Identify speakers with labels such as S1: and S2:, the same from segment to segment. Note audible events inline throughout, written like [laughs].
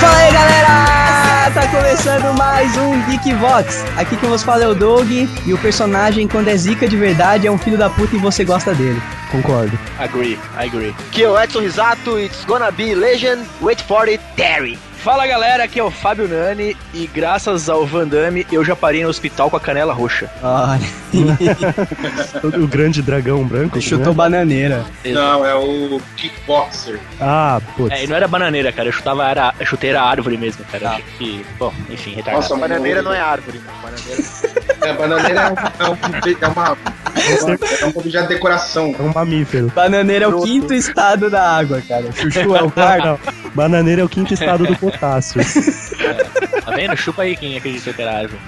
S1: Fala aí, galera! Tá começando mais um Geek Vox. Aqui quem vos fala é o Doug e o personagem, quando é zica de verdade, é um filho da puta e você gosta dele. Concordo.
S2: Agree, I agree.
S3: Aqui é o Edson Risato, it's gonna be legend, wait for it, Terry.
S2: Fala galera, aqui é o Fábio Nani e graças ao Van Damme eu já parei no hospital com a canela roxa.
S1: Olha,
S4: O grande dragão branco.
S1: chutou
S4: né?
S1: bananeira.
S5: Não, é o Kickboxer.
S4: Ah, putz.
S2: É, e não era bananeira, cara, eu chutava, era, eu chutei era árvore mesmo, cara. Achei que, bom, enfim, retardado.
S5: Nossa,
S3: Tá. Bananeira não
S5: mano.
S3: é árvore, mano. Bananeira.
S5: [laughs] É, bananeira é, um, é, um- é uma. É um objeto de decoração.
S4: É um mamífero.
S1: Bananeira é o quinto estado da água, cara.
S4: Chuchu é o quarto. Bananeira é o quinto estado do potássio.
S3: é-
S2: Tá vendo? Chupa aí quem acreditou que era árvore.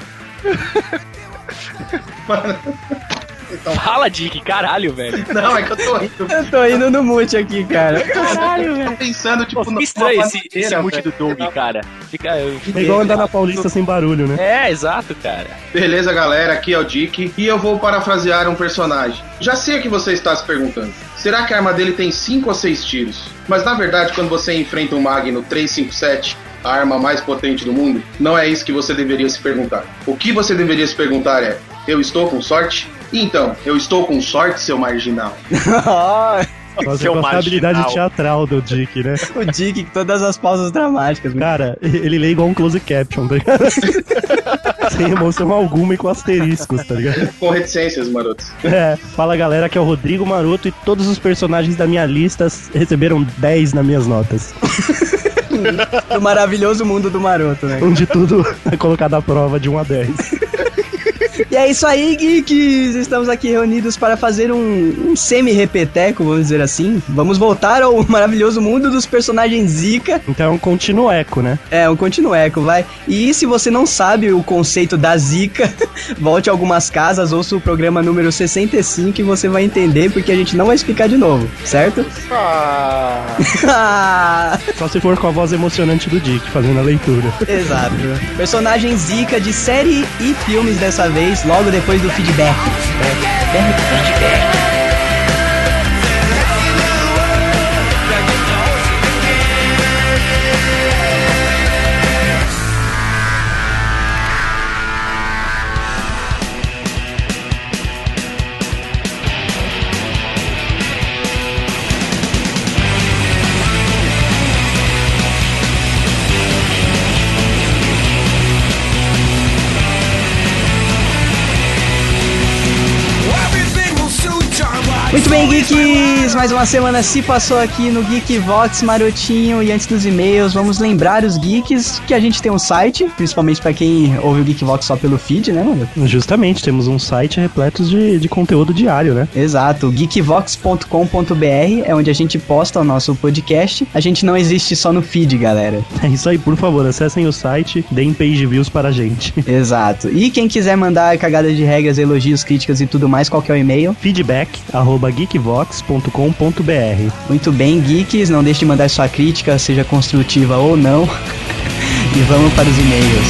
S3: Então-
S2: Fala, Dick, caralho, velho.
S5: Não, é que eu tô rindo.
S1: Eu tô indo no mute aqui, cara. [laughs]
S2: Caralho, velho.
S5: Tô pensando, tipo,
S2: Pô,
S5: numa
S2: que estranho esse,
S5: bananeira,
S2: esse mute do
S5: velho.
S2: Doug, cara. Fica. eu
S4: É
S2: fiquei-
S4: igual andar na Paulista sem barulho, né?
S2: É, exato, cara.
S5: Beleza, galera, aqui é o Dick e eu vou parafrasear um personagem. Já sei o que você está se perguntando. Será que a arma dele tem 5 ou 6 tiros? Mas na verdade, quando você enfrenta um Magno 357, a arma mais potente do mundo, não é isso que você deveria se perguntar. O que você deveria se perguntar é: eu estou com sorte? Então, eu estou com sorte, seu marginal. [laughs]
S4: Nossa,
S2: Seu
S4: com essa habilidade
S2: marginal.
S4: teatral do Dick, né?
S1: o Dick, com todas as pausas dramáticas. mano.
S4: Cara, ele lê igual um close caption, tá ligado? [laughs] sem emoção alguma e com asteriscos, tá ligado?
S5: Com reticências, marotos.
S4: É, fala galera, aqui é o Rodrigo Maroto e todos os personagens da minha lista receberam 10 nas minhas notas.
S1: Do maravilhoso mundo do maroto, né?
S4: Onde tudo é colocado à prova de 1 a 10.
S1: E é isso aí, geeks! Estamos aqui reunidos para fazer um, um semi-repeteco, vamos dizer assim. Vamos voltar ao [laughs] maravilhoso mundo dos personagens Zika.
S4: Então, continua eco, né?
S1: É, um continueco, vai. E se você não sabe o conceito da Zika, [laughs] volte a algumas casas, ouça o programa número 65 e você vai entender, porque a gente não vai explicar de novo, certo?
S3: Ah,
S1: [laughs] Ah,
S4: Só se for com a voz emocionante do Dick fazendo a leitura. [laughs]
S1: Exato. Personagem Zika de série e filmes dessa vez, logo depois do feedback. Muito bem, geeks! Mais uma semana se passou aqui no Geek Vox Marotinho. E antes dos e-mails, vamos lembrar os geeks que a gente tem um site, principalmente pra quem ouve o Geek Vox só pelo feed, né, mano?
S4: Justamente, temos um site repleto de, de conteúdo diário, né?
S1: Exato, geekvox.com.br é onde a gente posta o nosso podcast. A gente não existe só no feed, galera.
S4: É isso aí, por favor, acessem o site, deem page views para a gente. [laughs]
S1: Exato. E quem quiser mandar cagadas de regras, elogios, críticas e tudo mais, qual que é o e-mail?
S4: Feedback, arroba geekvox.com.br.
S1: Muito bem, geeks, não deixe de mandar sua crítica, seja construtiva ou não. [laughs] e vamos para os e-mails.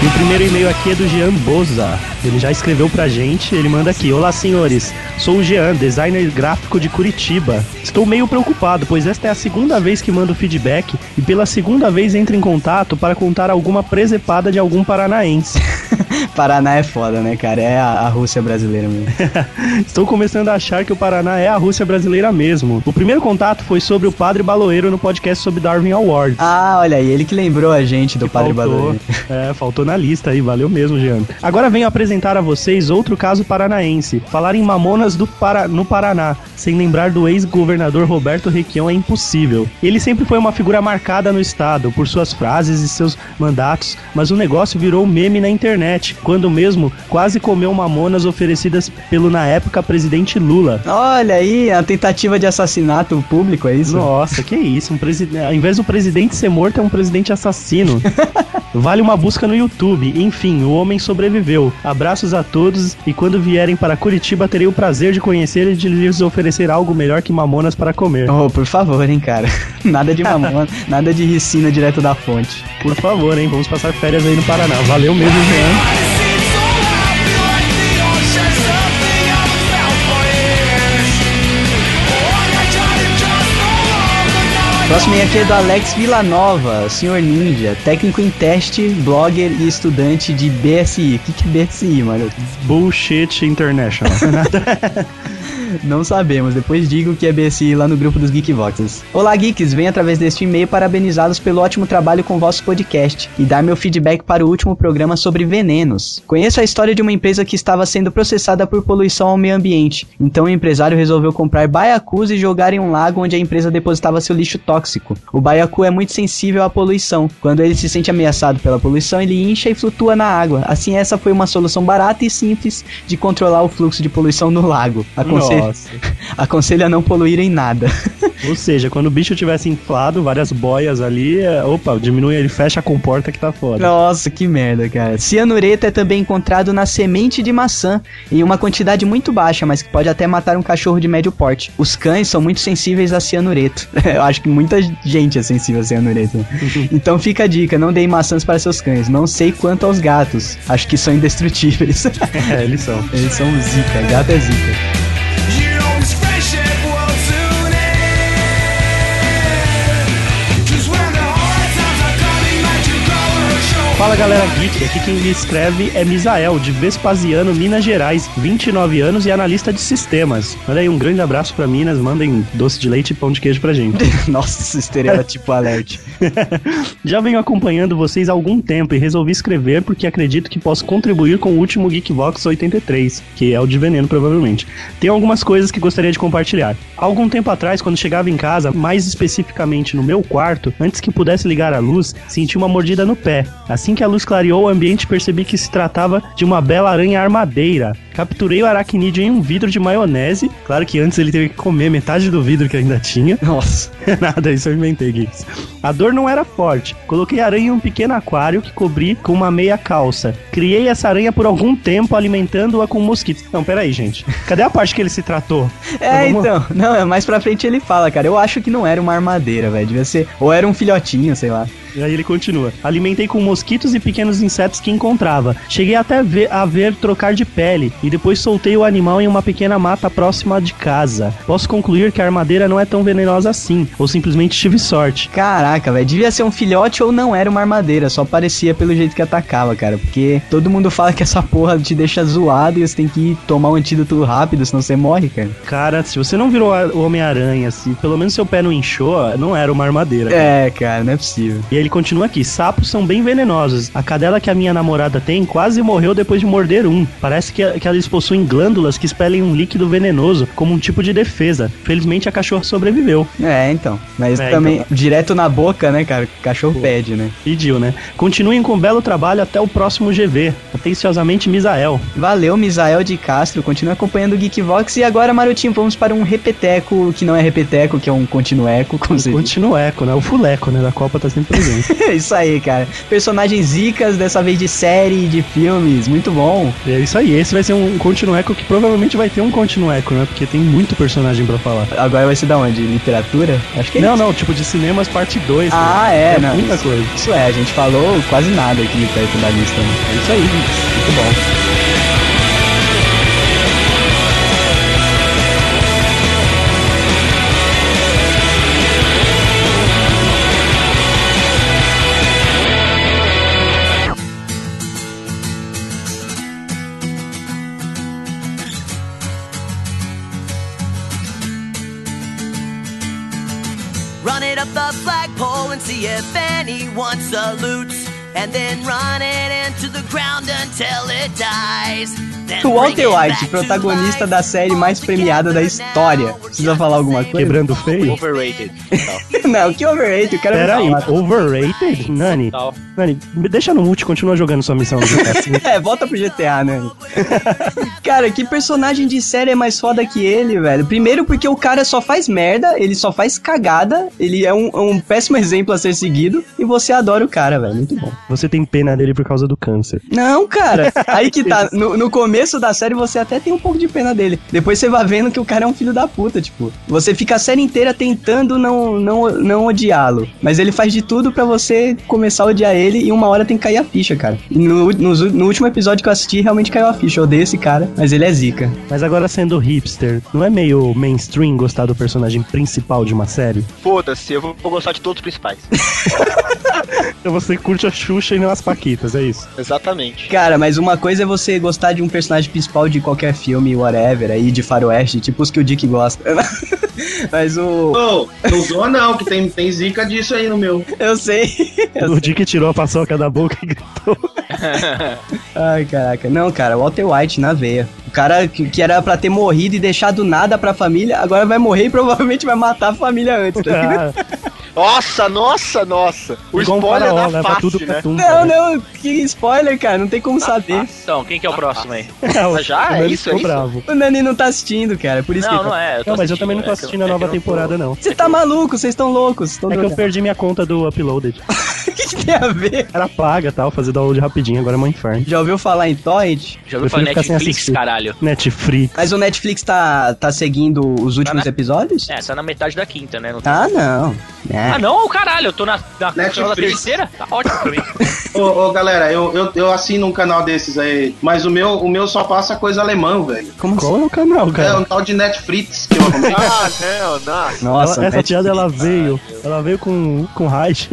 S4: E o primeiro e-mail aqui é do Jean Boza. Ele já escreveu pra gente, ele manda aqui: Olá senhores, sou o Jean, designer gráfico de Curitiba. Estou meio preocupado, pois esta é a segunda vez que mando feedback e pela segunda vez entro em contato para contar alguma presepada de algum paranaense.
S1: [laughs] Paraná é foda, né, cara? É a, a Rússia brasileira mesmo. [laughs]
S4: [laughs] Estou começando a achar que o Paraná é a Rússia brasileira mesmo. O primeiro contato foi sobre o Padre Baloeiro no podcast sobre Darwin Award.
S1: ah, olha aí, ele que lembrou a gente do Padre
S4: faltou,
S1: Baloeiro.
S4: é, faltou na lista aí, valeu mesmo, Jean. Agora venho apresentar a vocês outro caso paranaense. Falar em Mamonas Minas do Para... no Paraná, sem lembrar do ex-governador Roberto Requião é impossível. Ele sempre foi uma figura marcada no estado por suas frases e seus mandatos, mas o negócio virou meme na internet, quando mesmo quase comeu mamonas oferecidas pelo na época presidente Lula.
S1: Olha aí, a tentativa de assassinato público, é isso?
S4: Nossa, que isso, um presidente, ao invés do presidente ser morto, é um presidente [laughs] assassino. Vale uma busca no YouTube. Enfim, o homem sobreviveu. Abraços a todos e quando vierem para Curitiba terei o prazer de conhecer e de lhes oferecer algo melhor que mamonas para comer.
S1: Oh, por favor, hein, cara. [laughs] Nada de mamona, nada de ricina direto da fonte.
S4: Por favor, hein, vamos passar férias aí no Paraná. Valeu mesmo, Jean.
S1: Próximo aí aqui é do Alex Villanova, senhor ninja, técnico em teste, blogger e estudante de BSI. O que, que é BSI, mano?
S4: Bullshit International.
S1: Não sabemos, depois digo que é BSI lá no grupo dos Geekboxes. Olá, geeks! Venho através deste e-mail parabenizá-los pelo ótimo trabalho com o vosso podcast e dar meu feedback para o último programa sobre venenos. Conheço a história de uma empresa que estava sendo processada por poluição ao meio ambiente, então o empresário resolveu comprar baiacus e jogar em um lago onde a empresa depositava seu lixo tóxico. O baiacu é muito sensível à poluição. Quando ele se sente ameaçado pela poluição, ele incha e flutua na água. Assim, essa foi uma solução barata e simples de controlar o fluxo de poluição no lago. Aconselho [laughs]
S4: [laughs] Nossa.
S1: Aconselho a não poluírem
S4: [laughs]
S1: nada.
S4: Ou seja, quando o bicho tivesse inflado, várias boias ali, é, opa, diminui, ele fecha a comporta que tá fora.
S1: Nossa, que merda, cara. Cianureto é também encontrado na semente de maçã, em uma quantidade muito baixa, mas que pode até matar um cachorro de médio porte. Os cães são muito sensíveis a cianureto. [laughs] Eu acho que muita gente é sensível a
S4: [laughs]
S1: cianureto. então fica a dica, não deem maçãs para seus cães. Não sei quanto aos gatos. Acho que são indestrutíveis.
S4: [laughs] É, eles são.
S1: Eles são zica, gato é zica. [laughs]
S6: You know this friendship will soon end. 'Cause when the hard times are coming, let you go or show.
S4: Fala galera geek, aqui quem me escreve é Misael, de Vespasiano, Minas Gerais, 29 anos e analista de sistemas. Olha aí, um grande abraço pra Minas, mandem doce de leite e pão de queijo pra gente.
S1: Nossa, estereótipo alert.
S4: [laughs] Já venho acompanhando vocês há algum tempo e resolvi escrever porque acredito que posso contribuir com o último Geekbox 83, que é o de veneno provavelmente. Tem algumas coisas que gostaria de compartilhar. Há algum tempo atrás, quando chegava em casa, mais especificamente no meu quarto, antes que pudesse ligar a luz, senti uma mordida no pé. Assim que a luz clareou o ambiente, percebi que se tratava de uma bela aranha armadeira. Capturei o aracnídeo em um vidro de maionese. Claro que antes ele teve que comer metade do vidro que ainda tinha.
S1: Nossa.
S4: [laughs] Nada, isso eu inventei, Geeks. A dor não era forte. Coloquei a aranha em um pequeno aquário que cobri com uma meia calça. Criei essa aranha por algum tempo, alimentando-a com mosquitos. Não, peraí, gente. Cadê a parte que ele se tratou?
S1: É,
S4: Vamos-
S1: então. Não, é mais pra frente ele fala, cara. Eu acho que não era uma armadeira, velho. Devia ser. Ou era um filhotinho, sei lá.
S4: E aí ele continua. Alimentei com mosquitos e pequenos insetos que encontrava. Cheguei até ver- a ver trocar de pele e depois soltei o animal em uma pequena mata próxima de casa. Posso concluir que a armadeira não é tão venenosa assim, ou simplesmente tive sorte.
S1: Caraca, velho. Devia ser um filhote ou não era uma armadeira. Só parecia pelo jeito que atacava, cara. Porque todo mundo [laughs] fala que essa porra te deixa zoado e você tem que tomar um antídoto rápido, senão você morre, cara.
S4: Cara, se você não virou a- o Homem-Aranha, se pelo menos seu pé não inchou, ó, não era uma armadeira.
S1: É, cara, não é possível.
S4: E ele continua aqui: sapos são bem venenosos. A cadela que a minha namorada tem quase morreu depois de morder um. Parece que, que eles possuem glândulas que expelem um líquido venenoso como um tipo de defesa. Felizmente a cachorra sobreviveu.
S1: É, então. Mas
S4: É,
S1: também, direto na boca, né, cara? O cachorro pede, né?
S4: Pediu, né? Continuem com o belo trabalho até o próximo GV. Atenciosamente, Misael.
S1: Valeu, Misael de Castro. Continua acompanhando o Geekvox. E agora, Marotinho, vamos para um repeteco, que não é repeteco, que é um continueco, como você diz.
S4: Continua o eco, né? O fuleco, né? Da Copa tá sempre presente.
S1: [laughs] É isso aí, cara. Personagens zicas, dessa vez de série, de filmes. Muito bom.
S4: E é isso aí. Esse vai ser um continueco que provavelmente vai ter um continueco, né? Porque tem muito personagem pra falar.
S1: Agora vai ser da onde? Literatura? Acho que é
S4: Não,
S1: isso.
S4: não, tipo de cinemas parte 2.
S1: Ah, é,
S4: é
S1: não.
S4: muita
S1: isso,
S4: coisa.
S1: isso é, a gente falou quase nada aqui perto da lista. né?
S4: É isso aí, muito bom.
S7: Run it up the flagpole and see if anyone salutes. And then run it in man to the ground until it dies. Then
S1: O
S7: bring
S1: Walter
S7: it
S1: White,
S7: back to
S1: protagonista
S7: life.
S1: da série mais premiada da história. Precisa falar alguma coisa?
S4: Quebrando feio?
S2: Overrated. Tal,
S1: [laughs] Não, que overrated, o cara é
S4: Pera aí,
S1: muito [laughs]
S3: é
S4: overrated? Nani,
S2: tal.
S4: Nani, me deixa no mute, continua jogando sua missão.
S3: [laughs]
S1: malvado. É, volta pro GTA, né? [laughs] cara, que personagem de série é mais foda que ele, velho? Primeiro porque o cara só faz merda, ele só faz cagada, ele é um, um péssimo [laughs] exemplo a ser seguido, e você adora o cara, velho, muito bom.
S4: Você tem pena dele por causa do câncer.
S1: Não, cara, aí que tá, no, no começo da série você até tem um pouco de pena dele, depois você vai vendo que o cara é um filho da puta, tipo, você fica a série inteira tentando não, não, não odiá-lo, mas ele faz de tudo pra você começar a odiar ele e uma hora tem que cair a ficha, cara. E No, nos- no último episódio que eu assisti realmente caiu a ficha, eu odeio esse cara, mas ele é zica.
S4: Mas agora sendo hipster, não é meio mainstream gostar do personagem principal de uma série?
S3: Foda-se, eu vou, vou gostar de todos
S2: [laughs]
S3: os principais.
S4: Então você curte a Xuxa e não as Paquitas, é isso?
S3: Exatamente.
S1: Cara, mas uma coisa é você gostar de um personagem principal de qualquer filme, whatever, aí de faroeste, tipo os que o Dick gosta. [laughs] mas o...
S5: Ô, não zoa não, que tem, tem zica disso aí no meu.
S1: eu sei... [laughs]
S4: O Dick tirou a paçoca da boca e gritou.
S1: Ai, caraca. Não, cara, Walter White na veia. O cara que, que era pra ter morrido e deixado nada pra família, agora vai morrer e [laughs] provavelmente vai matar a família antes. Tá? ligado?
S4: [laughs] Ah,
S3: [laughs] Nossa, nossa, nossa. O
S4: igual um
S3: spoiler
S4: faraó,
S3: da
S4: leva
S3: face,
S4: tudo pra
S3: né?
S4: tumba,
S1: Não,
S4: [laughs] né?
S1: não, que spoiler, cara, não tem como saber.
S2: Então, quem que é o próximo aí?
S4: O-
S3: já?
S4: o
S3: É
S4: Nani
S3: isso,
S4: ficou
S3: é isso?
S4: bravo.
S1: O Nani não tá assistindo, cara, por isso
S2: Não,
S1: que. tá
S2: não é. tô
S4: Não, mas eu também não tô
S2: assistindo,
S4: assistindo a
S2: é que-
S4: nova
S2: é que eu não tô-
S4: temporada, não.
S1: Você tá maluco, vocês estão loucos. [laughs] tão
S4: É que eu
S1: drogados.
S4: perdi minha conta do Uploaded.
S1: O que, que tem a ver?
S4: Era paga tal, fazer download rapidinho, agora é um inferno.
S1: Já ouviu falar em Torrent?
S2: Já ouviu falar
S4: Prefiro ficar sem
S2: Netflix,
S4: assistir.
S2: caralho?
S4: Netflix.
S1: Mas o Netflix tá, tá seguindo os últimos episódios?
S2: É, só na metade da quinta, né? Não tá-
S1: Ah, não. É.
S2: Ah, não, caralho, eu tô na, na,
S5: Netflix.
S2: na terceira? Tá ótimo pra mim. [laughs]
S5: Ô, ô, galera, eu, eu, eu assino um canal desses aí, mas o meu, o meu só passa coisa alemã, velho.
S1: Como assim?
S4: Qual é o canal,
S5: É
S4: cara?
S5: um tal de Netflix que eu arrumei.
S3: Ah, não, não.
S1: Nossa,
S4: Ela- essa
S1: Netflix
S4: piada ela veio. Ela veio com, com Reich.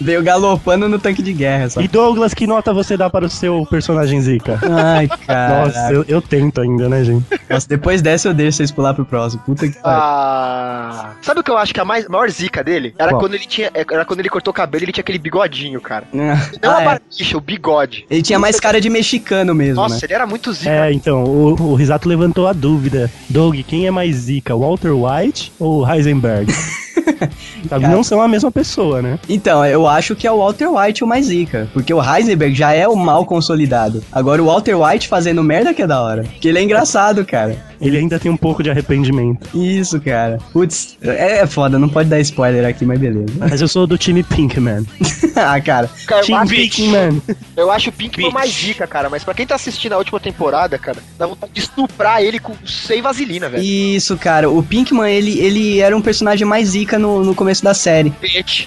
S1: veio galopando no tanque de guerra,
S4: E
S1: sabe?
S4: Douglas, que nota você dá para o seu personagem Zika?
S1: Ai, cara.
S4: [laughs] Nossa, eu, eu tento ainda, né, gente?
S1: Nossa, depois dessa eu deixo vocês pular pro próximo. Puta que pariu.
S3: Ah, sabe o que eu acho que a mais, maior zica dele? Era
S4: Qual?
S3: quando ele tinha. Era quando ele cortou o cabelo ele tinha aquele bigodinho, cara. Não
S1: Ah,
S3: a
S1: é.
S3: barbicha, o bigode.
S1: Ele tinha mais cara de mexicano mesmo,
S3: Nossa,
S1: né?
S3: ele era muito zica.
S4: É, então, o, o Risato levantou a dúvida. Doug, quem é mais Zika, Walter White
S1: [laughs]
S4: ou Heisenberg? Sabe, não são a mesma pessoa, né?
S1: Então, eu acho que é o Walter White o mais zica. Porque o Heisenberg já é o mal consolidado. Agora o Walter White fazendo merda que é da hora. Porque ele é engraçado, cara.
S4: Ele ainda tem um pouco de arrependimento.
S1: Isso, cara. Putz, é, é foda, não pode dar spoiler aqui, mas beleza. [laughs]
S4: Mas eu sou do time Pinkman.
S1: ah, cara.
S3: Cara, eu,
S4: Team
S3: acho,
S4: Pinkman.
S3: eu acho o Pinkman
S2: Bitch.
S3: mais zica, cara. Mas pra quem tá assistindo a última temporada, cara, dá vontade de estuprar ele com sem vaselina,
S1: É.
S3: velho.
S1: Isso, cara. O Pinkman, ele, ele era um personagem mais zica no, no começo da série.
S3: Bitch.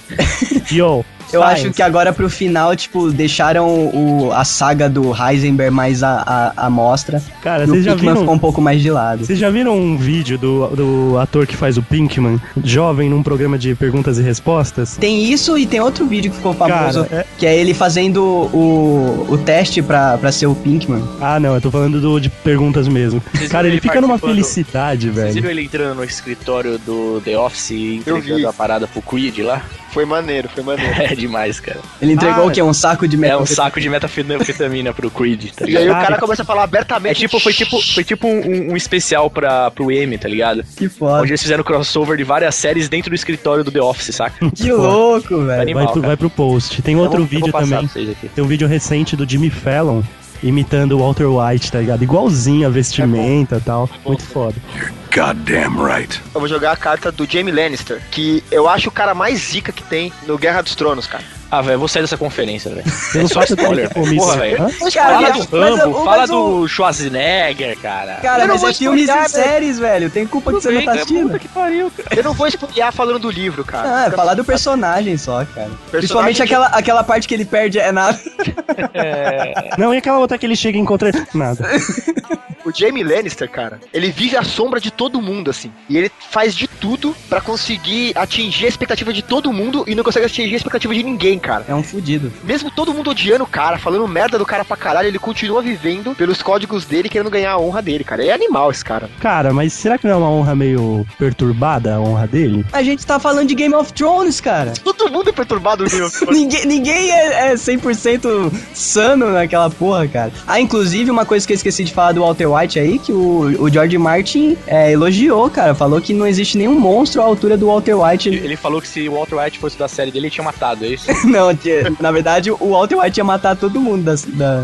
S4: Yo,
S1: Eu
S4: science.
S1: acho que agora pro final, tipo, deixaram o, a saga do Heisenberg mais à- à à mostra.
S4: Cara,
S1: e o
S4: vocês já
S1: Pinkman
S4: viram...
S1: ficou um pouco mais de lado.
S4: Vocês já viram um vídeo do, do ator que faz o Pinkman, jovem, num programa de perguntas e respostas?
S1: Tem isso e tem outro vídeo que ficou famoso,
S4: Cara, é-
S1: que é ele fazendo o, o teste pra, pra ser o Pinkman.
S4: Ah, não, eu tô falando do, de perguntas mesmo.
S2: Vocês
S4: Cara,
S2: viram
S4: ele
S2: ele
S4: fica numa
S2: participando-
S4: felicidade,
S2: Vocês
S4: velho.
S2: viram ele entrando no escritório do The Office e
S3: Eu vi.
S2: entregando a parada pro Creed lá?
S3: Foi maneiro, foi maneiro.
S2: É demais, cara.
S1: Ele entregou
S4: Ah,
S1: o quê? Um saco de
S2: É
S1: metal.
S2: um saco de metafetamina pro Creed, tá
S3: [laughs] E
S2: ligado?
S3: aí o cara
S4: Cara,
S3: começa a falar
S2: É
S3: abertamente.
S2: tipo, foi tipo, foi tipo um, um especial pra, pro M, tá ligado?
S1: Que foda.
S2: Onde eles fizeram crossover de várias séries dentro do escritório do The Office, [laughs] saca?
S1: Que louco, velho.
S2: animal,
S4: vai, pro,
S2: cara.
S4: vai pro post. Tem outro
S2: Eu vou- eu vou
S4: vídeo
S2: passar
S4: também.
S2: pra vocês aqui.
S4: Tem um vídeo recente do Jimmy Fallon imitando o Walter White, tá ligado? Igualzinho a vestimenta e tal.
S2: É
S4: Muito foda.
S6: Goddamn right.
S3: Eu vou jogar a carta do Jamie Lannister, que eu acho o cara mais zica que tem no Guerra dos Tronos, cara.
S2: Ah, velho, eu vou sair dessa conferência, velho.
S4: Pelo fato de ele
S2: É [laughs] spoiler,
S4: ter comido
S2: porra,
S4: é isso.
S2: velho. Fala
S4: Hã?
S1: mas-
S2: do
S1: mas- é um-
S2: Rambo,
S1: mas
S2: fala
S1: o-
S2: do Schwarzenegger, cara.
S1: Cara,
S3: Eu não
S1: mas
S3: vou
S1: é filmes
S3: explicar,
S1: e séries, velho. Tem culpa que você não tá assistindo.
S2: é que pariu, cara.
S3: Eu não vou espoliar falando do livro, cara. [laughs]
S1: Ah, é falar do personagem só, cara. Principalmente
S3: que-
S1: aquela, aquela parte que ele perde é nada.
S4: Não, e aquela outra que ele chega e encontra. Nada.
S3: O Jamie Lannister, cara, ele vive à sombra de todo mundo, assim. E ele faz de tudo pra conseguir atingir a expectativa de todo mundo e não consegue atingir a expectativa de ninguém, cara.
S1: [laughs] É um fudido.
S3: Mesmo todo mundo odiando o cara, falando merda do cara pra caralho, ele continua vivendo pelos códigos dele, querendo ganhar a honra dele, cara. É animal esse cara.
S4: Cara, mas será que não é uma honra meio perturbada a honra dele?
S1: A gente tá falando de Game of Thrones, cara.
S3: Todo mundo é perturbado
S2: [laughs]
S3: viu?
S1: Ninguém, ninguém é, é 100% sano naquela porra, cara. Ah, inclusive, uma coisa que eu esqueci de falar do Walter White aí, que o, o George Martin é, elogiou, cara. Falou que não existe nenhum monstro à altura do Walter White.
S2: Ele falou que se o Walter White fosse da série dele, ele tinha matado, é isso?
S1: [laughs] Não, tia, na verdade, o Walter White ia matar todo mundo das,
S2: [laughs]
S1: da-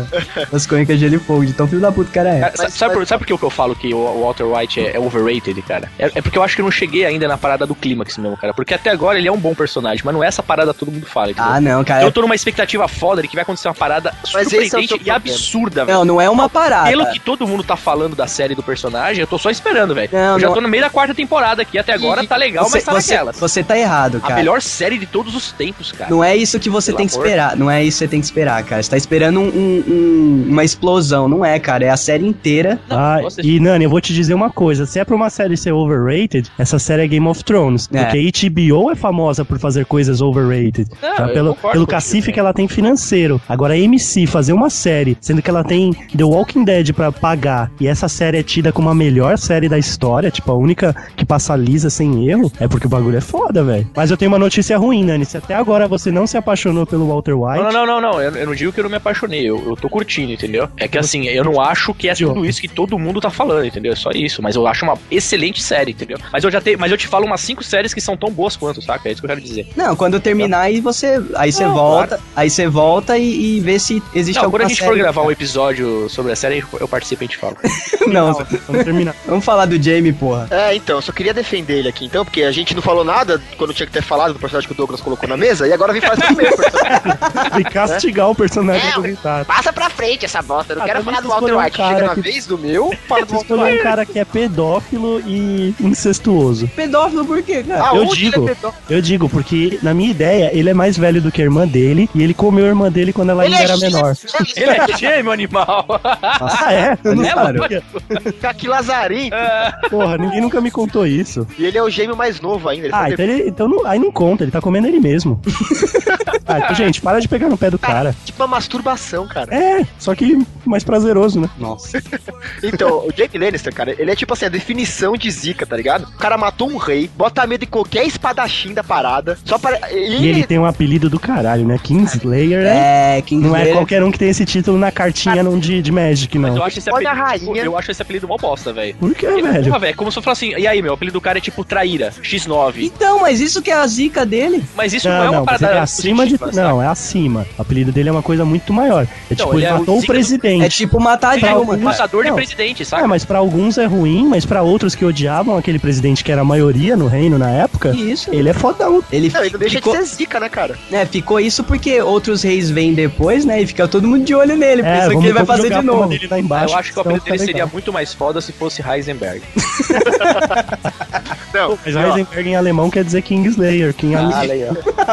S1: das crônicas de Gelo e Fogo, de tão filho da puta que o cara é.
S2: Cara, sa- sabe, por, sabe por que eu falo que o Walter White é, é overrated, cara? É, é porque eu acho que eu não cheguei ainda na parada do clímax mesmo, cara. Porque até agora ele é um bom personagem, mas não é essa parada que todo mundo fala, entendeu?
S1: Ah, não, cara.
S2: Eu tô numa expectativa foda de que vai acontecer uma parada
S3: Mas esse é o seu
S2: surpreendente e
S3: problema.
S2: absurda, velho.
S1: Não, não é uma parada.
S2: Pelo que todo mundo tá falando da série do personagem, eu tô só esperando, velho.
S1: Não,
S2: Eu já
S1: não-
S2: tô no meio da quarta temporada aqui, até agora tá legal,
S1: você,
S2: mas tá
S1: você,
S2: naquelas.
S1: você tá errado,
S2: A
S1: cara.
S2: melhor série de todos os tempos, cara.
S1: Não é isso que você
S2: Pelo
S1: tem que
S2: amor.
S1: esperar. Não é isso que você tem que esperar, cara. Você tá esperando um- um- um- uma explosão. Não é, cara. É a série inteira.
S4: Ah,
S2: nossa,
S4: e Nani, eu vou te dizer uma coisa: se é pra uma série ser overrated, essa série é Game of Thrones.
S1: É.
S4: Porque HBO é famosa por fazer coisas overrated.
S2: Não,
S4: Tá?
S2: eu
S4: Pelo,
S2: concordo contigo,
S4: pelo cacife
S2: né?
S4: que ela tem financeiro. Agora, a MC fazer uma série, sendo que ela tem The Walking Dead pra pagar, e essa série é tida como a melhor série da história, tipo, a única que passa lisa sem erro, é porque o bagulho é foda, velho. Mas eu tenho uma notícia ruim, Nani: se até agora você não se apaixonou pelo Walter White.
S2: Não, não, não, não, não. Eu, eu não digo que eu não me apaixonei. Eu, eu tô curtindo, entendeu? É que assim, eu não acho que é tudo isso que todo mundo tá falando, entendeu? É só isso. Mas eu acho uma excelente série, entendeu? Mas eu já te, mas eu te falo umas cinco séries que são tão boas quanto, saca? É isso que eu quero dizer.
S1: Não, quando terminar, aí você. Aí você volta. Aí você volta e, e vê se existe
S2: Não,
S1: alguma
S2: quando a gente
S1: é série.
S2: for gravar um episódio sobre a série, eu participo e a gente fala.
S1: [laughs] Não,
S4: Vamos terminar.
S1: vamos falar do Jamie, porra.
S3: É, então, eu só queria defender ele aqui, então, porque a gente não falou nada quando tinha que ter falado do personagem que o Douglas colocou na mesa, e agora vem fazer o meu personagem.
S4: e [laughs] castigar o personagem do Ricardo.
S3: [laughs] Passa pra frente essa bosta, eu não
S4: Ah,
S3: quero
S4: também
S3: falar do
S4: vocês escolheram um
S3: Walter White. Chega
S4: cara
S3: na
S4: que-
S3: vez do meu, fala do
S4: Você
S3: Walter
S4: escolheu um
S3: White.
S4: cara que é pedófilo e incestuoso.
S1: Pedófilo por quê, cara?
S3: Aonde
S4: digo.
S3: ele é [laughs] pedó-
S4: Eu digo, porque na minha ideia, ele é mais velho do que a irmã dele e ele comeu a irmã dele quando ela
S3: Ele
S4: ainda
S3: é
S4: era menor.
S2: Ele é gêmeo, animal.
S4: Ah, é? Eu não
S1: É,
S4: sabia.
S3: Fica que lazarinho.
S4: Porra, ninguém nunca me contou isso.
S3: E ele é o gêmeo mais novo ainda. Ele
S4: Ah,
S3: foi
S4: então, ele, então não, aí não conta, ele tá comendo ele mesmo. ah, então, gente, para de pegar no pé do cara.
S3: Tipo uma masturbação, cara.
S4: É, só que mais prazeroso, né?
S1: Nossa.
S3: Então, o Jamie Lannister, cara, ele é tipo assim, a definição de zica, tá ligado? O cara matou um rei, bota medo em qualquer espadachim da parada, só para...
S4: E ele tem um apelido do caralho, né? Kingslayer, né?
S1: É, quem
S4: Não é qualquer um que tem esse título na cartinha não de, de Magic,
S2: Mas eu
S4: não.
S2: acho esse
S3: Olha a
S2: apelido.
S3: rainha.
S2: Eu acho esse apelido mó bosta, velho.
S4: Por que, É, velho?
S2: Porra, velho, como se eu falasse assim, e aí, meu, o apelido do cara é tipo traíra, X9.
S1: Então, mas isso que é a zica dele?
S2: Mas isso não,
S4: Não,
S2: é uma
S4: não, mas
S2: parada.
S4: ele é acima de.
S2: positiva, sabe?
S4: Não, é acima. O apelido dele é uma coisa muito maior. É
S2: Então,
S4: tipo,
S2: ele
S4: ele
S2: é o
S4: matou o
S2: zica do-
S4: presidente.
S1: É tipo matar
S2: Ele é um
S1: Dilma, cara.
S2: acusador de
S4: Não.
S2: presidente,
S4: É,
S2: saca?
S4: mas pra alguns é ruim, mas pra outros que odiavam aquele presidente que era a maioria no reino na época,
S1: Que Isso.
S4: ele é fodão.
S1: Ele,
S3: Não, ele não deixa
S1: ficou,
S3: de ser zica, né, cara?
S1: né, ficou isso porque outros reis vêm depois, né? E fica todo mundo de olho nele,
S4: É,
S1: pensando
S4: vamos-
S1: que ele vai
S4: vamos
S1: fazer
S4: jogar
S1: de
S4: a porra
S1: novo.
S4: dele lá
S2: Ah,
S4: embaixo,
S2: eu acho que o
S4: senão
S2: apelido dele
S4: fica
S2: seria
S4: então tá legal.
S2: muito mais foda se fosse Heisenberg.
S3: Não,
S4: Mas Heisenberg em alemão quer dizer Kingslayer, que
S2: Ah,
S4: em, ale-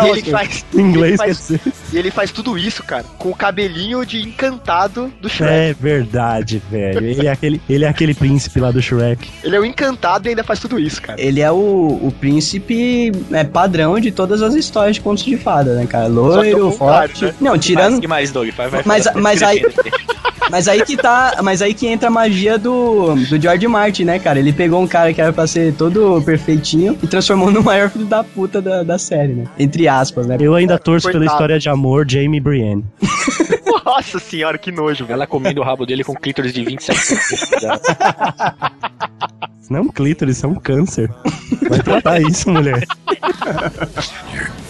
S3: E ele faz...
S4: em inglês quer
S3: ele faz,
S4: dizer.
S3: e ele faz tudo isso, cara, com o cabelinho de encantado do Shrek.
S4: É verdade, velho. Ele é, aquele, ele é aquele príncipe lá do Shrek.
S3: Ele é o encantado e ainda faz tudo isso, cara.
S1: Ele é o, o príncipe é, padrão de todas as histórias de contos de fada, né, cara? Loiro,
S3: ao contrário,
S1: forte. Não, tirando.
S2: Mas, que mais, Doug? Vai, vai,
S1: Mas-
S2: vai, vai,
S1: mas
S2: vai, né,
S1: aí-
S2: vai, vai.
S1: Mas aí que tá. Mas aí que entra a magia do, do George Martin, né, cara? Ele pegou um cara que era pra ser todo perfeitinho e transformou no maior filho da puta da, da série, né? Entre aspas, né?
S4: Eu ainda torço pela
S3: Coitado.
S4: história de amor Jamie e Brienne.
S3: Nossa senhora, que nojo, velho.
S2: Ela comendo o rabo dele com clítoris de 27 centímetros.
S4: Não é um clítoris, são câncer. Vai tratar isso, mulher.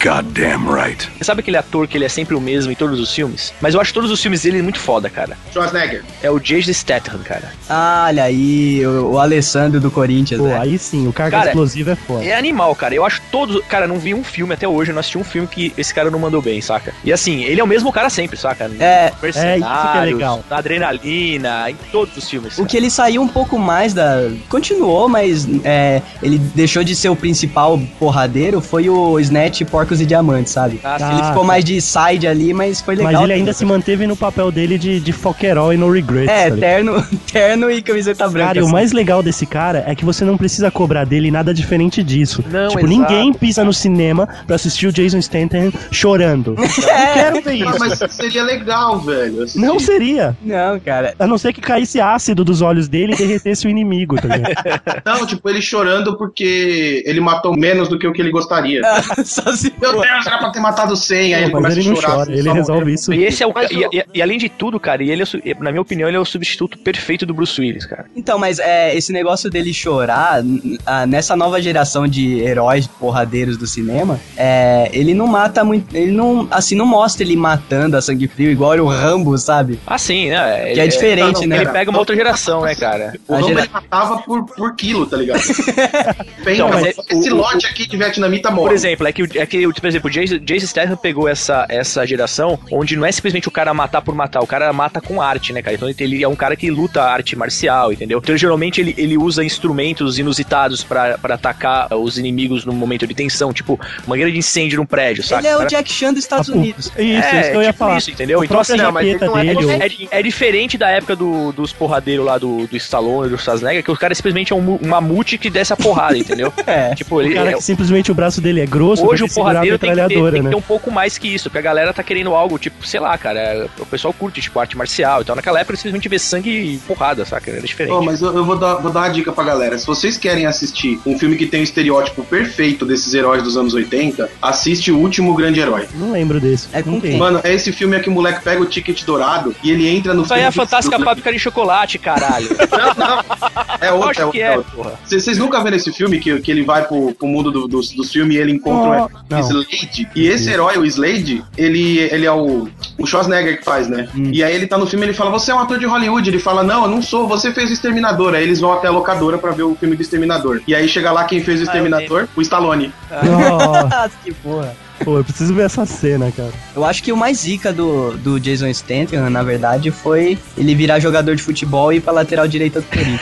S6: Goddamn right.
S2: Sabe aquele ator que ele é sempre o mesmo em todos os filmes? Mas eu acho todos os filmes dele muito foda, cara.
S5: Schwarzenegger.
S2: É o Jason Statham, cara.
S1: Ah, olha aí, o, o Alessandro do Corinthians,
S4: Pô,
S1: né?
S4: aí sim, o carga
S2: Cara,
S4: explosiva é foda.
S2: É animal, cara. Eu acho todos. Cara, não vi um filme até hoje, eu não assisti um filme que esse cara não mandou bem, saca? E assim, ele é o mesmo cara sempre, saca?
S1: É,
S2: Mercenários,
S4: legal.
S2: Na adrenalina, em todos os filmes.
S1: o
S2: cara.
S1: que ele saiu um pouco mais da. Continuou, mas é, ele deixou de ser o principal porradeiro. Foi o Snatch Pork Porcos e Diamantes, sabe?
S2: Ah, sim.
S1: ele
S4: Ah,
S1: ficou
S4: tá.
S1: mais de side ali, mas foi legal.
S4: Mas ele ainda
S1: também.
S4: se manteve no papel dele de, de foquerol e no regrets.
S1: É,
S4: tá ligado?
S1: terno, [laughs] terno e camiseta branca.
S4: Cara, e o
S1: assim.
S4: mais legal desse cara é que você não precisa cobrar dele nada diferente disso.
S2: Não,
S4: tipo,
S2: exato.
S4: ninguém pisa no cinema pra assistir o Jason Statham chorando.
S1: É.
S4: Quero ver
S5: Ah,
S4: [laughs] isso.
S5: mas seria legal, velho. Assim, assistir.
S4: Não seria.
S1: Não, cara. [laughs]
S4: A não ser que caísse ácido dos olhos dele e derretesse o inimigo, tá ligado?
S5: Não, tipo, ele chorando porque ele matou menos do que o que ele gostaria.
S1: Só se
S5: Meu Deus, era pra ter matado 100. Aí ele
S4: Ah. Mas
S5: começa
S4: ele
S5: a
S4: não
S5: chorar.
S4: chora,
S5: assim,
S4: ele
S5: só
S4: resolve isso.
S2: E esse é o ca-
S3: Mas
S2: e,
S3: o-
S2: e- e além de tudo, cara, e ele é, su- e, na minha opinião, ele é o substituto perfeito do Bruce Willis, cara.
S1: Então, mas é, esse negócio dele chorar, n- ah, nessa nova geração de heróis porradeiros do cinema, é, ele não mata muito. Ele não. Assim, não mostra ele matando a sangue frio, igual era o Rambo, sabe?
S2: Ah, sim, né?
S1: Que é diferente,
S5: não,
S1: né?
S2: Ele
S5: cara?
S2: pega uma outra geração, né, cara?
S5: O
S1: A
S5: Rambo
S1: gera-
S5: ele matava por, por quilo,
S4: [laughs]
S5: tá ligado? Bem,
S2: Então,
S5: cara,
S2: mas é-
S5: esse
S2: o-
S5: lote aqui de vietnamita morre.
S2: Por exemplo, é que, o- é que o- por exemplo, o Jason, Jason Statham pegou essa, essa geração onde não é simplesmente o cara matar por matar, o cara mata com arte, né, cara? Então ele é um cara que luta arte marcial, entendeu? Então geralmente ele, ele usa instrumentos inusitados pra pra atacar os inimigos num momento de tensão, tipo mangueira de incêndio num prédio, sabe?
S1: Ele é o Jack Chan dos Estados
S4: Ah, pô.
S1: Unidos.
S4: Isso, isso que eu ia
S2: tipo
S4: falar.
S2: Isso, entendeu?
S4: A
S2: Então, assim,
S4: própria
S3: não, mas ele
S4: jaqueta
S3: não é-
S4: dele,
S3: ele
S4: o-
S2: é, é diferente da época do- dos porradeiros lá do, do Stallone, do Schwarzenegger, que o cara simplesmente é um, mu- um mamute que desce a porrada,
S4: [laughs]
S2: entendeu?
S1: É.
S2: Tipo,
S4: o
S2: ele,
S4: cara
S2: é-
S4: que simplesmente o braço dele é grosso,
S2: hoje
S4: pra ele
S2: o
S4: segurar a
S2: porradeiro tem que, ter,
S4: metralhadora,
S2: tem que
S4: né?
S2: ter um pouco mais que isso, porque a galera tá querendo algo, tipo, sei lá, cara, o pessoal curte, tipo, arte marcial e tal. Naquela época ele simplesmente vê sangue e porrada, saca? Era diferente.
S5: Ó, mas eu, eu vou, dar, vou dar uma dica pra galera. Se vocês querem assistir um filme que tem o estereótipo perfeito desses heróis dos anos 80, assiste O Último Grande Herói.
S4: Não lembro desse.
S1: É com
S4: não tem.
S1: quem?
S5: Mano, é esse filme aqui, o moleque pega o ticket dourado e ele entra no
S2: Isso aí é a
S5: filme do-
S2: fantástica
S5: do-
S2: fábrica de chocolate,
S5: [laughs]
S2: caralho.
S5: Não, não. É
S2: Eu
S5: outro, é
S2: acho que
S5: outro.
S2: é,
S5: é outro.
S2: porra.
S5: Vocês vocês nunca viram esse filme que, que ele vai pro, pro mundo do- dos dos filmes e ele encontra
S4: Não.
S5: o Slade? E esse herói, o Slade, ele, ele é o, o Schwarzenegger que faz, né?
S4: Hum.
S5: E aí ele tá no filme e ele fala: Você é um ator de Hollywood? Ele fala: Não, eu não sou, você fez o Exterminador. Aí eles vão até a locadora pra ver o filme do Exterminador. E aí chega lá quem
S2: Ah,
S5: fez o Exterminador? o Stallone.
S2: um
S4: [laughs] Não,
S1: Nossa, que porra.
S4: pô, eu preciso ver essa cena, cara.
S1: tipo. Eu acho que o mais zica do, do Jason Statham, na verdade, foi ele virar jogador de futebol e ir pra lateral direita do Corinthians.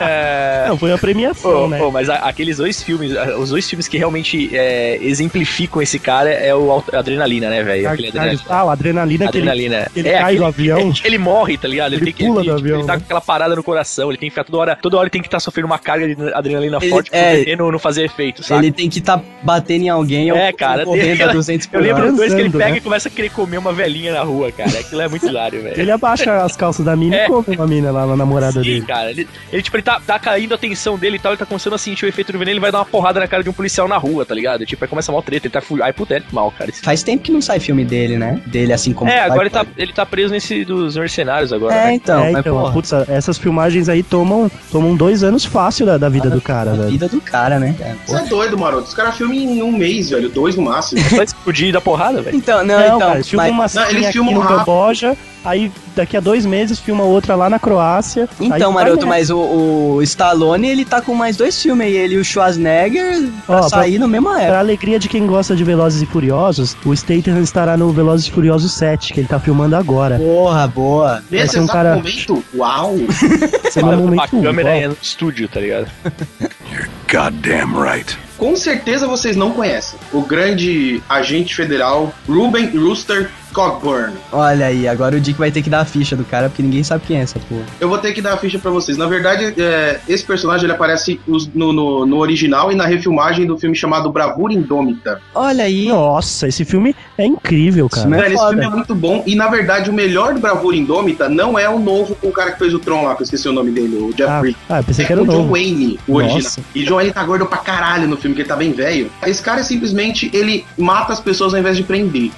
S2: É.
S4: Não, foi uma premiação,
S2: Pô,
S4: né?
S2: pô, mas a- aqueles dois filmes, a- os dois filmes que realmente é, exemplificam esse cara é o Alt- Adrenalina, né, velho? Aquele
S4: Caralho,
S2: Adrenalina.
S4: ah, o adrenalina, que ele-
S2: Adrenalina.
S4: ele cai
S2: [laughs]
S4: do avião.
S2: é que ele morre, tá ligado?
S4: Ele pula do avião,
S2: ele tá
S4: né?
S2: com aquela parada no coração, ele tem que ficar toda hora, toda hora ele tem que estar sofrendo uma carga de adrenalina
S1: Ele-
S2: forte
S1: é.
S2: pro veneno não fazer efeito, sabe?
S1: Ele tem que tá batendo em alguém
S2: É,
S1: ou
S2: cara,
S1: correndo
S2: tem-
S1: a 200 por
S2: [laughs] Eu lembro
S1: hora.
S2: os dois que ele
S4: Transando,
S2: pega
S4: né?
S2: e começa a querer comer uma velhinha na rua, cara. Aquilo é muito hilário, velho.
S4: Ele abaixa as calças da mina
S2: É.
S4: e come uma mina lá, na
S2: Sim,
S4: namorada dele.
S2: cara. Ele, ele, tipo, ele tá, tá caindo a tensão dele e tal, ele tá começando a sentir o efeito do veneno, ele vai dar uma porrada na cara de um policial na rua, tá ligado? Tipo, aí começa mal treta, ele tá fugindo. Ai, puta, é mal, cara. Esse-
S1: Faz tempo que não sai filme dele, né? Dele assim como.
S2: É,
S1: sai,
S2: agora ele tá,
S1: pô.
S2: ele tá preso nesse dos mercenários agora,
S1: É,
S2: né?
S1: então,
S4: é,
S1: mas,
S4: então,
S1: porra,
S4: putz, essas filmagens aí tomam, tomam dois anos fácil da, da vida do cara,
S1: a
S4: velho.
S1: vida do cara, né? É,
S5: Você
S1: porra.
S5: é doido, maroto. Os caras filmam em um mês, velho, dois no máximo.
S2: Só explodir e dar porrada, velho.
S1: Então, não,
S4: Não,
S1: então.
S4: cara, tipo, eles filmam
S1: mas-
S4: uma
S5: Não,
S4: cena
S5: eles
S4: aqui
S5: filmam
S4: no
S5: rápido.
S4: Camboja, aí daqui a dois meses filma outra lá na Croácia. aí
S1: Então,
S4: vai
S1: Maroto,
S4: nessa.
S1: mas o, o Stallone, ele tá com mais dois filmes aí, ele e o Schwarzenegger pra
S4: Ó, pra-
S1: sair na mesma
S3: É.
S4: Pra
S1: época.
S4: alegria de quem gosta de Velozes e Furiosos, o Statham estará no Velozes e Furiosos 7, que ele tá filmando agora.
S1: Porra, boa.
S4: Vai
S5: Nesse
S4: ser um
S5: exato
S4: cara-
S5: momento, uau!
S4: Será um
S2: a
S4: momento
S2: câmera
S4: único,
S2: é no estúdio, tá ligado?
S6: Goddamn right.
S5: Com certeza vocês não conhecem o grande agente federal Ruben Rooster Cockburn.
S1: Olha aí, agora o Dick vai ter que dar a ficha do cara, porque ninguém sabe quem é essa porra.
S5: Eu vou ter que dar a ficha pra vocês. Na verdade, é, esse personagem ele aparece os- no, no- no original e na refilmagem do filme chamado Bravura Indômita.
S1: Olha aí.
S3: né?
S4: ó. Nossa, esse filme é incrível, cara.
S1: Isso É
S5: Velho, esse
S1: foda.
S5: filme é muito bom e, na verdade, o melhor de Bravura Indômita não é o novo com o cara que fez o Tron lá, que eu esqueci o nome dele, o Jeff
S4: Ah,
S5: Bridges.
S4: ah, eu pensei que era
S5: é
S4: o
S5: o John
S4: novo.
S5: Wayne, o
S4: Nossa.
S5: original. E John Wayne tá gordo pra caralho no filme, que ele tá bem velho. Esse cara simplesmente ele mata as pessoas ao invés
S4: [laughs]
S5: de prender.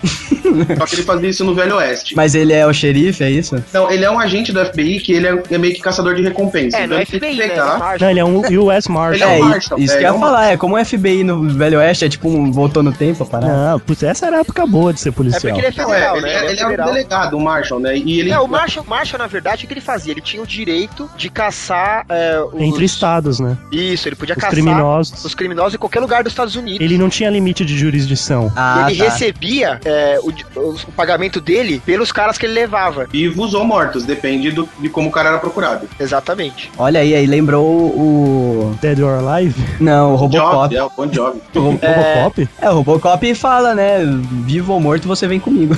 S5: Só que ele fazia isso no Velho Oeste.
S1: Mas ele é o xerife, é isso?
S5: Então, ele é um agente do FBI que ele é, é meio que caçador de
S3: É,
S5: recompensa. então, ele tem que
S3: né?
S5: pegar.
S4: Não, ele é um US Marshal.
S5: Ele é
S1: i-
S5: um Marshall,
S1: isso
S5: é,
S1: que eu
S5: ele é
S1: ia
S5: um
S1: falar, é como o FBI no Velho Oeste é tipo um voltou no tempo, a parada.
S4: Não, putz, essa era a época boa de ser
S3: É porque
S4: policial.
S3: ele é
S5: Não, é,
S3: federal,
S5: ele,
S3: né?
S5: é- ele é um
S3: federal.
S5: delegado, o Marshall, né? E ele.
S3: É, o Marshall, Marshall, na verdade, o que ele fazia? Ele tinha o direito de caçar é, os...
S4: Entre estados, né?
S3: Isso, ele podia
S4: Os
S3: caçar
S4: criminosos.
S3: os criminosos em qualquer lugar dos Estados Unidos.
S4: Ele não tinha limite de jurisdição.
S1: Ah,
S3: ele
S1: tá.
S3: recebia é, o, di- os- o pagamento dele pelos caras que ele levava.
S5: Vivos ou mortos, depende do- de como o cara era procurado.
S3: Exatamente.
S1: Olha aí, aí lembrou o.
S4: Dead or Alive?
S1: Não, o
S5: Job,
S1: Robocop.
S5: é, o Bon Job.
S4: Ro- Robocop?
S1: É, o Robocop fala, né? Vivo ou morto, você vem comigo.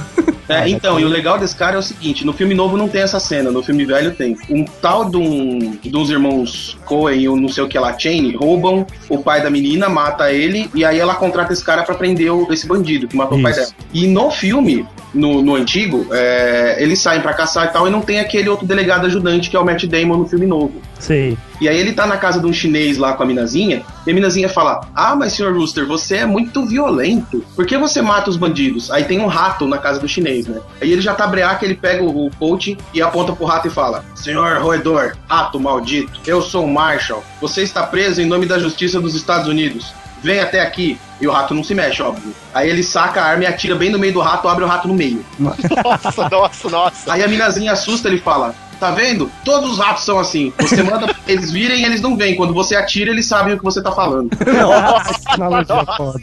S5: É, então, e o legal desse cara é o seguinte: no filme novo não tem essa cena, no filme velho tem. Um tal de, um, de uns irmãos Coen ou não sei o que lá, Chain, roubam o pai da menina, mata ele, e aí ela contrata esse cara pra prender o- esse bandido que matou o pai
S4: Isso.
S5: dela. E no filme, no, no antigo, é, eles saem pra caçar e tal, e não tem aquele outro delegado ajudante que é o Matt Damon no filme novo.
S4: Sei.
S5: E aí ele tá na casa de um chinês lá com a minazinha, e a minazinha fala: Ah, mas senhor Rooster, você é muito violento. Por que você mata os bandidos? Aí tem um rato na casa do chinês, né? Aí ele já tá breaca, ele pega o, o coach e aponta pro rato e fala: Senhor roedor, rato maldito, eu sou o Marshall. Você está preso em nome da justiça dos Estados Unidos. Vem até aqui. E o rato não se mexe, óbvio. Aí ele saca a arma e atira bem no meio do rato, abre o rato no meio.
S3: [laughs] Nossa, nossa, nossa.
S5: Aí a minazinha assusta, ele fala: Tá vendo? Todos os ratos são assim. Você manda eles virem, eles não vêm. Quando você atira, eles sabem o que você tá falando.
S4: Nossa, [laughs] analogia é foda.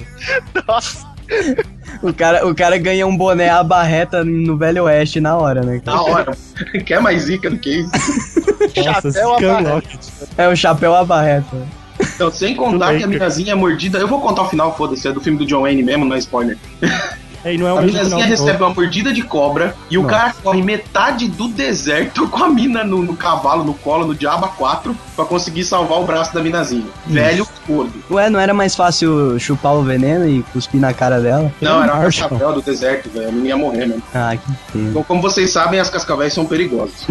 S3: Nossa.
S1: O cara, o cara ganha um boné a barreta no Velho Oeste na hora, né?
S5: Na hora. [laughs] Quer mais zica do que isso?
S4: Nossa,
S3: Chapéu à barra.
S4: Scanlocket.
S1: É o chapéu a barreta.
S5: Então, sem contar que a minazinha é mordida. Eu vou contar o final, foda-se. É do filme do John Wayne mesmo, não é spoiler.
S4: É, e não é o
S5: A
S4: mesmo final
S5: minazinha
S4: do
S5: recebe uma mordida de cobra e o cara corre metade do deserto com a mina no, no cavalo, no colo, no diabo 4 pra conseguir salvar o braço da minazinha. Velho gordo.
S1: Ué, não era mais fácil chupar o veneno e cuspir na cara dela?
S5: Não, era um
S4: Marshall.
S5: chapéu do deserto, velho. A menina ia morrer mesmo.
S1: Ah, que pena.
S5: Então, como vocês sabem, as cascavéis são perigosas.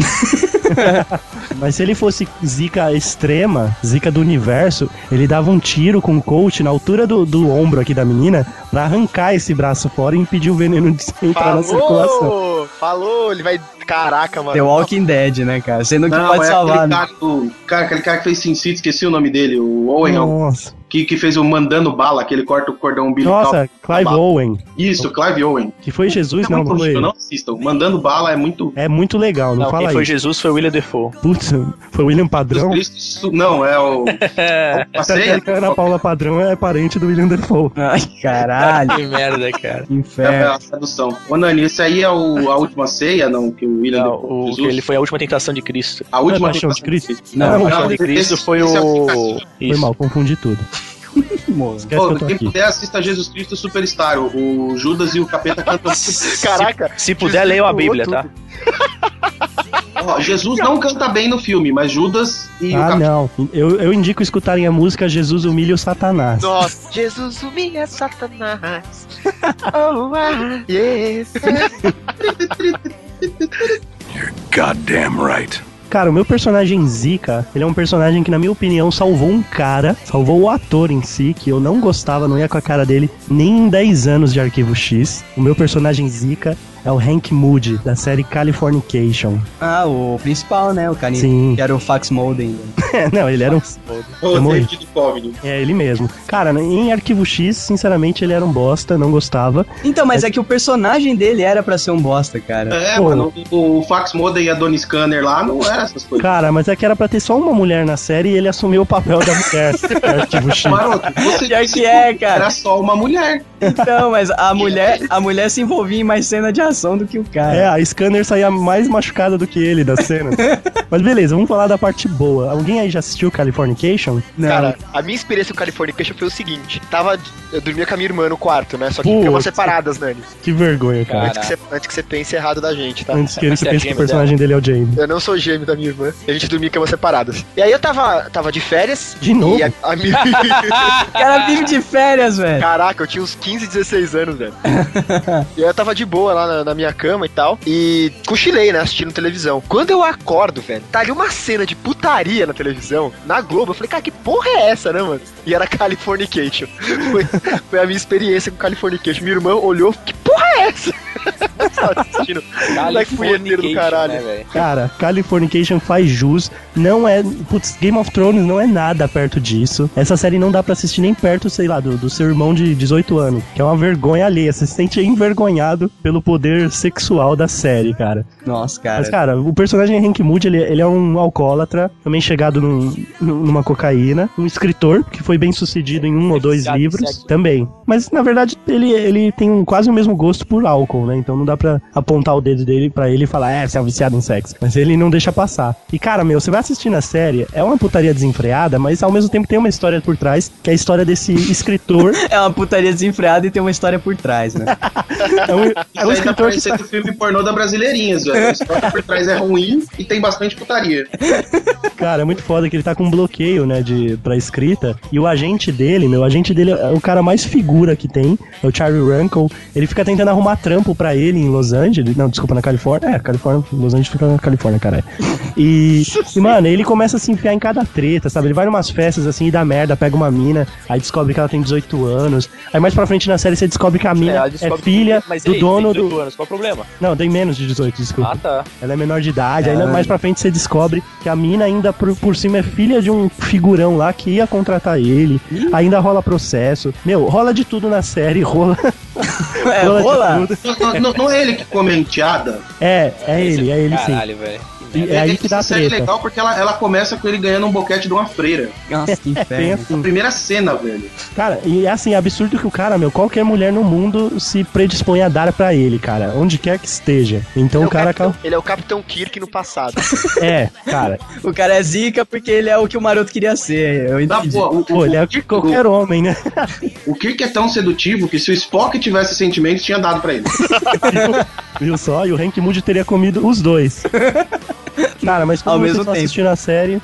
S4: outro. Mas se ele fosse zica extrema, zica do universo, ele dava um tiro com o coach na altura do, do ombro aqui da menina pra arrancar esse braço fora e impedir o veneno de entrar na circulação.
S3: Falou! Falou, ele vai. Caraca, mano.
S1: The Walking Dead, né, cara? Você nunca pode
S5: é
S1: salvar,
S5: aquele
S1: né?
S5: cara, do, cara, aquele cara que fez Sin City, esqueci o nome dele, o Owen,
S4: Nossa,
S5: que, que fez o Mandando Bala, que ele tá corta o cordão umbilical.
S4: nossa, Clive
S5: Bala.
S4: Owen,
S5: Isso, Clive Owen.
S4: que foi Jesus,
S5: é
S4: não,
S5: muito
S4: não foi?
S5: horrível, não assistam. Mandando Bala é muito...
S4: É muito legal, não,
S2: Não,
S4: fala
S2: quem
S4: aí.
S2: foi Jesus foi o William Defoe.
S4: Putz, foi William Padrão?
S5: Jesus Cristo, isso- não,
S4: [laughs]
S5: é o...
S4: Tá
S5: a ceia? né?
S4: vendo que a Ana Paula Padrão é parente do William Defoe.
S1: Ai, caralho,
S2: [laughs] Que merda, cara.
S1: que
S5: É
S1: inferno.
S5: a tradução. Ô, Nani, esse aí é o, a última ceia, não? Que o William
S2: Não,
S5: depois,
S2: o, que ele foi a última tentação de Cristo.
S5: A
S4: Não
S5: última
S4: é Paixão de Cristo?
S1: Não,
S2: a paixão de
S5: esse-
S2: Cristo foi
S5: esse é
S2: o.
S5: aplicativo.
S4: Foi
S2: Isso.
S4: mal, confundi tudo.
S1: Moço.
S4: Esquece que
S5: Pô,
S4: eu tô
S5: quem
S4: aqui.
S5: puder, assista Jesus Cristo Superstar. O, o Judas e o Capeta cantam...
S4: [laughs]
S3: Caraca.
S2: Se puder, leiam a Bíblia, tá?
S5: Ó, Jesus não canta bem no filme, mas Judas e o
S4: Ah,
S5: Capeta...
S4: não. Eu, eu indico escutarem a música Jesus Humilha o Satanás.
S3: Nossa. Jesus humilha Satanás. Oh, ah, yes.
S6: Goddamn right.
S4: Cara, o meu personagem Zika, ele é um personagem que, na minha opinião, salvou um cara, salvou o ator em si, que eu não gostava, não ia com a cara dele nem em 10 anos de Arquivo X. O meu personagem Zika é o Hank Moody, da série Californication.
S1: [laughs] Ah, o principal, né? O carinha
S4: Sim.
S1: que era o Fax né. Molden.
S4: não, ele era um [laughs]
S5: Ô,
S4: Amor.
S5: David Duchovny.
S4: É, ele mesmo. Cara, em Arquivo X, sinceramente, ele era um bosta, não gostava.
S1: Então, mas é que o personagem dele era pra ser um bosta, cara.
S5: É,
S4: Pô.
S5: mano, o, o Fax Modem e a Dona Scanner lá não era essas coisas.
S4: Cara, mas é que era pra ter só uma mulher na série e ele assumiu o papel da mulher. [laughs] em Arquivo X. [laughs]
S5: Maroto, você
S1: Pior
S5: disse
S1: que é, cara.
S5: era só uma mulher.
S1: Então, mas a mulher, a mulher se envolvia em mais cena de ação do que o cara.
S4: É, a Scanner saía mais machucada do que ele da cena. mas beleza, vamos falar da parte boa. Alguém aí já assistiu Californication?
S1: Não.
S3: Cara, a minha experiência com Californication foi o seguinte: tava, eu dormia com a minha irmã no quarto, né? Só que em
S4: Putz.
S3: camas separadas, Nani.
S4: Que vergonha, cara.
S3: Antes que, você, antes que você pense errado da gente, tá?
S4: Antes que ele se
S2: Essa é a
S4: pense que o
S2: gêmea
S4: personagem dele é o Jamie.
S3: Eu não sou gêmeo da minha irmã. A gente dormia em camas separadas. E aí eu tava, tava de férias.
S4: De novo?
S3: E a, a minha... [laughs]
S1: O cara vive de férias, velho.
S3: Caraca, eu tinha uns 15, 16 anos, velho. e aí eu tava de boa lá na, na minha cama e tal. E cochilei, né? Assistindo televisão. Quando eu acordo, velho, tá ali uma cena de putaria na televisão, na Globo. Eu falei, cara, que porra é essa, né, mano? E era [laughs] Californication. foi, foi a minha experiência com Californication. Minha irmã olhou, que porra é essa? [laughs] Tava assistindo. é Moleque punheteiro do caralho.
S2: Né, velho?
S4: Cara, Californication faz jus. Não é. Putz, Game of Thrones não é nada perto disso. Essa série não dá pra assistir nem perto, sei lá, do, do seu irmão de 18 anos. Que é uma vergonha alheia. Você se sente envergonhado pelo poder sexual da série, cara.
S1: Nossa, cara.
S4: Mas, cara, o personagem Hank Moody, ele, ele é um alcoólatra, também chegado num- num- numa cocaína, um escritor que foi bem sucedido em um ou dois
S2: viciado em
S4: livros
S2: sexo.
S4: também. Mas, na verdade, ele, ele tem um- quase o mesmo gosto por álcool, né? Então não dá pra apontar o dedo dele pra ele e falar, é, você é um viciado em sexo. Mas ele não deixa passar. E cara, meu, você vai assistindo a série, é uma putaria desenfreada, mas ao mesmo tempo tem uma história por trás, que é a história desse [laughs] escritor.
S1: É uma putaria desenfreada e tem uma história por trás,
S4: [laughs]
S1: né?
S4: é um, é
S5: Isso
S4: um
S5: aí tá
S4: escritor que tá...
S5: parecendo filme pornô da Brasileirinhas, velho. A história por trás é ruim e tem bastante putaria.
S4: Cara, é muito foda que ele tá com um bloqueio, né, de, pra escrita. E o agente dele, meu, o agente dele é o cara mais figura que tem, é o Charlie Runkle. Ele fica tentando arrumar trampo pra ele em Los Angeles. Não, desculpa, na Califórnia. É, Califórnia, Los Angeles fica na Califórnia, caralho. E, e, mano, ele começa a se enfiar em cada treta, sabe? Ele vai numas festas assim e dá merda, pega uma mina, aí descobre que ela tem 18 anos. Aí mais pra frente na série você descobre que a mina é, filha
S2: Mas
S4: do
S2: e aí,
S4: dono
S2: tem 18
S4: do.
S2: anos, qual é o problema?
S4: Não, tem menos de 18, desculpa.
S2: Ah, tá.
S4: Ela é menor de idade, ainda mais pra frente você descobre que a mina ainda por, por cima é filha de um figurão lá que ia contratar ele. Ainda rola processo. Meu, rola de tudo na série, [laughs] rola.
S1: É,
S4: rola de
S1: rola.
S4: tudo.
S5: Não, não- não é ele que come a enteada?
S4: É, é ele, é ele sim.
S2: Caralho, velho. que merda.
S4: E é aí que dá a
S5: né? série é
S4: treta.
S5: legal porque ela, ela começa com ele ganhando um boquete de uma freira.
S1: Nossa, que
S4: É bem
S1: inferno.
S5: A
S4: assim.
S5: primeira cena, velho.
S4: Cara, e é assim, é absurdo que o cara, meu, qualquer mulher no mundo se predispõe a dar pra ele, cara, onde quer que esteja. Então
S3: Ele é
S4: o cara.
S3: Capitão- ele é o Capitão Kirk no passado.
S4: [laughs] É, cara.
S1: O cara é zica porque ele é o que o maroto queria ser. Eu
S5: Dá
S1: entendi.
S5: boa. O, o,
S4: Pô, ele é
S5: Kirk,
S4: qualquer homem, né?
S5: o, o Kirk é tão sedutivo que se o Spock tivesse sentimentos, tinha
S4: [laughs]
S5: dado pra ele.
S4: Viu só? E o Hank Moody teria comido os dois. Cara, mas como
S1: Ao
S4: Ao vocês
S1: mesmo
S4: estão
S1: tempo.
S4: assistindo a série,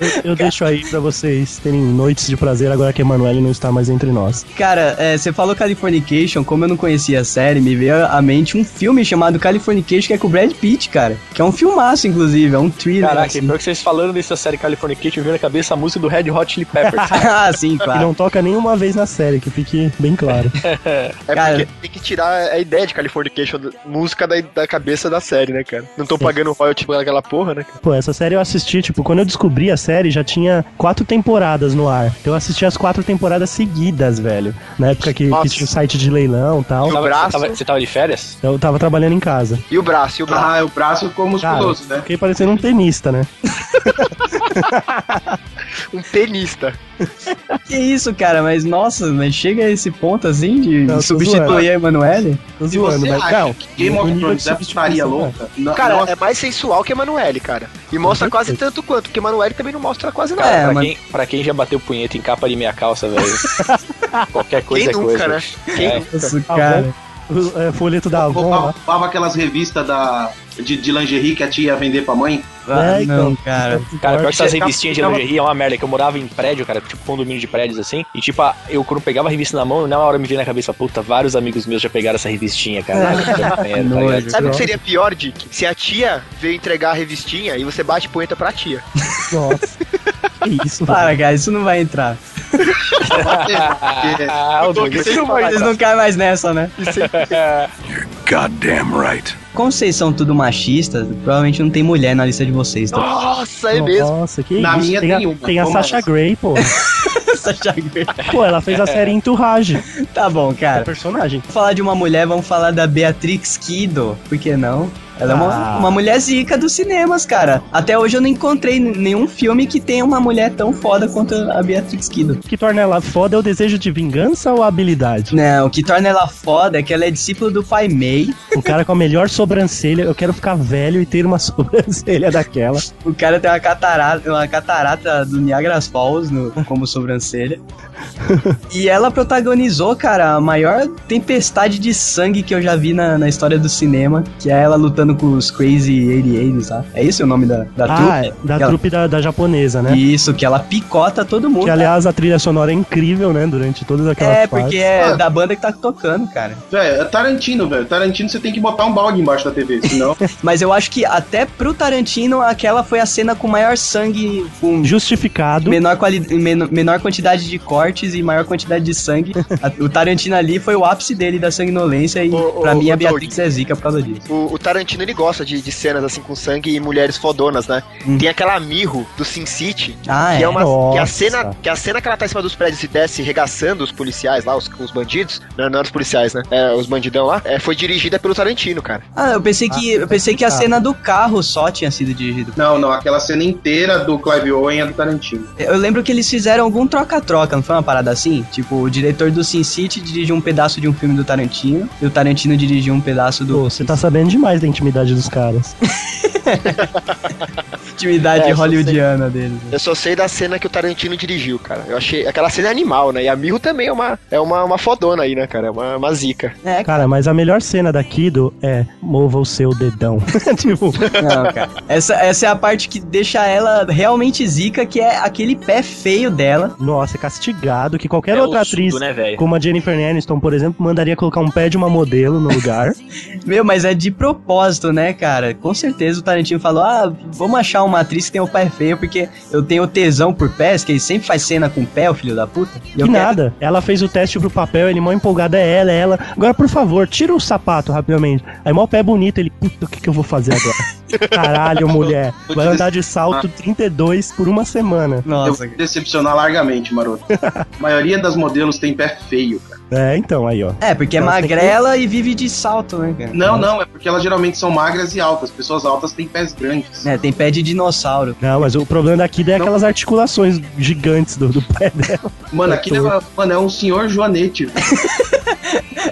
S4: eu, eu deixo aí pra vocês terem noites de prazer agora que a Emanuele não está mais entre nós.
S1: Cara, é, você falou Californication, como eu não conhecia a série, me veio à mente um filme chamado Californication, que é com o Brad Pitt, cara. Que é um filmaço, inclusive, é um thriller.
S2: Caraca, e
S1: assim.
S4: então-
S2: pior que vocês falando dessa série Californication, me veio na cabeça a música do Red Hot Chili
S1: [laughs]
S2: Peppers.
S4: [laughs]
S1: ah, sim,
S4: E
S1: claro.
S4: não toca nenhuma vez na série, que fique bem claro.
S3: É
S1: Cara.
S3: porque tem que tirar a ideia de Californication, da- música da, da cabeça da série, né, cara? Não tô
S4: Sim.
S3: pagando royalty pra aquela porra, né? cara?
S4: Pô, essa série eu assisti, tipo, quando eu descobri a série já tinha quatro temporadas no ar. Então eu assisti as quatro temporadas seguidas, velho. Na época que, que
S3: Nossa.
S4: tinha o site de leilão e tal.
S3: o
S2: Tava-
S3: braço.
S2: Você tava, você tava tá de férias?
S4: Eu tava trabalhando em casa.
S3: E o braço, e o braço.
S5: Ah, o braço ficou
S4: Cara,
S5: musculoso, né?
S4: fiquei parecendo um tenista, né?
S3: Um tenista.
S1: Que isso, cara, mas nossa, mas chega a esse ponto assim de
S4: Não, eu tô zoando.
S1: substituir a Emanuele?
S4: Tô
S5: Se
S4: zoando,
S5: você
S4: mas.
S5: acha
S4: Não,
S5: que Game
S4: o
S5: of
S4: nível
S5: Thrones
S4: de
S5: é putaria
S4: substituição, né?
S5: louca, não-
S3: Cara,
S5: nossa,
S3: é mais sensual que Emanuele, cara. E mostra quase tanto quanto, porque Emanuele também não mostra quase nada.
S1: É,
S2: pra,
S1: mas-
S2: quem, pra quem já bateu punheta em capa de meia calça,
S4: [laughs]
S2: velho. Qualquer coisa
S3: Quem
S2: é
S3: nunca,
S2: coisa.
S3: né? Quem
S2: É.
S3: nunca?
S1: Isso,
S4: Avon,
S1: cara.
S4: o, é, folheto da Avon lá.
S5: roubava, roubava aquelas revistas da, de, de lingerie que a tia ia vender pra mãe.
S1: Ah,
S4: É, então.
S1: não, cara.
S2: Cara, pior que essas
S3: Você
S2: revistinhas de
S3: tava-
S2: lingerie é uma merda, que eu morava em prédio, cara, tipo condomínio de prédios assim, e tipo, a- eu quando pegava a revista na mão, na hora me vinha na cabeça, puta, vários amigos meus já pegaram essa revistinha,
S4: É.
S2: cara.
S1: Que
S2: tá
S1: nojo.
S3: Sabe o que seria pior, Dick? Se a tia veio entregar a revistinha e você bate punheta pra tia.
S4: Nossa. que
S1: [laughs]
S4: isso,
S1: Para,
S4: velho.
S1: cara, isso não vai entrar.
S2: Ah, o Doug, você não vai
S1: Vocês não caem mais nessa, né?
S8: [laughs] Goddamn right.
S1: Como vocês são tudo machistas, provavelmente não tem mulher na lista de vocês, tá?
S3: Nossa, é mesmo.
S4: Nossa, que
S5: Na
S4: isso.
S5: minha
S4: tem,
S5: tem
S4: a,
S5: uma,
S4: tem a
S5: vamos
S4: Sasha
S5: nessa.
S4: Grey,
S1: [laughs]
S4: pô.
S1: Sasha Grey.
S4: Pô, ela fez a série
S1: É.
S4: Entourage. É
S1: tá bom,
S4: A
S1: cara.
S4: personagem.
S1: Vamos falar de uma mulher, vamos falar da Beatrix Kido. Por que não? Ela é uma,
S4: Ah.
S1: uma mulher zica dos cinemas, cara. Até hoje eu não encontrei n- nenhum filme que tenha uma mulher tão foda quanto a Beatrix Kido.
S4: O que torna ela foda é o desejo de vingança ou a habilidade?
S1: Não, o que torna ela foda é que ela é discípula do pai Mei.
S4: O Um cara com a melhor sobrancelha. Eu quero ficar velho e ter uma [laughs] sobrancelha daquela.
S1: O cara tem uma catarata, uma catarata do Niagara Falls no- como
S4: [laughs]
S1: sobrancelha. e ela protagonizou, cara, a maior tempestade de sangue que eu já vi na, na história do cinema, que é ela lutando com os Crazy 88, tá? É esse o nome da, da
S4: ah,
S1: trupe?
S4: é, da
S1: Aquela-
S4: trupe da, da japonesa, né?
S1: Isso, que ela picota todo mundo.
S4: Que, aliás, a trilha sonora é incrível, né? Durante todas aquelas
S1: é,
S4: partes.
S1: porque é
S5: Ah.
S1: da banda que tá tocando, cara.
S5: Velho, é Tarantino, velho. Tarantino você tem que botar um balde embaixo da TV, senão.
S1: Mas eu acho que até pro Tarantino, aquela foi a cena com maior sangue, com
S4: Justificado.
S1: menor, quali men- menor quantidade de cortes e maior quantidade de sangue. A- o Tarantino ali foi o ápice dele da sanguinolência e
S3: Ô, ô,
S1: pra mim
S3: ô,
S1: a Beatrix é zica por causa disso.
S3: O, o Tarantino, ele gosta de, de cenas assim com sangue e mulheres fodonas, né?
S1: Hum.
S3: Tem aquela mirro do Sin City,
S1: Ah,
S3: Que é,
S1: é.
S3: uma,
S4: Nossa.
S3: que, a cena, que a cena que ela tá em cima dos prédios e desce regaçando os policiais lá, os, os bandidos. Não, não eram os policiais, né? É, os bandidão lá. é, foi dirigida pelo Tarantino, cara.
S1: Ah, eu pensei que, eu pensei que a cena do carro só tinha sido dirigida.
S5: Não, não, aquela cena inteira do Clive Owen é do Tarantino.
S1: Eu lembro que eles fizeram algum troca-troca, não foi uma parada assim? Tipo, o diretor do Sin City dirigiu um pedaço de um filme do Tarantino, e o Tarantino dirigiu um pedaço do
S4: Pô, você tá sabendo demais da intimidade dos caras.
S1: intimidade
S3: É, eu só
S1: hollywoodiana deles. né?
S3: Eu só sei da cena que o Tarantino dirigiu, cara. Eu achei. Aquela cena é animal, né? E a Mirro também é uma, é uma, uma fodona aí, né, cara? É uma, uma zica.
S1: É,
S4: Cara, mas a melhor cena da Kido é mova o seu dedão. [laughs] tipo,
S1: Não, cara. Essa, essa é a parte que deixa ela realmente zica, que é aquele pé feio dela.
S4: nossa, é castigado que qualquer
S2: É
S4: outra
S2: ossudo,
S4: atriz,
S2: né, velho?
S4: como a Jennifer Aniston, por exemplo, mandaria colocar um pé de uma modelo no lugar.
S1: Meu, mas é de propósito, né, cara? Com certeza o Tarantino falou: ah, vamos achar uma atriz que tem o pé feio, porque eu tenho tesão por pés, que ele sempre faz cena com o pé, o filho da puta. E
S4: E
S1: eu quero-
S4: nada. Ela fez o teste pro papel, ele mó empolgado, é ela, é ela. Agora, por favor, tira o sapato rapidamente. Aí mó pé bonito, ele, puta, o que, que eu vou fazer agora? Caralho, mulher.
S5: Vou te
S4: Vai andar de salto 32 por uma semana.
S5: Eu
S1: Nossa,
S5: vou decepcionar largamente, maroto. a maioria das modelos tem pé feio, cara.
S4: É, então, aí, ó.
S1: É, porque é
S4: Então, tem que-
S1: magrela e vive de salto, né, cara?
S5: Não, não, é porque elas geralmente são magras e altas. Pessoas altas têm pés grandes.
S1: É, tem pé de dinossauro.
S4: Não, mas o problema daqui é
S5: Não.
S4: aquelas articulações gigantes do, do pé dela.
S5: Mano, aqui
S4: Doutor.
S5: é, mano, é um senhor joanete. velho.
S1: [laughs]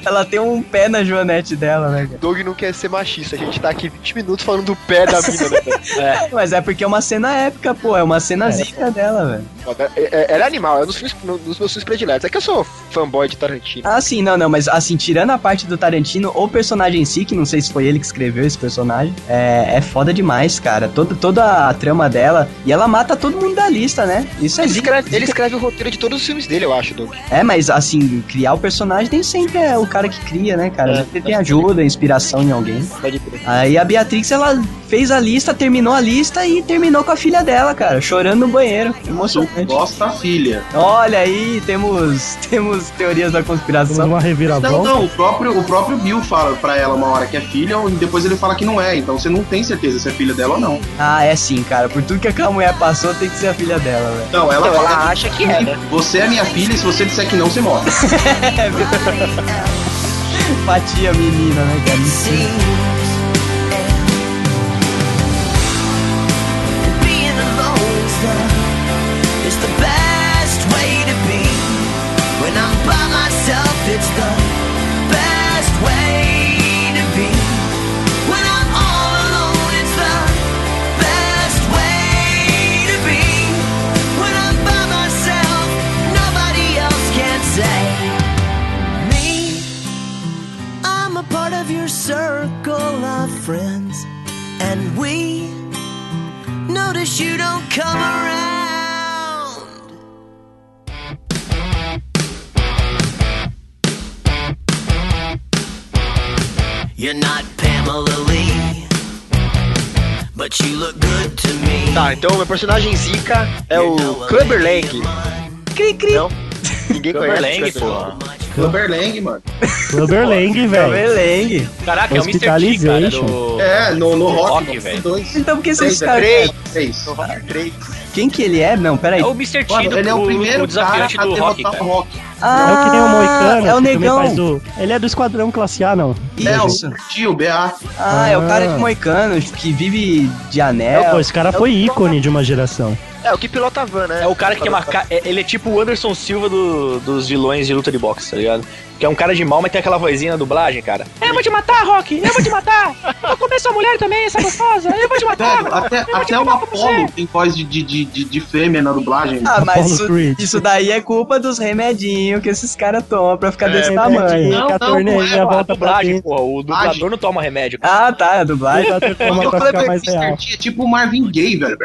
S1: Ela tem um pé na joanete dela, né, cara?
S3: Doug não quer ser machista. A gente tá aqui 20 minutos falando do pé da mina, né? velho?
S1: Mas é porque é uma cena épica, pô. É uma cena
S4: É.
S1: zica dela, velho.
S3: Foda. É- é- Ela é animal, é um dos, filmes- um dos meus filmes prediletos. É que eu sou fanboy de Tarantino.
S1: Ah, sim, não, não, mas assim, tirando a parte do Tarantino, o personagem em si, que não sei se foi ele que escreveu esse personagem, é, é foda demais, cara. Todo, toda a trama dela. E ela mata todo mundo da lista, né? Isso é
S3: Ele
S1: zica.
S3: escreve, ele escreve o roteiro de todos os filmes dele, eu acho, Doug.
S1: É, mas assim, criar o personagem nem sempre é o cara que cria, né, cara?
S3: É,
S1: Sempre tem ajuda, inspiração em alguém.
S3: Pode crer.
S1: Aí a Beatrix, ela fez a lista, terminou a lista e terminou com a filha dela, cara, chorando no banheiro. Emocionante.
S5: Gosta da filha.
S1: Olha aí, temos, [laughs] temos teorias da conspiração.
S4: Uma
S5: Não,
S4: reviravolta.
S5: não, o próprio, o próprio Bill fala pra ela uma hora que é filha e depois ele fala que não é. Então você não tem certeza se é filha dela ou não.
S1: Ah, é sim, cara. Por tudo que aquela mulher passou, tem que ser a filha dela, velho.
S5: Então ela
S3: Então,
S5: fala
S3: ela acha que é, né?
S5: Você é minha filha e se você disser que não, você morre.
S1: Empatia, menina, né, cara?
S7: seems and being alone's the- it's the best way to be. When I'm by myself, it's the best way to be. When I'm all alone, it's the best way to be. When I'm by myself, nobody else can say me. I'm a part of your circle of friends, and we notice you don't come around. You're not Pamela Lee, but you look good to me.
S3: Tá, então meu personagem zica é
S7: You're
S3: o
S7: now a
S3: Clubber
S7: lady
S3: Lang.
S7: of mine.
S3: Não? Ninguém
S2: Clubber
S3: conhece.
S2: Lang,
S3: esse
S2: pô.
S3: Clubber Lang.
S5: Clubberlang, mano.
S4: Clubberlang,
S1: É um
S4: velho.
S1: Cabelengue.
S2: Caraca, é o Mr. T, cara. Do...
S5: É, no,
S2: Do
S5: no rock,
S2: rock, velho.
S5: velho. Dois.
S1: Então por que vocês
S5: Três, é
S1: caras...
S5: três, três.
S3: Sou Rock 3.
S1: Quem que ele é? Não, peraí.
S2: É o Mr. T,
S5: Mano,
S2: do,
S5: ele é o primeiro cara a um
S2: desafiante do rock,
S5: derrotar
S2: cara.
S5: o rock.
S4: É o que nem o Moicano.
S1: Ah, É o
S4: que também
S1: negão.
S4: faz o- Ele é do Esquadrão Classe A, não.
S5: É,
S1: Isso.
S5: o tio, o BA.
S1: Ah, é o cara de
S4: Ah. É
S1: Moicano, que vive de anel.
S4: Pô, esse cara foi ícone de uma geração.
S3: É, o que pilota a van, né?
S2: É o cara que tem uma ca... é- Ele é tipo o Anderson Silva do- dos vilões de luta de boxe, tá ligado? Que é um cara de mal, mas tem aquela vozinha na dublagem, cara. Eu vou te matar, Rock! Eu vou te matar! Eu comer sua mulher também, essa gostosa! Eu vou te matar!
S5: Velho, até, até o Apollo tem voz de, de, de, de- de fêmea na dublagem.
S1: Ah, mas
S4: Apollo
S1: isso,
S4: Creed.
S1: isso daí é culpa dos remedinhos que esses caras tomam pra
S5: É,
S1: ficar desse
S4: Remedinho,
S1: tamanho.
S5: Não,
S4: que a
S5: não,
S4: torneirinha
S5: não é,
S2: A
S4: volta pra
S2: dublagem,
S4: dentro.
S2: porra. O dublador não toma remédio. cara.
S1: Ah, tá, é a dublagem.
S4: Tá
S5: Porque
S4: transformando
S5: o
S4: pra ficar mais
S5: Mr. [laughs]
S4: real.
S5: T é tipo o Marvin Gaye, velho.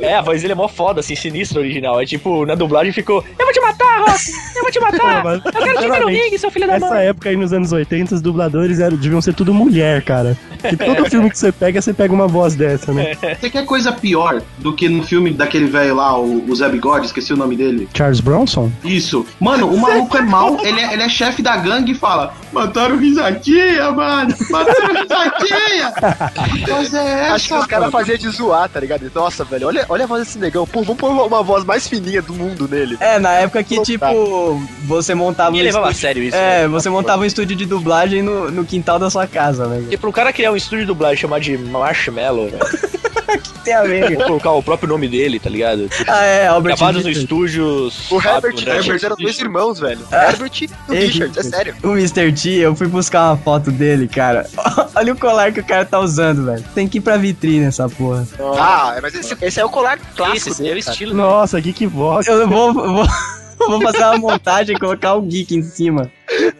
S2: É, a voz dele é mó foda, assim, sinistra original. É tipo, na dublagem ficou: Eu vou te matar, Rock! Eu vou te matar!
S4: Pô, mas,
S2: Eu quero te ver no
S4: sinceramente,
S2: ringue, seu filho da
S4: Nessa
S2: mãe!
S4: época aí, nos anos 80, os dubladores eram, deviam ser tudo mulher, cara. E todo filme que você pega, você pega uma voz dessa, né?
S5: Você quer coisa pior do que no filme daquele velho lá, o, o Zé Bigode, esqueci o nome dele.
S4: Charles Bronson?
S5: Isso. Mano, o maluco é mau, ele é, ele é chefe da gangue e fala: Mataram o risadinha, mano! Mataram o risadinha! Que coisa é essa?
S3: Acho que os caras faziam de zoar, tá ligado? Nossa, velho, olha, olha a voz desse negão. Pô, vamos pôr uma voz mais fininha do mundo nele.
S1: É, na época que, tipo, você montava
S2: Ninguém levava a
S1: estúdio-
S2: sério isso.
S1: É,
S2: né?
S1: você montava um estúdio de dublagem no, no quintal da sua casa, né?
S2: tipo,
S4: [laughs]
S2: Porque pra um cara criar um estúdio de dublagem chamado de Marshmallow, velho.
S1: que tem a
S2: [laughs]
S1: ver?
S2: Vou colocar o próprio nome dele, tá ligado? Tipo,
S1: Ah, é, Albert
S2: Gravados nos
S1: Richards.
S2: estúdios.
S3: O
S2: Fábio,
S3: Herbert e o
S2: né?
S3: Richards eram dois irmãos, velho.
S1: Ah.
S3: Herbert e o
S1: Ei,
S3: Richard,
S1: [laughs]
S3: é
S1: Richard.
S3: sério.
S1: O Mr. T, eu fui buscar uma foto dele, cara. [laughs] Olha o colar que o cara tá usando, velho. Tem que ir pra vitrine essa porra.
S3: Ah, mas esse, esse é o colar clássico
S2: Esse é o
S3: dele. cara.
S2: estilo.
S4: Nossa, Geekbox.
S1: Eu vou, [laughs] vou, vou fazer uma montagem e colocar o geek em cima.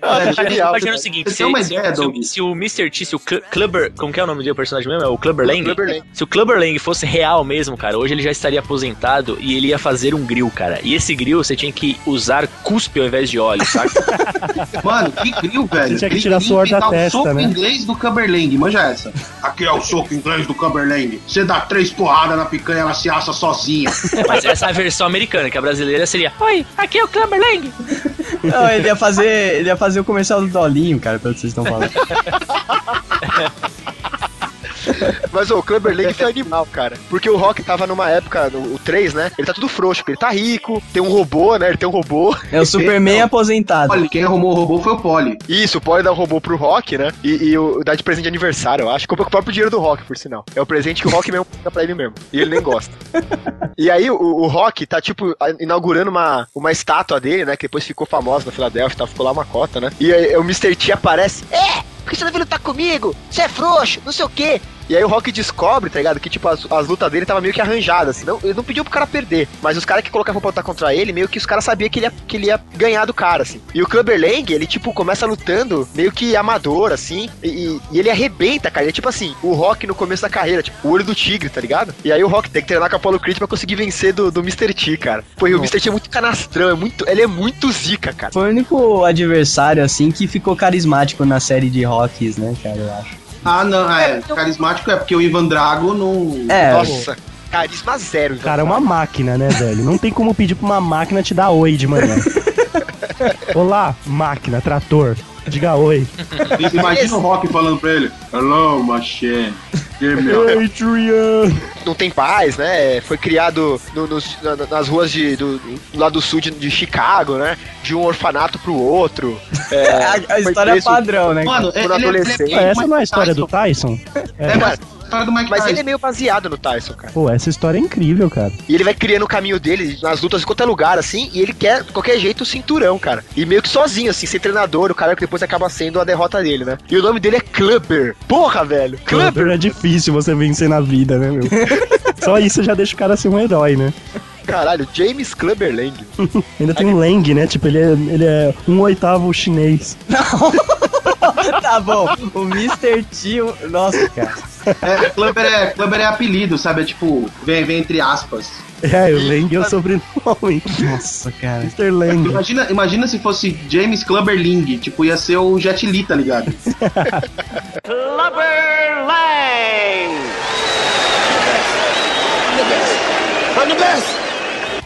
S3: Ah,
S2: Tá
S3: é genial.
S2: imaginando o seguinte,
S5: Você
S2: se,
S5: tem uma
S2: se-
S5: ideia,
S2: se-
S5: Doug?
S2: se o Mr. T, se o Cl- Clubber, como que é o nome do personagem mesmo? É o Clubber Lang?
S3: Clubber Lang.
S2: Se o Clubber Lang fosse real mesmo, cara, hoje ele já estaria aposentado e ele ia fazer um grill, cara. E esse grill você tinha que usar cuspe ao invés de óleo,
S5: [laughs]
S2: saca?
S5: Mano, que grill, velho.
S4: Você tinha que
S5: Ele
S4: tirar suor da
S5: inventar o
S4: testa,
S5: soco
S4: né?
S5: inglês do Cumberland, manja essa. Aqui é o soco inglês do Cumberland. Você dá três porradas na picanha, ela se assa sozinha.
S2: Mas essa é a versão americana, que a brasileira seria Oi, aqui é o Clubber Lang.
S1: Não, ele ia fazer, ele ia fazer o comercial do Dolinho, cara, pelo que vocês estão falando.
S3: Mas ô, o Clubber Lang foi animal, cara. Porque o Rock tava numa época, no, o 3, né? Ele tá tudo frouxo, porque ele tá rico, tem um robô, né? Ele tem um robô.
S1: É o Superman
S3: Então,
S1: aposentado.
S5: [laughs] Olha, quem arrumou o robô foi o Polly.
S3: Isso, o Polly dá um robô pro Rock, né? E, e o, dá de presente de aniversário, eu acho. Compra com o próprio dinheiro do Rock, por sinal. É o presente que o Rock mesmo dá pra ele mesmo. E ele nem gosta. e aí o, o Rock tá, tipo, a- inaugurando uma, uma estátua dele, né? Que depois ficou famosa na Filadélfia, tá? ficou lá uma cota, né? E aí o Mr. T aparece. É! Por que você não veio lutar comigo? Você é frouxo, não sei o quê. E aí o Rock descobre, tá ligado? Que, tipo, as, as lutas dele tava meio que arranjadas, assim. Não, ele não pediu pro cara perder. Mas os caras que colocavam pra lutar contra ele, meio que os caras sabiam que ele, ia, que ele ia ganhar do cara, assim. E o Clubber Lang, ele, tipo, começa lutando meio que amador, assim. E, e- e ele arrebenta, cara. Ele é tipo assim, o Rock no começo da carreira, tipo, o olho do tigre, tá ligado? E aí o Rock tem que treinar com a Apollo Creed pra conseguir vencer do, do Mr. T, cara. Pô, e o Mr. T é muito canastrão, é muito, ele é muito zica, cara.
S1: Foi o único adversário, assim, que ficou carismático na série de Rocks, né, cara, eu acho.
S5: Ah, não, é. Carismático é porque o Ivan Drago não.
S1: É,
S3: Nossa, carisma zero. então.
S4: Cara, é uma máquina, né, velho? Não tem como pedir pra uma máquina te dar oi de manhã. Olá, máquina, trator. Diga oi.
S5: Imagina o Rock falando pra ele: Hello, machine. Give me a-"
S4: Adrian.
S3: não tem paz, né? Foi criado no- nos- na- na- nas ruas de, do, do lado sul de, de Chicago, né? De um orfanato pro outro. É,
S1: a, a
S3: foi
S1: história é
S3: preso-
S1: padrão, né? [laughs]
S5: Mano, é,
S3: Por adolescente.
S5: bem
S4: Ué, essa
S5: Mike
S4: não é a história do
S5: Tyson.
S4: Tyson?
S5: É, mas a história do Mike
S3: Mas ele é
S5: Tyson.
S3: meio baseado no Tyson, cara.
S4: Pô, essa história é incrível, cara.
S3: E ele vai criando o caminho dele nas lutas de qualquer lugar, assim, e ele quer, de qualquer jeito, o cinturão, cara. E meio que sozinho, assim, sem treinador, o cara que depois acaba sendo a derrota dele, né? E o nome dele é Clubber. Porra, velho! Clubber!
S4: Trator é difícil você vencer na vida, né, meu? Só isso já deixa o cara ser um herói, né?
S3: Caralho, James Clubber Lang.
S4: Ainda tem um Lang, né? Tipo, ele é, ele é um oitavo chinês.
S1: tá bom, o Mr. T, o- nossa, cara.
S5: É, Clubber, é, Clubber é apelido, sabe? É tipo, vem, vem entre aspas.
S4: É, o Lang é o sobrenome.
S1: Nossa, cara.
S4: Mr. Lang.
S5: Imagina, imagina se fosse James Clubber Ling, tipo, ia ser o Jet Li, tá ligado?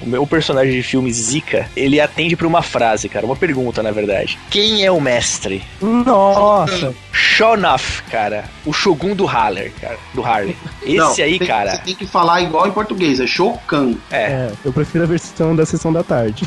S2: O meu personagem de filme Zika, ele atende pra uma frase, cara, uma pergunta, na verdade. Quem é o mestre?
S4: Nossa.
S2: Shonoff, cara. O Shogun do Haller, cara. Do Harley. Esse
S5: Não,
S2: aí,
S5: tem-
S2: cara.
S5: Você tem que falar igual em português, é Shokan.
S2: É.
S4: É, eu prefiro a versão da sessão da tarde.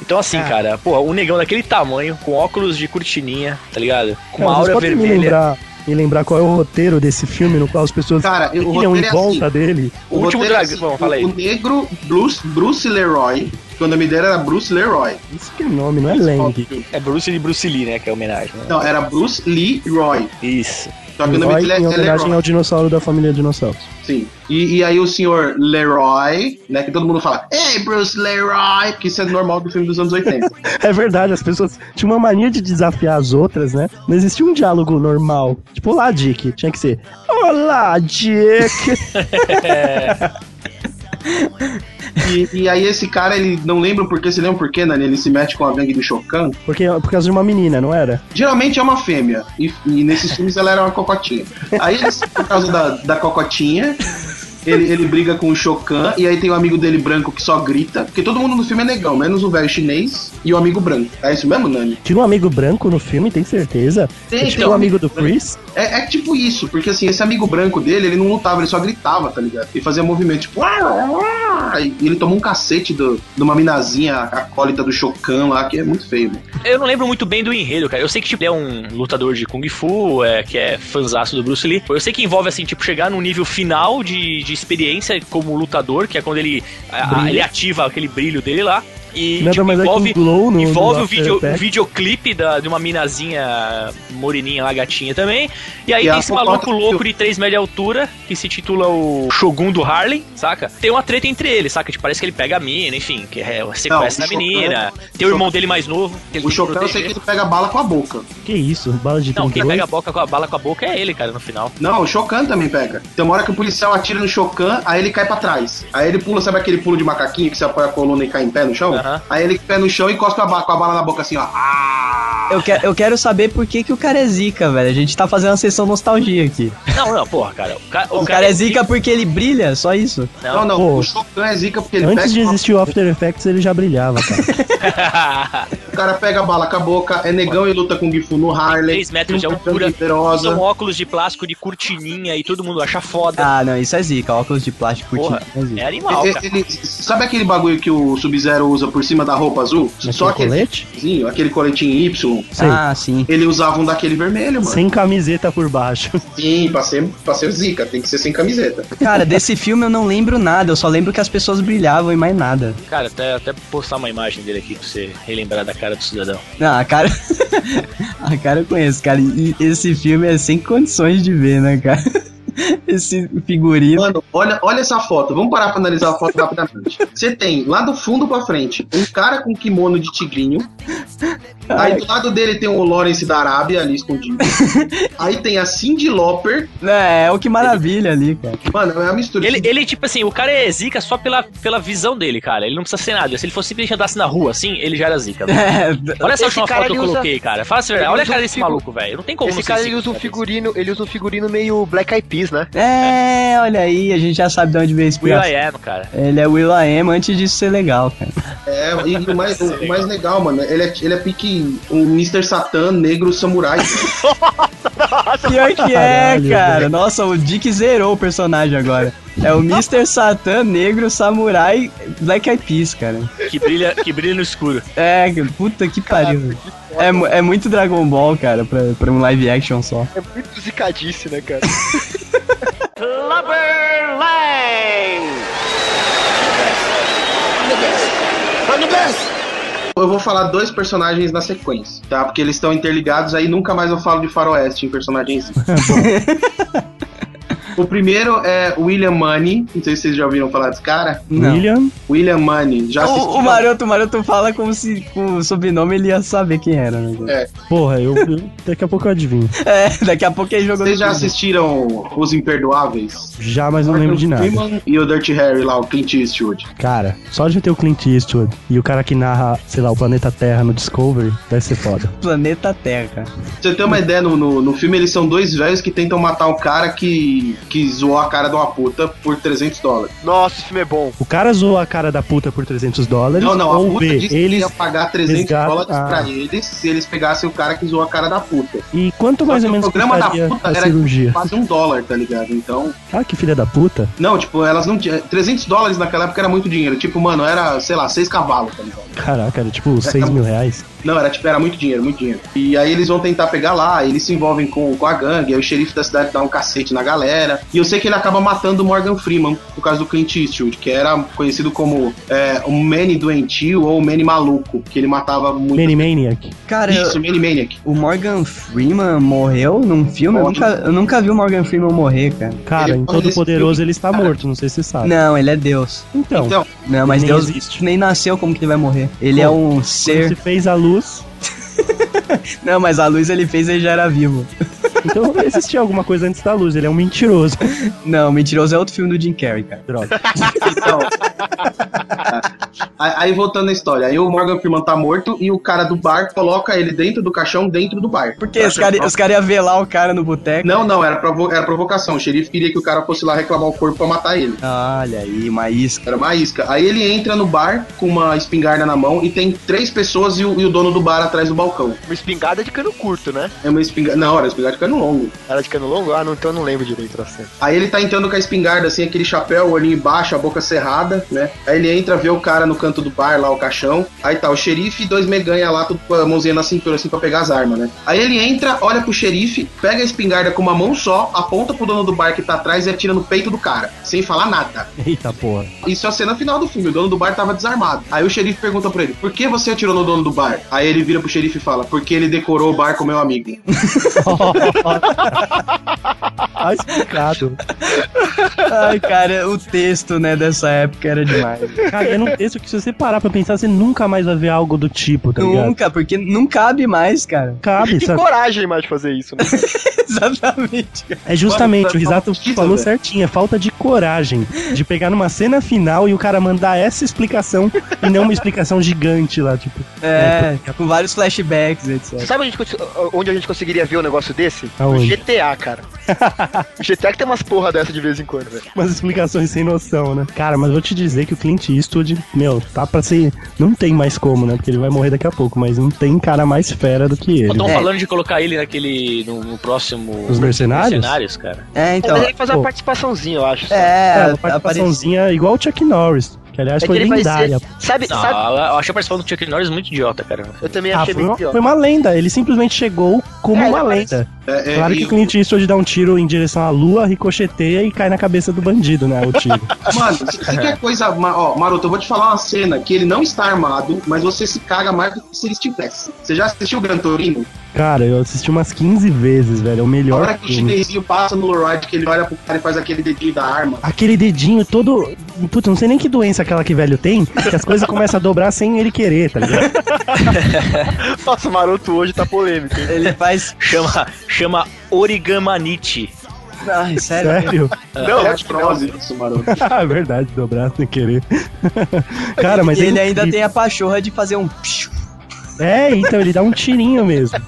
S2: Então,
S4: Ah.
S2: assim, cara, porra, um negão daquele tamanho, com óculos de cortininha, tá ligado? Com
S4: Cara,
S2: uma
S4: vocês
S2: aura
S4: podem me
S2: vermelha.
S4: lembrar, me lembrar qual é o roteiro desse filme no qual as pessoas
S5: Cara, eu- o
S4: viram em
S5: roteiro é
S4: volta
S5: assim.
S4: dele?
S2: O último
S5: roteiro é
S2: dragão,
S5: assim,
S2: fala aí.
S5: O negro Bruce, Bruce Leroy, que o nome dele era Bruce Leroy.
S4: Isso que é nome, não é Lang.
S2: É Bruce Lee, Bruce Lee, né? Que é a homenagem. Né?
S5: Não, era Bruce Leroy.
S2: Isso.
S5: Só que o nome
S4: Roy,
S5: dele é,
S4: em
S5: é
S4: homenagem
S5: Leroy.
S4: ao dinossauro da família dinossauros. [laughs]
S5: Sim. E, e aí o senhor Leroy, né, que todo mundo fala, Ei, Bruce Leroy, que isso é normal do filme dos anos 80.
S4: É verdade, as pessoas tinham uma mania de desafiar as outras, né? Não existia um diálogo normal. Tipo, olá, Dick. Tinha que ser, olá, Dick.
S5: [laughs] e, e aí esse cara, ele não lembra o porquê, você lembra o porquê, Nani? Ele se mete com a gangue do Shokan.
S4: Porque por causa de uma menina, não era?
S5: Geralmente é uma fêmea. E, e nesses filmes ela era uma cocotinha. Aí, eles, por causa da, da cocotinha, ele, ele briga com o Shokan. E aí tem um amigo dele branco que só grita. Porque todo mundo no filme é negão, menos o velho chinês e o amigo branco. É isso mesmo, Nani?
S4: Tinha um amigo branco no filme, tem certeza?
S5: Tem,
S4: É tipo
S5: então.
S4: o amigo do Chris?
S5: É, é tipo isso, porque assim, esse amigo branco dele, ele não lutava, ele só gritava, tá ligado? E fazia movimento tipo. "Uau, uau", ah! E ele tomou um cacete do, de uma minazinha acólita do Chocan lá, que é muito feio, mano.
S2: Eu não lembro muito bem do enredo, cara. Eu sei que, tipo, ele é um lutador de Kung Fu, é, que é fanzaço do Bruce Lee. Eu sei que envolve, assim, tipo, chegar num nível final de, de experiência como lutador, que é quando ele, a- a- ele ativa aquele brilho dele lá. E
S4: Nada
S2: tipo,
S4: mais é que
S2: envolve,
S4: um glow no-
S2: envolve
S4: no
S2: o, vídeo,
S4: After
S2: o videoclipe da, de uma minazinha moreninha lá, gatinha também. E aí
S5: E
S2: tem
S5: a
S2: esse maluco
S5: fofoca-
S2: louco de 3 metros de altura, que se titula o Shogun do Harlem, saca? Tem uma treta entre eles, saca? Tipo, parece que ele pega a mina, enfim, que é, sequestra
S5: o
S2: a
S5: Shogun- é
S2: menina. Tem o irmão dele mais novo. que ele
S5: O
S2: tem que
S5: Chocan eu sei que
S2: proteger.
S5: ele pega bala com a boca.
S4: Que isso? Bala de
S2: Não, quem
S4: 32?
S2: pega a, boca com a bala com a boca é ele, cara, no final.
S5: Não, o Chocan também pega. Tem uma hora que o policial atira no Chocan, aí ele cai pra trás. Aí ele pula, sabe aquele pulo de macaquinho que você apoia a coluna e cai em pé no chão?
S2: Aham.
S5: Aí ele pé no chão e encosta a ba- com a bala na boca assim, ó. Ah!
S1: Eu, que- eu quero saber por que, que o cara é zica, velho. A gente tá fazendo uma sessão nostalgia aqui.
S2: Não, não, porra, cara. O, ca-
S1: O cara é
S2: [laughs]
S1: zica porque ele brilha, só isso.
S5: Não, não,
S4: Pô.
S5: o Chocan é zica porque ele
S4: Antes de
S5: pega,
S4: existir o After Effects, ele já brilhava, cara.
S5: o cara pega a bala com a boca, é negão e luta com o Gifu no Harley.
S2: 3 metros de
S5: luta com
S2: altura, é
S5: Poderosa.
S2: são óculos de plástico de cortininha e todo mundo acha foda.
S1: Ah, não, isso é zica. Óculos de plástico
S2: porra,
S1: curtinho, é
S2: é
S1: zica.
S2: animal,
S5: Ele-
S2: cara.
S5: ele- sabe aquele bagulho que o Sub-Zero usa por cima da roupa azul? Só
S4: Aquele É
S5: aquele
S4: colete?
S5: coletinho, aquele coletinho Y.
S4: Sei.
S1: Ah, sim.
S5: Ele usava um daquele vermelho, mano.
S4: Sem camiseta por baixo.
S5: Sim, pra ser, pra ser zica, tem que ser sem camiseta.
S1: Cara, desse filme eu não lembro nada. Eu só lembro que as pessoas brilhavam e mais nada.
S2: Cara, até, até postar uma imagem dele aqui pra você relembrar da cara do cidadão.
S1: Não, a cara. [laughs] a cara eu conheço, cara. E esse filme é sem condições de ver, né, cara? [laughs] Esse figurino.
S5: Mano, olha, olha essa foto. Vamos parar pra analisar a foto rapidamente. Você tem, lá do fundo pra frente, um cara com kimono de tigrinho. Aí do lado dele tem o Lawrence da Arábia ali escondido. Aí tem a Cindy Lauper.
S1: É, é o que maravilha ali, cara. [laughs]
S5: Mano, é uma mistura.
S2: Ele, ele, tipo assim, o cara é zica só pela, pela visão dele, cara. Ele não precisa ser nada. Se ele fosse simplesmente andasse na rua, assim, ele já era zica.
S3: [laughs]
S2: velho.
S1: É,
S2: Olha essa
S3: Esse
S2: última
S3: cara,
S2: foto que eu
S3: ele usa-
S2: coloquei, cara. Fala a verdade.
S3: ele
S2: Olha a
S3: usa
S2: cara
S3: um
S2: desse
S3: figu-
S2: maluco, velho. Não tem como
S3: Esse
S2: não ser
S3: cara
S2: zica,
S3: ele usa um
S2: cara.
S3: figurino, ele usa um figurino meio Black Eyed Peas, né?
S1: é, olha aí, a gente já sabe de onde veio esse
S2: Will
S1: pior.
S2: I Am, cara.
S1: Ele é Will I Am antes disso ser legal, cara.
S5: É, e o mais, o mais legal, mano, ele é, ele é pique o Mr. Satan negro samurai.
S1: Pior que é,
S4: Caralho,
S1: cara. Nossa, o Dick zerou o personagem agora. É o Mr. Satan Negro Samurai Black Eyed Peas, cara.
S2: Que brilha, que brilha no escuro.
S1: É, puta que pariu. É, mu- é muito Dragon Ball, cara, pra, pra um live action só.
S3: É muito zicadice, né, cara?
S5: Eu vou falar dois personagens na sequência, tá? Porque eles estão interligados, aí nunca mais eu falo de faroeste
S1: [laughs]
S5: em personagens. o primeiro é William Money, não sei se vocês já ouviram falar desse cara.
S1: Não.
S4: William,
S5: William Money, já assisti.
S1: O, o Maroto, o Maroto fala como se com o sobrenome ele ia saber quem era, né? cara?
S5: É,
S4: porra, eu, eu- daqui a pouco eu adivinho.
S1: É, daqui a pouco ele jogou
S5: Vocês
S1: no
S5: já
S1: Google.
S5: assistiram Os Imperdoáveis?
S4: Já, mas não lembro de nada.
S5: Freeman E o Dirty Harry lá, o Clint Eastwood.
S4: Cara, só de ter o Clint Eastwood e o cara que narra, sei lá, o planeta Terra no Discovery, deve ser foda.
S1: Planeta Terra.
S5: Pra você ter uma ideia, no, no, no filme eles são dois velhos que tentam matar um cara que, que zoou a cara de uma puta por 300 dólares.
S3: Nossa, esse filme é bom.
S4: O cara zoou a cara da puta por 300 dólares,
S5: Não, não, a
S4: ou
S5: puta
S4: B,
S5: disse que
S4: eles...
S5: ia pagar 300
S4: resgatam-
S5: dólares
S4: Ah.
S5: pra eles se eles pegassem o cara que zoou a cara da puta.
S4: E quanto mais
S5: Só
S4: ou
S5: que
S4: menos
S5: o um programa da
S4: custaria
S5: puta
S4: a
S5: era
S4: cirurgia?
S5: quase um dólar, tá ligado? Então,
S4: Ah, que filha da puta.
S5: não, tipo, elas não tinham... 300 dólares naquela época era muito dinheiro. Tipo, mano, era, sei lá, seis cavalos, tá ligado?
S4: Caraca, era tipo 6 mil reais.
S5: Não, era tipo, era muito dinheiro, muito dinheiro. E aí eles vão tentar pegar lá, eles se envolvem com, com a gangue, aí o xerife da cidade dá um cacete na galera. E eu sei que ele acaba matando o Morgan Freeman, por causa do Clint Eastwood, que era conhecido como é, o Manny doentio ou o Manny maluco, que ele matava muito.
S4: Many Maniac.
S1: Cara, eu-
S5: Isso, Manny Maniac.
S1: o Morgan Freeman morreu num filme? Eu
S5: Ótimo.
S1: nunca, eu nunca vi o Morgan Freeman morrer, cara.
S4: Cara,
S5: Ele
S4: em
S5: morre
S4: Todo
S5: nesse
S4: Poderoso
S5: filme,
S4: ele está
S5: cara.
S4: morto, não sei se você sabe.
S1: Não, ele é Deus.
S4: Então,
S5: Então,
S1: Não, mas
S4: Nem
S1: Deus
S4: existe.
S1: nem nasceu, como que ele vai morrer? Ele é um
S4: quando se
S1: ser.
S4: fez a luz,
S1: Não, mas a luz ele fez ele já era vivo.
S4: então existia alguma coisa antes da luz, ele é um mentiroso. [laughs]
S5: [laughs]
S1: Não, Mentiroso é outro filme do Jim Carrey, cara.
S4: Droga.
S5: então. Aí, aí voltando na história, aí o Morgan Freeman tá morto e o cara do bar coloca ele dentro do caixão, dentro do bar.
S4: Tá,
S1: Porque os caras os cara iam velar o cara no boteco.
S5: Não, não, era, provo era provocação. O xerife queria que o cara fosse lá reclamar o corpo pra matar ele.
S1: Olha aí, uma isca.
S5: Era uma isca. Aí ele entra no bar com uma espingarda na mão e tem três pessoas e o, e o dono do bar atrás do balcão.
S3: Uma espingarda de cano curto, né?
S5: É uma espingarda. Não, era uma espingarda de cano longo.
S3: Era de cano longo? Ah, não, então eu não lembro direito da cena.
S5: Aí ele tá entrando com a espingarda, assim, aquele chapéu, o olhinho embaixo, a boca cerrada, né? Aí ele entra, vê o cara no canto do bar, lá, o caixão. Aí tá o xerife e dois meganha lá, tudo com a mãozinha na cintura, assim, pra pegar as armas, né? Aí ele entra, olha pro xerife, pega a espingarda com uma mão só, aponta pro dono do bar que tá atrás e atira no peito do cara, sem falar nada.
S4: Eita porra.
S5: Isso é a cena final do filme. O dono do bar tava desarmado. Aí o xerife pergunta pra ele: Por que você atirou no dono do bar? Aí ele vira pro xerife e fala: Porque ele decorou o bar com meu amigo.
S4: Tá explicado.
S1: Ai, cara, o texto, né, dessa época era
S4: [laughs]
S1: demais.
S4: Cara, era um texto que se você parar pra pensar, você nunca mais vai ver algo do tipo, tá ligado?
S1: Nunca, porque não cabe mais, cara. [laughs]
S4: Cabe,
S3: Que
S4: Ah, sabe?
S3: coragem mais de fazer
S4: [laughs]
S3: isso, né?
S1: Exatamente, cara.
S4: É justamente, o
S5: Mano,
S4: Risato
S5: precisa,
S4: falou
S5: velho.
S4: certinho, é falta de coragem de pegar numa cena final e o cara mandar essa explicação e não uma explicação gigante lá, tipo,
S1: É, com vários flashbacks, etc.
S3: Sabe onde a, gente, cons- onde a gente conseguiria ver um negócio desse?
S4: Aonde?
S3: No GTA,
S4: [laughs]
S3: cara. O GTA que tem umas porra dessa de vez em quando, velho.
S4: tipo, umas explicações sem noção, né? Cara, mas vou te dizer que o Clint Eastwood, meu, tá pra ser. Não tem mais como, né? Porque ele vai morrer daqui a pouco, mas não tem cara mais fera do que ele.
S2: Estão
S1: É.
S2: falando de colocar ele naquele. no, no próximo.
S4: Os mercenários?
S2: Mercenários, cara.
S1: É, então.
S3: Mas ele faz uma
S4: pô.
S3: participaçãozinha, eu acho.
S4: É,
S1: É,
S4: uma participaçãozinha igual o Chuck Norris, que aliás
S3: É que
S4: foi
S3: ele vai
S4: lendária.
S3: ser. Sabe,
S2: Não,
S3: sabe?
S2: Ah, eu achei a participação do Chuck Norris é muito idiota, cara.
S3: Eu também
S4: Ah,
S3: achei
S4: foi,
S3: meio
S4: uma,
S3: pior.
S4: foi uma lenda, ele simplesmente chegou como
S3: É, ele
S4: uma
S3: aparece-
S4: lenda.
S5: É, é,
S4: Claro
S5: e-
S4: que o Clint Eastwood dá um tiro em direção à lua, ricocheteia e cai na cabeça do bandido, né? O tiro.
S5: Mano, você quer coisa. ma- Ó, Maroto, eu vou te falar uma cena que ele não está armado, mas você se caga mais do que se ele estivesse. Você já assistiu o Gran Torino?
S4: Cara, eu assisti umas 15 vezes, velho. É o
S5: A
S4: melhor
S5: hora que o
S4: filme.
S5: chinesinho passa no Loride, que ele olha pro cara e faz aquele dedinho da arma.
S4: Aquele dedinho todo. Puta, não sei nem que doença aquela que velho tem, que as coisas começam a dobrar sem ele querer, tá ligado?
S3: Nossa, o maroto hoje tá polêmico. hein?
S1: Ele faz.
S2: Chama, chama Origamanite.
S4: [laughs]
S1: Ai, sério.
S4: Sério?
S3: Não, tipo,
S5: é
S3: acho que não.
S5: artrose isso, Maroto.
S4: é verdade, dobrar sem querer. Cara, mas é
S1: e ele ainda
S4: incrível.
S1: tem a pachorra de fazer um.
S4: É, então ele dá um tirinho mesmo.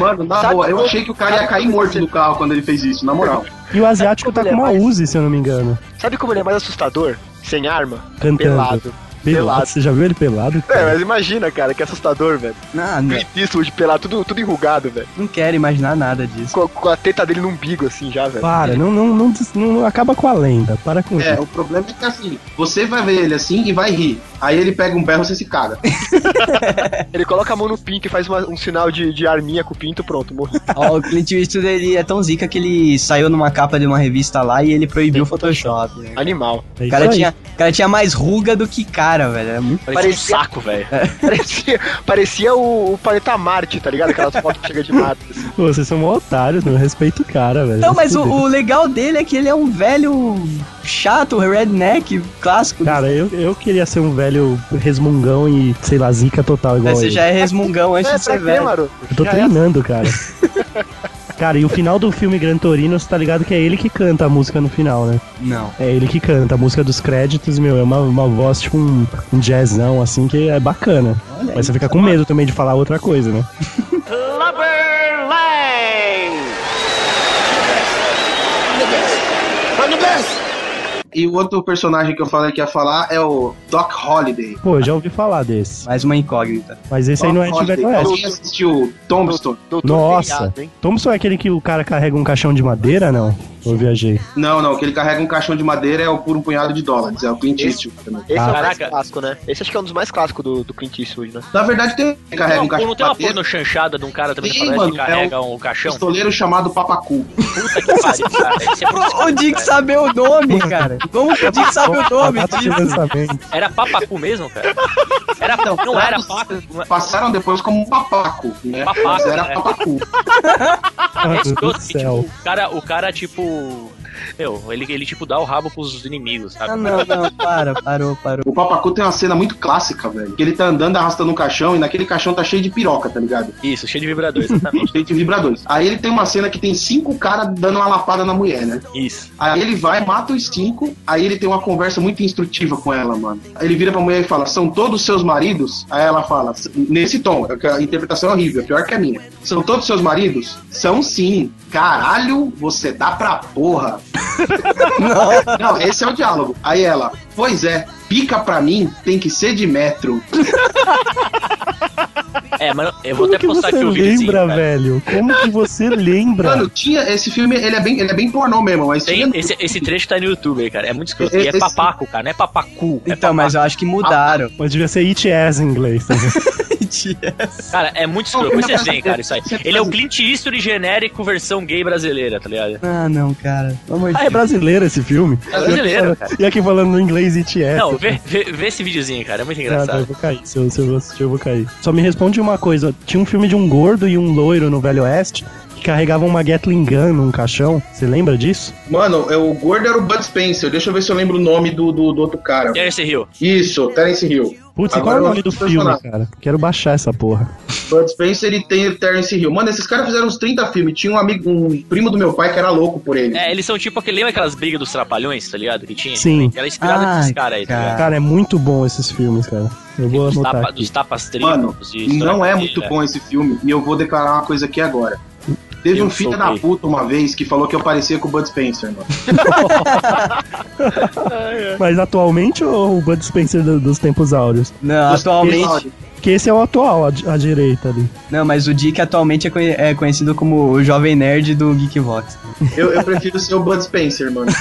S5: Mano, na
S3: Sabe
S5: boa, eu
S3: quando-
S5: achei que o cara ia cair morto do carro quando ele fez isso, na moral.
S4: E o asiático tá com uma Uzi, se eu não me engano.
S3: Sabe como ele é mais assustador? Sem arma?
S4: Cantando.
S3: Pelado.
S4: Pelado. Você já viu ele pelado?
S3: É,
S4: cara?
S3: mas imagina, cara, que assustador, velho.
S1: Não, não,
S3: Clint Eastwood pelado, tudo, tudo enrugado, velho.
S1: não quero imaginar nada disso.
S3: Com, a- com a teta dele no umbigo, assim, já, velho.
S4: Para, não, não, não, des- não acaba com a lenda. Para com
S5: É,
S4: isso.
S5: o problema é que assim, você vai ver ele assim e vai rir. Aí ele pega um berro e você se caga.
S3: Ele coloca a mão no pinto e faz uma- um sinal de, de arminha com o pinto, pronto, morreu.
S1: Ó, o Clint Eastwood ele é tão zica que ele saiu numa capa de uma revista lá e ele proibiu o Photoshop. né?
S3: [laughs] Animal.
S1: O
S4: É isso
S1: cara
S4: aí.
S1: tinha, o cara tinha mais ruga do que cara, velho. Era muito.
S2: Parecia um
S3: Parecia-
S2: saco, velho.
S3: Parecia, parecia o, o planeta Marte, tá ligado? Aquelas fotos que chega de Marte. assim.
S4: Pô, vocês são mó otários, não respeito o cara, velho.
S1: Não, Então,
S4: Vai
S1: mas
S4: se
S1: o,
S4: fuder.
S1: o legal dele é que ele é um velho chato, um redneck, clássico.
S4: Cara, eu, eu queria ser um velho resmungão e, sei lá, zica total igual
S1: você
S4: ele.
S1: já é assim. resmungão antes
S3: É,
S1: de ser
S3: pra quê,
S1: velho.
S3: maroto?
S4: Eu tô
S3: Já é.
S1: [laughs]
S4: treinando, cara. Cara, e o final do filme Gran Torino, você tá ligado que é ele que canta a música no final, né?
S1: Não.
S4: É ele que canta, a música dos créditos, meu, é uma, uma voz tipo um, um jazzão, assim, que é bacana. Mas você fica com medo também de falar outra coisa, né?
S5: E o outro personagem que eu falei que ia falar é o Doc Holliday.
S4: Pô, eu já ouvi falar desse.
S1: Mais uma incógnita.
S4: Mas esse aí não é de Velho Oeste.
S5: Quem assistiu Tombstone?
S3: Doutor
S4: Nossa.
S3: Feriado, hein?
S4: Thompson é aquele que o cara carrega um caixão de madeira, não? Eu viajei.
S5: Não, não, que ele carrega um caixão de madeira é o por um punhado de dólares, é o Clint Eastwood também.
S3: Esse é o mais
S2: Caraca.
S3: clássico, né? Esse acho que é um dos mais clássicos do, do Clint Eastwood, né?
S5: Na verdade, tem ele carrega
S2: Não,
S5: um caixão
S2: não
S5: de
S2: tem uma
S5: madeira.
S2: porno chanchada de um cara também
S5: Sim,
S2: falando
S5: mano, é
S2: que carrega um caixão?
S5: pistoleiro chamado Papacu.
S2: Puta que pariu, cara. Isso é pro-
S1: O Dick sabe o nome, cara. Tá Como que o Dick sabe o nome
S4: A data de
S1: disso?
S4: lançamento.
S2: Era papacu mesmo, cara? Era, não, era papacu. não é-
S5: Passaram depois como Papaco, né?
S2: Papaco,
S5: Mas era
S2: né?
S5: Papacu.
S4: Mano
S2: Escroto
S4: Ah, do
S2: que,
S4: céu.
S2: tipo, o cara, o cara, tipo, Meu, ele, ele tipo dá o rabo pros inimigos, sabe?
S1: Ah, não, não, para, parou, parou.
S5: O Papacu tem uma cena muito clássica, velho. Que ele tá andando arrastando um caixão e naquele caixão tá cheio de piroca, tá ligado?
S2: Isso, cheio de vibrador,
S5: [laughs]
S2: exatamente.
S5: Cheio de vibradores. Aí ele tem uma cena que tem cinco caras dando uma lapada na mulher, né?
S2: Isso.
S5: Aí ele vai, mata os cinco, aí ele tem uma conversa muito instrutiva com ela, mano. Aí ele vira pra mulher e fala, são todos seus maridos? Aí ela fala, "S- nesse tom, é que a interpretação é horrível, pior que a minha. São todos seus maridos? São sim. Caralho, você dá pra porra. [laughs] Não, esse é o diálogo. Aí ela, pois é, pica pra mim tem que ser de metro.
S2: É, mas eu vou
S4: Como
S2: até
S4: que
S2: postar
S4: você
S2: aqui o videozinho.
S4: lembra,
S2: cara.
S4: velho? Como que você lembra?
S5: Mano, tinha esse filme, ele é bem, ele é bem pornô mesmo, mas
S2: Tem-
S5: tinha
S2: esse, esse trecho tá no YouTube, cara. É muito escroto. E é
S5: Esse-
S2: papaco, cara. Não é papacu. É
S1: Então, mas eu acho que mudaram.
S4: Mas devia ser It As em inglês. tá vendo?
S2: Cara, é muito escroto.
S5: Não,
S2: Vocês
S5: não,
S2: veem,
S5: não,
S2: cara, isso aí.
S5: não, não,
S2: Ele é o
S5: não.
S2: Clint Eastwood genérico versão gay brasileira, tá ligado?
S1: Ah, não, cara. Pelo amor de
S4: ah, é brasileiro esse filme?
S2: É brasileiro, cara.
S4: E aqui falando no inglês It As.
S2: Não, vê, vê, vê esse videozinho, cara. É muito
S4: Nada, eu
S2: engraçado.
S4: vou cair. Se eu, se eu assistir, eu vou cair. Só me responde uma coisa: tinha um filme de um gordo e um loiro no Velho Oeste que carregavam uma Gatling Gun num caixão. Você lembra disso?
S5: Mano, é, o gordo era o Bud Spencer. Deixa eu ver se eu lembro o nome do, do, do outro cara.
S2: Terence Hill.
S5: Isso, Terence Hill.
S4: Putz, e qual
S5: Agora
S4: é o
S5: eu
S4: nome do
S5: vou
S4: filme,
S5: personagem.
S4: cara? Quero baixar essa porra.
S5: Bud Spencer e tem o Terence Hill. Mano, esses caras fizeram uns 30 filmes. Tinha um amigo, um primo do meu pai que era louco por ele.
S2: É, eles são tipo aquele. Lembra aquelas brigas dos trapalhões, tá ligado? Que tinha?
S4: Sim.
S2: Era inspirado
S1: Ai,
S2: nesses caras aí, tá ligado?
S4: Cara, é muito bom esses filmes, cara. Eu vou
S2: Dos,
S4: anotar.
S2: tapa,
S4: aqui.
S2: dos tapas triplos.
S5: Mano,
S2: e
S5: não é
S2: história
S5: muito
S2: dele, né?
S5: bom esse filme. E eu vou declarar uma coisa aqui agora. Teve
S2: Eu
S5: um filho
S2: sou
S5: da
S2: gay.
S5: puta uma vez que falou que eu parecia com o Bud Spencer, mano.
S4: Mas atualmente ou o Bud Spencer do- dos tempos áureos?
S1: Não, atualmente.
S4: Porque esse é o atual, à, di- à direita ali. [laughs]
S1: Não, mas o Dick atualmente é, conhe- é conhecido como o jovem nerd do Geekvox.
S5: Eu, eu prefiro ser o Bud
S2: [laughs]
S5: Spencer, mano.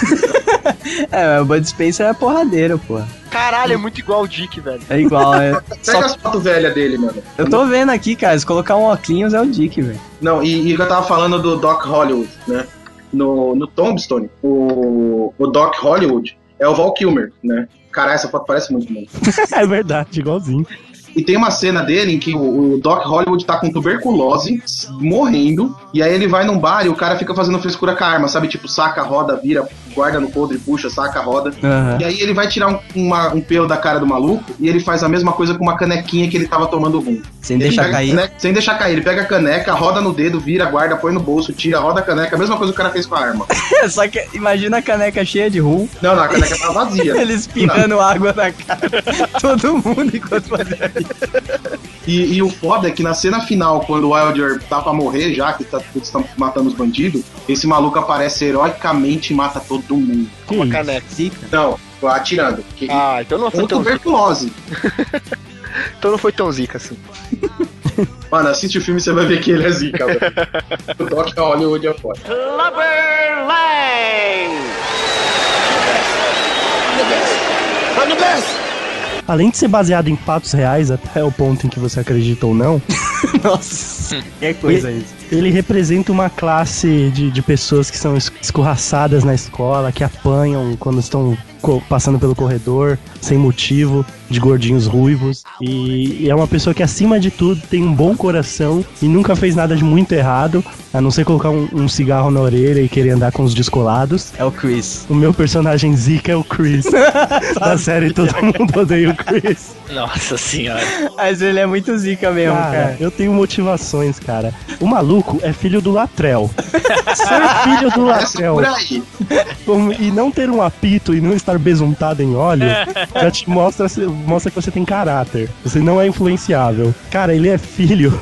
S1: É, o Bud Spencer é porradeiro, pô.
S3: Caralho, é muito igual o Dick, velho.
S1: É igual,
S5: [laughs]
S1: é.
S5: Pega
S1: Só-
S5: as fotos velhas dele, mano.
S1: eu tô vendo aqui, cara, se colocar um óculos é o Dick, velho.
S5: Não, e, e eu tava falando do Doc Hollywood, né? No, no Tombstone, o, o Doc Hollywood é o Val Kilmer, né? Caralho, essa foto parece muito, mano.
S4: é verdade, igualzinho.
S5: E tem uma cena dele em que o, o Doc Hollywood tá com tuberculose, morrendo, e aí ele vai num bar e o cara fica fazendo frescura com a arma, sabe? Tipo, saca, roda, vira, guarda no coldre, puxa, saca, roda.
S1: Aham.
S5: E aí ele vai tirar um, uma- um pelo da cara do maluco e ele faz a mesma coisa com uma canequinha que ele tava tomando rum.
S1: Sem deixar
S5: pega a
S1: cair.
S5: caneca- sem deixar cair. Ele pega a caneca, roda no dedo, vira, guarda, põe no bolso, tira, roda a caneca, a mesma coisa que o cara fez com a arma.
S1: [laughs] Só que imagina a caneca cheia de rum,
S5: Não, não, a caneca tava
S1: [laughs]
S5: vazia.
S1: eles pingando água na cara. [laughs] Todo mundo enquanto fazia.
S5: E, e o foda é que na cena final, quando o Wilder tá pra morrer, já que tá, eles estão matando os bandidos, esse maluco aparece heroicamente e mata todo mundo.
S4: Que isso?
S3: Caneca.
S1: Zica.
S5: Não, atirando. Que...
S3: Ah, então não
S5: com
S3: foi tão,
S5: tuberculose.
S3: então não foi tão zica assim.
S5: Mano, assiste o filme e você vai ver que ele é zica, velho. O Doc Hollywood é foda.
S4: Além de ser baseado em fatos reais, até o ponto em que você acredita ou não,
S1: [laughs] Nossa, que coisa isso.
S4: Ele representa uma classe de, de pessoas que são es- escorraçadas na escola, que apanham quando estão co- passando pelo corredor, sem motivo, de gordinhos ruivos. E, e é uma pessoa que, acima de tudo, tem um bom coração e nunca fez nada de muito errado, a não ser colocar um, um cigarro na orelha e querer andar com os descolados.
S1: É o Chris.
S4: O meu personagem Zika é
S1: [laughs]
S4: o Chris. [laughs] da série Todo Mundo Odeia o Chris.
S2: cara. Nossa senhora.
S1: Mas ele é muito zica mesmo,
S4: Cara,
S1: cara.
S4: eu tenho motivações, cara. O maluco é filho do Latrel. Ser filho do
S5: Essa é
S4: Latrel
S5: por aí.
S4: Como- e não ter um apito e não estar besuntado em óleo já te mostra, mostra que você tem caráter. Você não é influenciável. Cara, ele é filho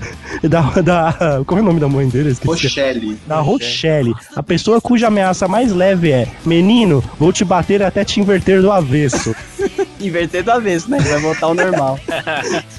S4: [laughs] da. da como é o nome da mãe dele? Eu Esqueci.
S5: Rochelle.
S4: Da Rochelle, a pessoa cuja ameaça mais leve é: Menino, vou te bater até te inverter do avesso.
S1: Inverter do avesso, né? Vai voltar ao [laughs] normal.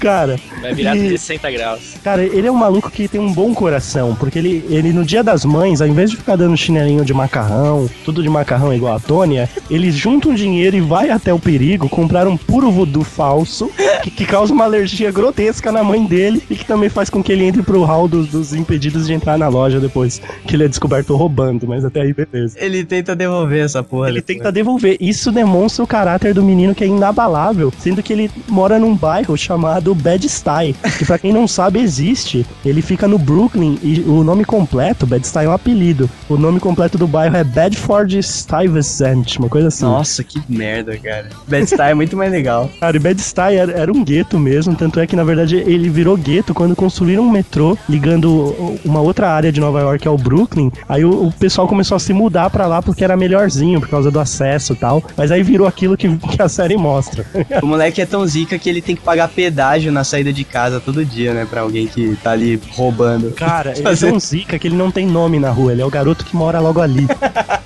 S4: Cara,
S2: Vai
S4: [laughs]
S2: virar
S4: e-
S2: 60 graus.
S4: Cara, ele é um maluco que tem um bom coração, porque ele, ele no dia das mães, ao invés de ficar dando chinelinho de macarrão, tudo de macarrão igual a Tônia, ele junta um dinheiro e vai até o perigo comprar um puro voodoo falso, que, que causa uma alergia grotesca na mãe dele e que também faz com que ele entre pro hall dos, dos impedidos de entrar na loja depois que ele é descoberto roubando, mas até aí beleza.
S1: Ele tenta devolver essa porra. né?
S4: tá Ele tenta devolver. Isso demonstra o caráter do menino que ainda inabalável, sendo que ele mora num bairro chamado Bed-Stuy, que pra quem não sabe existe. Ele fica no Brooklyn e o nome completo, Bed-Stuy é um apelido. O nome completo do bairro é Bedford Stuyvesant, uma coisa assim.
S1: Nossa, que merda, cara. Bad Style é muito mais legal.
S4: Cara, e Bed-Stuy era, era um gueto mesmo, tanto é que na verdade ele virou gueto quando construíram um metrô ligando o- uma outra área de Nova York ao Brooklyn. Aí o, o pessoal começou a se mudar pra lá porque era melhorzinho por causa do acesso e tal. Mas aí virou aquilo que, [laughs] que a série mostra.
S1: O moleque é tão zica que ele tem que pagar pedágio na saída de casa todo dia, né? Pra alguém que tá ali roubando.
S4: Cara, ele é tão zica que ele não tem nome na rua, ele é o garoto que mora logo
S5: [laughs]
S4: ali.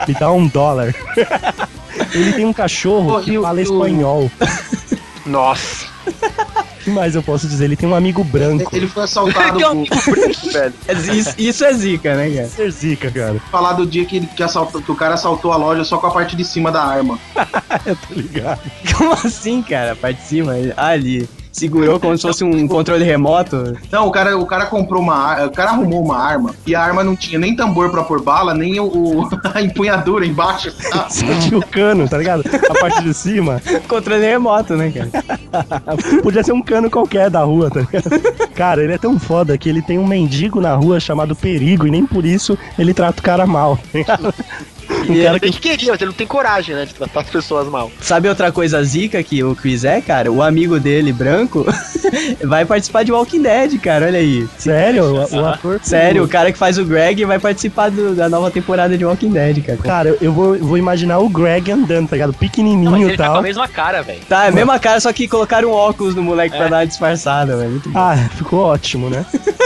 S4: Me dá um dólar. Ele tem um cachorro
S5: Pô,
S4: que
S5: e o-
S4: fala
S5: e o-
S4: espanhol.
S3: Nossa.
S4: [laughs] O que mais eu posso dizer? Ele tem um amigo branco.
S5: Ele foi assaltado por...
S1: Isso, isso é zica, né, cara?
S4: Ele é zica, cara.
S5: Falar do dia que, ele, que, assaltou, que o cara assaltou a loja só com a parte de cima da arma.
S4: Eu tô ligado.
S1: Como assim, cara? A parte de cima? ele- ah, ali. Segurou como se fosse um controle remoto. [laughs]
S5: Não, o cara, o cara comprou uma ar- o cara arrumou uma arma e a arma não tinha nem tambor pra pôr bala, nem o, o- [laughs] a empunhadura embaixo. Ah, sabe?
S4: Só tinha o cano, tá ligado? A parte de cima.
S1: Controle remoto, né, cara?
S4: Podia ser um cano qualquer da rua, tá ligado? Cara, ele é tão foda que ele tem um mendigo na rua chamado Perigo e nem por isso ele trata o cara mal. tá ligado?
S1: E
S4: Um cara
S3: Ele
S4: que
S3: que queria, mas ele não tem coragem, né, de tratar as pessoas mal.
S1: Sabe outra coisa zica que o Chris é, cara? O amigo dele, branco, [laughs] vai participar de Walking Dead, cara. Olha aí.
S4: Sério? O, o ator.
S1: Sério, o cara que faz o Greg vai participar do- da nova temporada de Walking Dead, cara.
S4: Cara, eu- eu vou, eu vou imaginar o Greg andando, tá ligado?
S2: Não, mas
S4: Pequenininho
S2: ele
S4: e
S2: tá com a
S4: tal.
S2: mesma cara, velho.
S1: Tá, é a mesma cara, só que colocaram um óculos no moleque
S4: É.
S1: pra dar uma disfarçada, velho. Muito bom.
S4: Ah, ficou ótimo, né?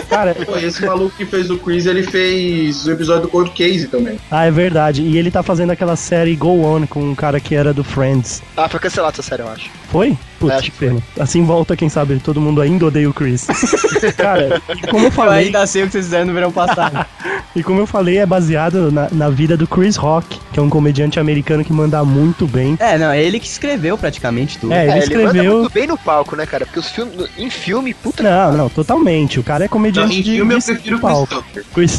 S4: Cara,
S5: Pô, esse maluco que fez o Chris, ele fez o episódio do Cold Case também.
S4: ah, é verdade. E ele tá fazendo aquela série Go On com um cara que era do Friends.
S3: Ah, foi cancelado essa série, eu acho.
S4: Foi? Putz,
S2: É,
S3: Acho
S4: que pena. Assim volta, quem sabe, todo mundo ainda odeia o Chris. [laughs] cara, e como eu
S1: Eu
S4: falei,
S1: ainda sei o que vocês fizeram no verão passado.
S4: e como eu falei, é baseado na, na vida do Chris Rock, que é um comediante americano que manda muito bem.
S1: [laughs] é, não, é ele que escreveu praticamente tudo.
S4: É, ele
S3: É, ele manda
S4: escreveu.
S3: muito bem no palco, né, cara? Porque os filmes. no- Em filme, puta.
S4: Não, não, totalmente. O cara é
S5: Então,
S4: comediante
S5: em
S4: de
S5: filme eu
S4: de
S5: prefiro o
S4: palco.
S5: Chris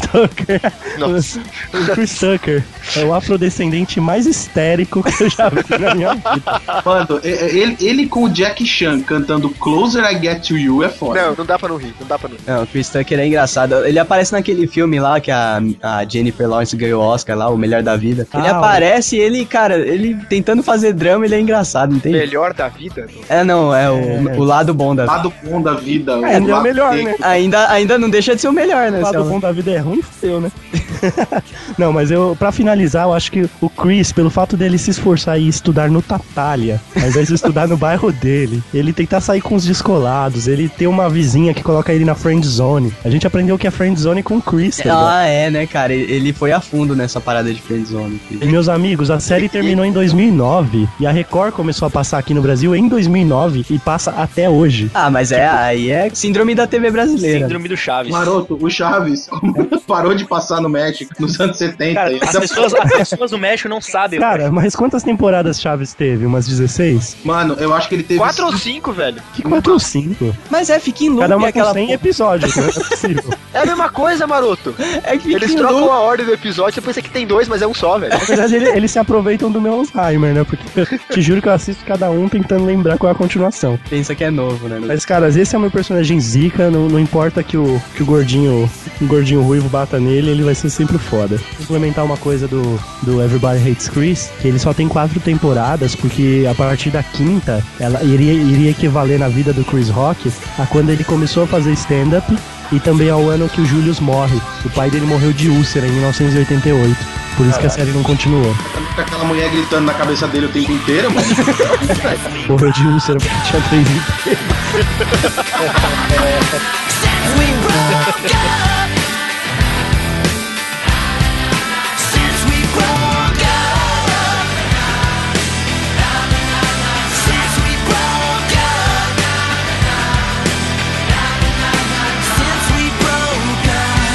S4: Chris
S5: Tucker.
S4: Tucker.
S3: Nossa.
S4: O [laughs] Chris Tucker é o afrodescendente mais histérico que eu já vi na minha vida.
S5: Mano, é- é- ele, ele com o Jack Chan cantando Closer I Get To You é foda.
S3: Não, não dá pra não rir, não dá pra não rir.
S1: Não, o Chris Tucker é engraçado. Ele aparece naquele filme lá que a, a Jennifer Lawrence ganhou o Oscar lá, O Melhor da Vida. Ele
S4: Ah,
S1: aparece e ele, cara, ele tentando fazer drama, ele é engraçado, não tem?
S3: Melhor da vida. não.
S1: É, não, é o,
S4: É.
S1: o lado bom da
S5: Lá do bom da vida.
S4: É, ele é o melhor, né?
S1: Ainda, ainda não deixa de ser o melhor, né?
S4: O lado
S1: Selma?
S4: bom da vida é ruim, seu, né? [laughs] Não, mas eu, pra finalizar, eu acho que o Chris, pelo fato dele se esforçar e estudar no Tatália, ao invés de estudar no bairro dele, ele tentar sair com os descolados, ele ter uma vizinha que coloca ele na friend zone. A gente aprendeu o que é friend zone com o Chris, tá ligado?
S1: Ah, é, né, cara? Ele ele foi a fundo nessa parada de friendzone.
S4: E, meus amigos, a série terminou em 2009 e a Record começou a passar aqui no Brasil em 2009 e passa até hoje.
S1: Ah, mas é, aí é síndrome da TV brasileira.
S2: Síndrome do
S4: né?
S2: Chaves.
S5: Maroto, o Chaves [laughs] parou de passar no México nos anos 70.
S2: Cara,
S5: Ainda-
S2: as pessoas, as pessoas no México não sabem.
S4: Cara, mas quantas temporadas Chaves teve? Umas 16?
S5: Mano, eu acho que ele teve.
S3: Quatro ou cinco, velho.
S4: Que 4 ou 5?
S1: Mas é, fica em loop
S4: Cada uma com
S1: aquela
S4: 100
S1: porra.
S4: episódios, né? Não é possível.
S3: É a mesma
S4: [laughs]
S3: coisa, maroto.
S1: É que fica
S3: Eles
S1: em
S3: trocam
S1: loop.
S3: a ordem do episódio, você pensa que tem dois, mas é um só, velho.
S4: Na verdade, ele- eles se aproveitam do meu Alzheimer, né? Porque eu te juro que eu assisto cada um tentando lembrar qual é a continuação.
S1: Pensa que é novo, né?
S4: Mas, cara, esse é o meu personagem zica, não, não importa que o, que o gordinho o gordinho ruivo bata nele, ele vai ser sempre foda. Vou Implementar uma coisa do, do Everybody Hates Chris, que ele só tem quatro temporadas, porque a partir da quinta, ela iria, iria equivaler na vida do Chris Rock a quando ele começou a fazer stand-up e também ao ano que o Julius morre. O pai dele morreu de úlcera em 1988. Por isso que a série não continuou.
S5: Com aquela mulher gritando na cabeça dele o tempo inteiro, mano.
S4: Morreu de úlcera porque [laughs] tinha três
S7: Since we broke up Since we broke up Since we broke up Since we broke up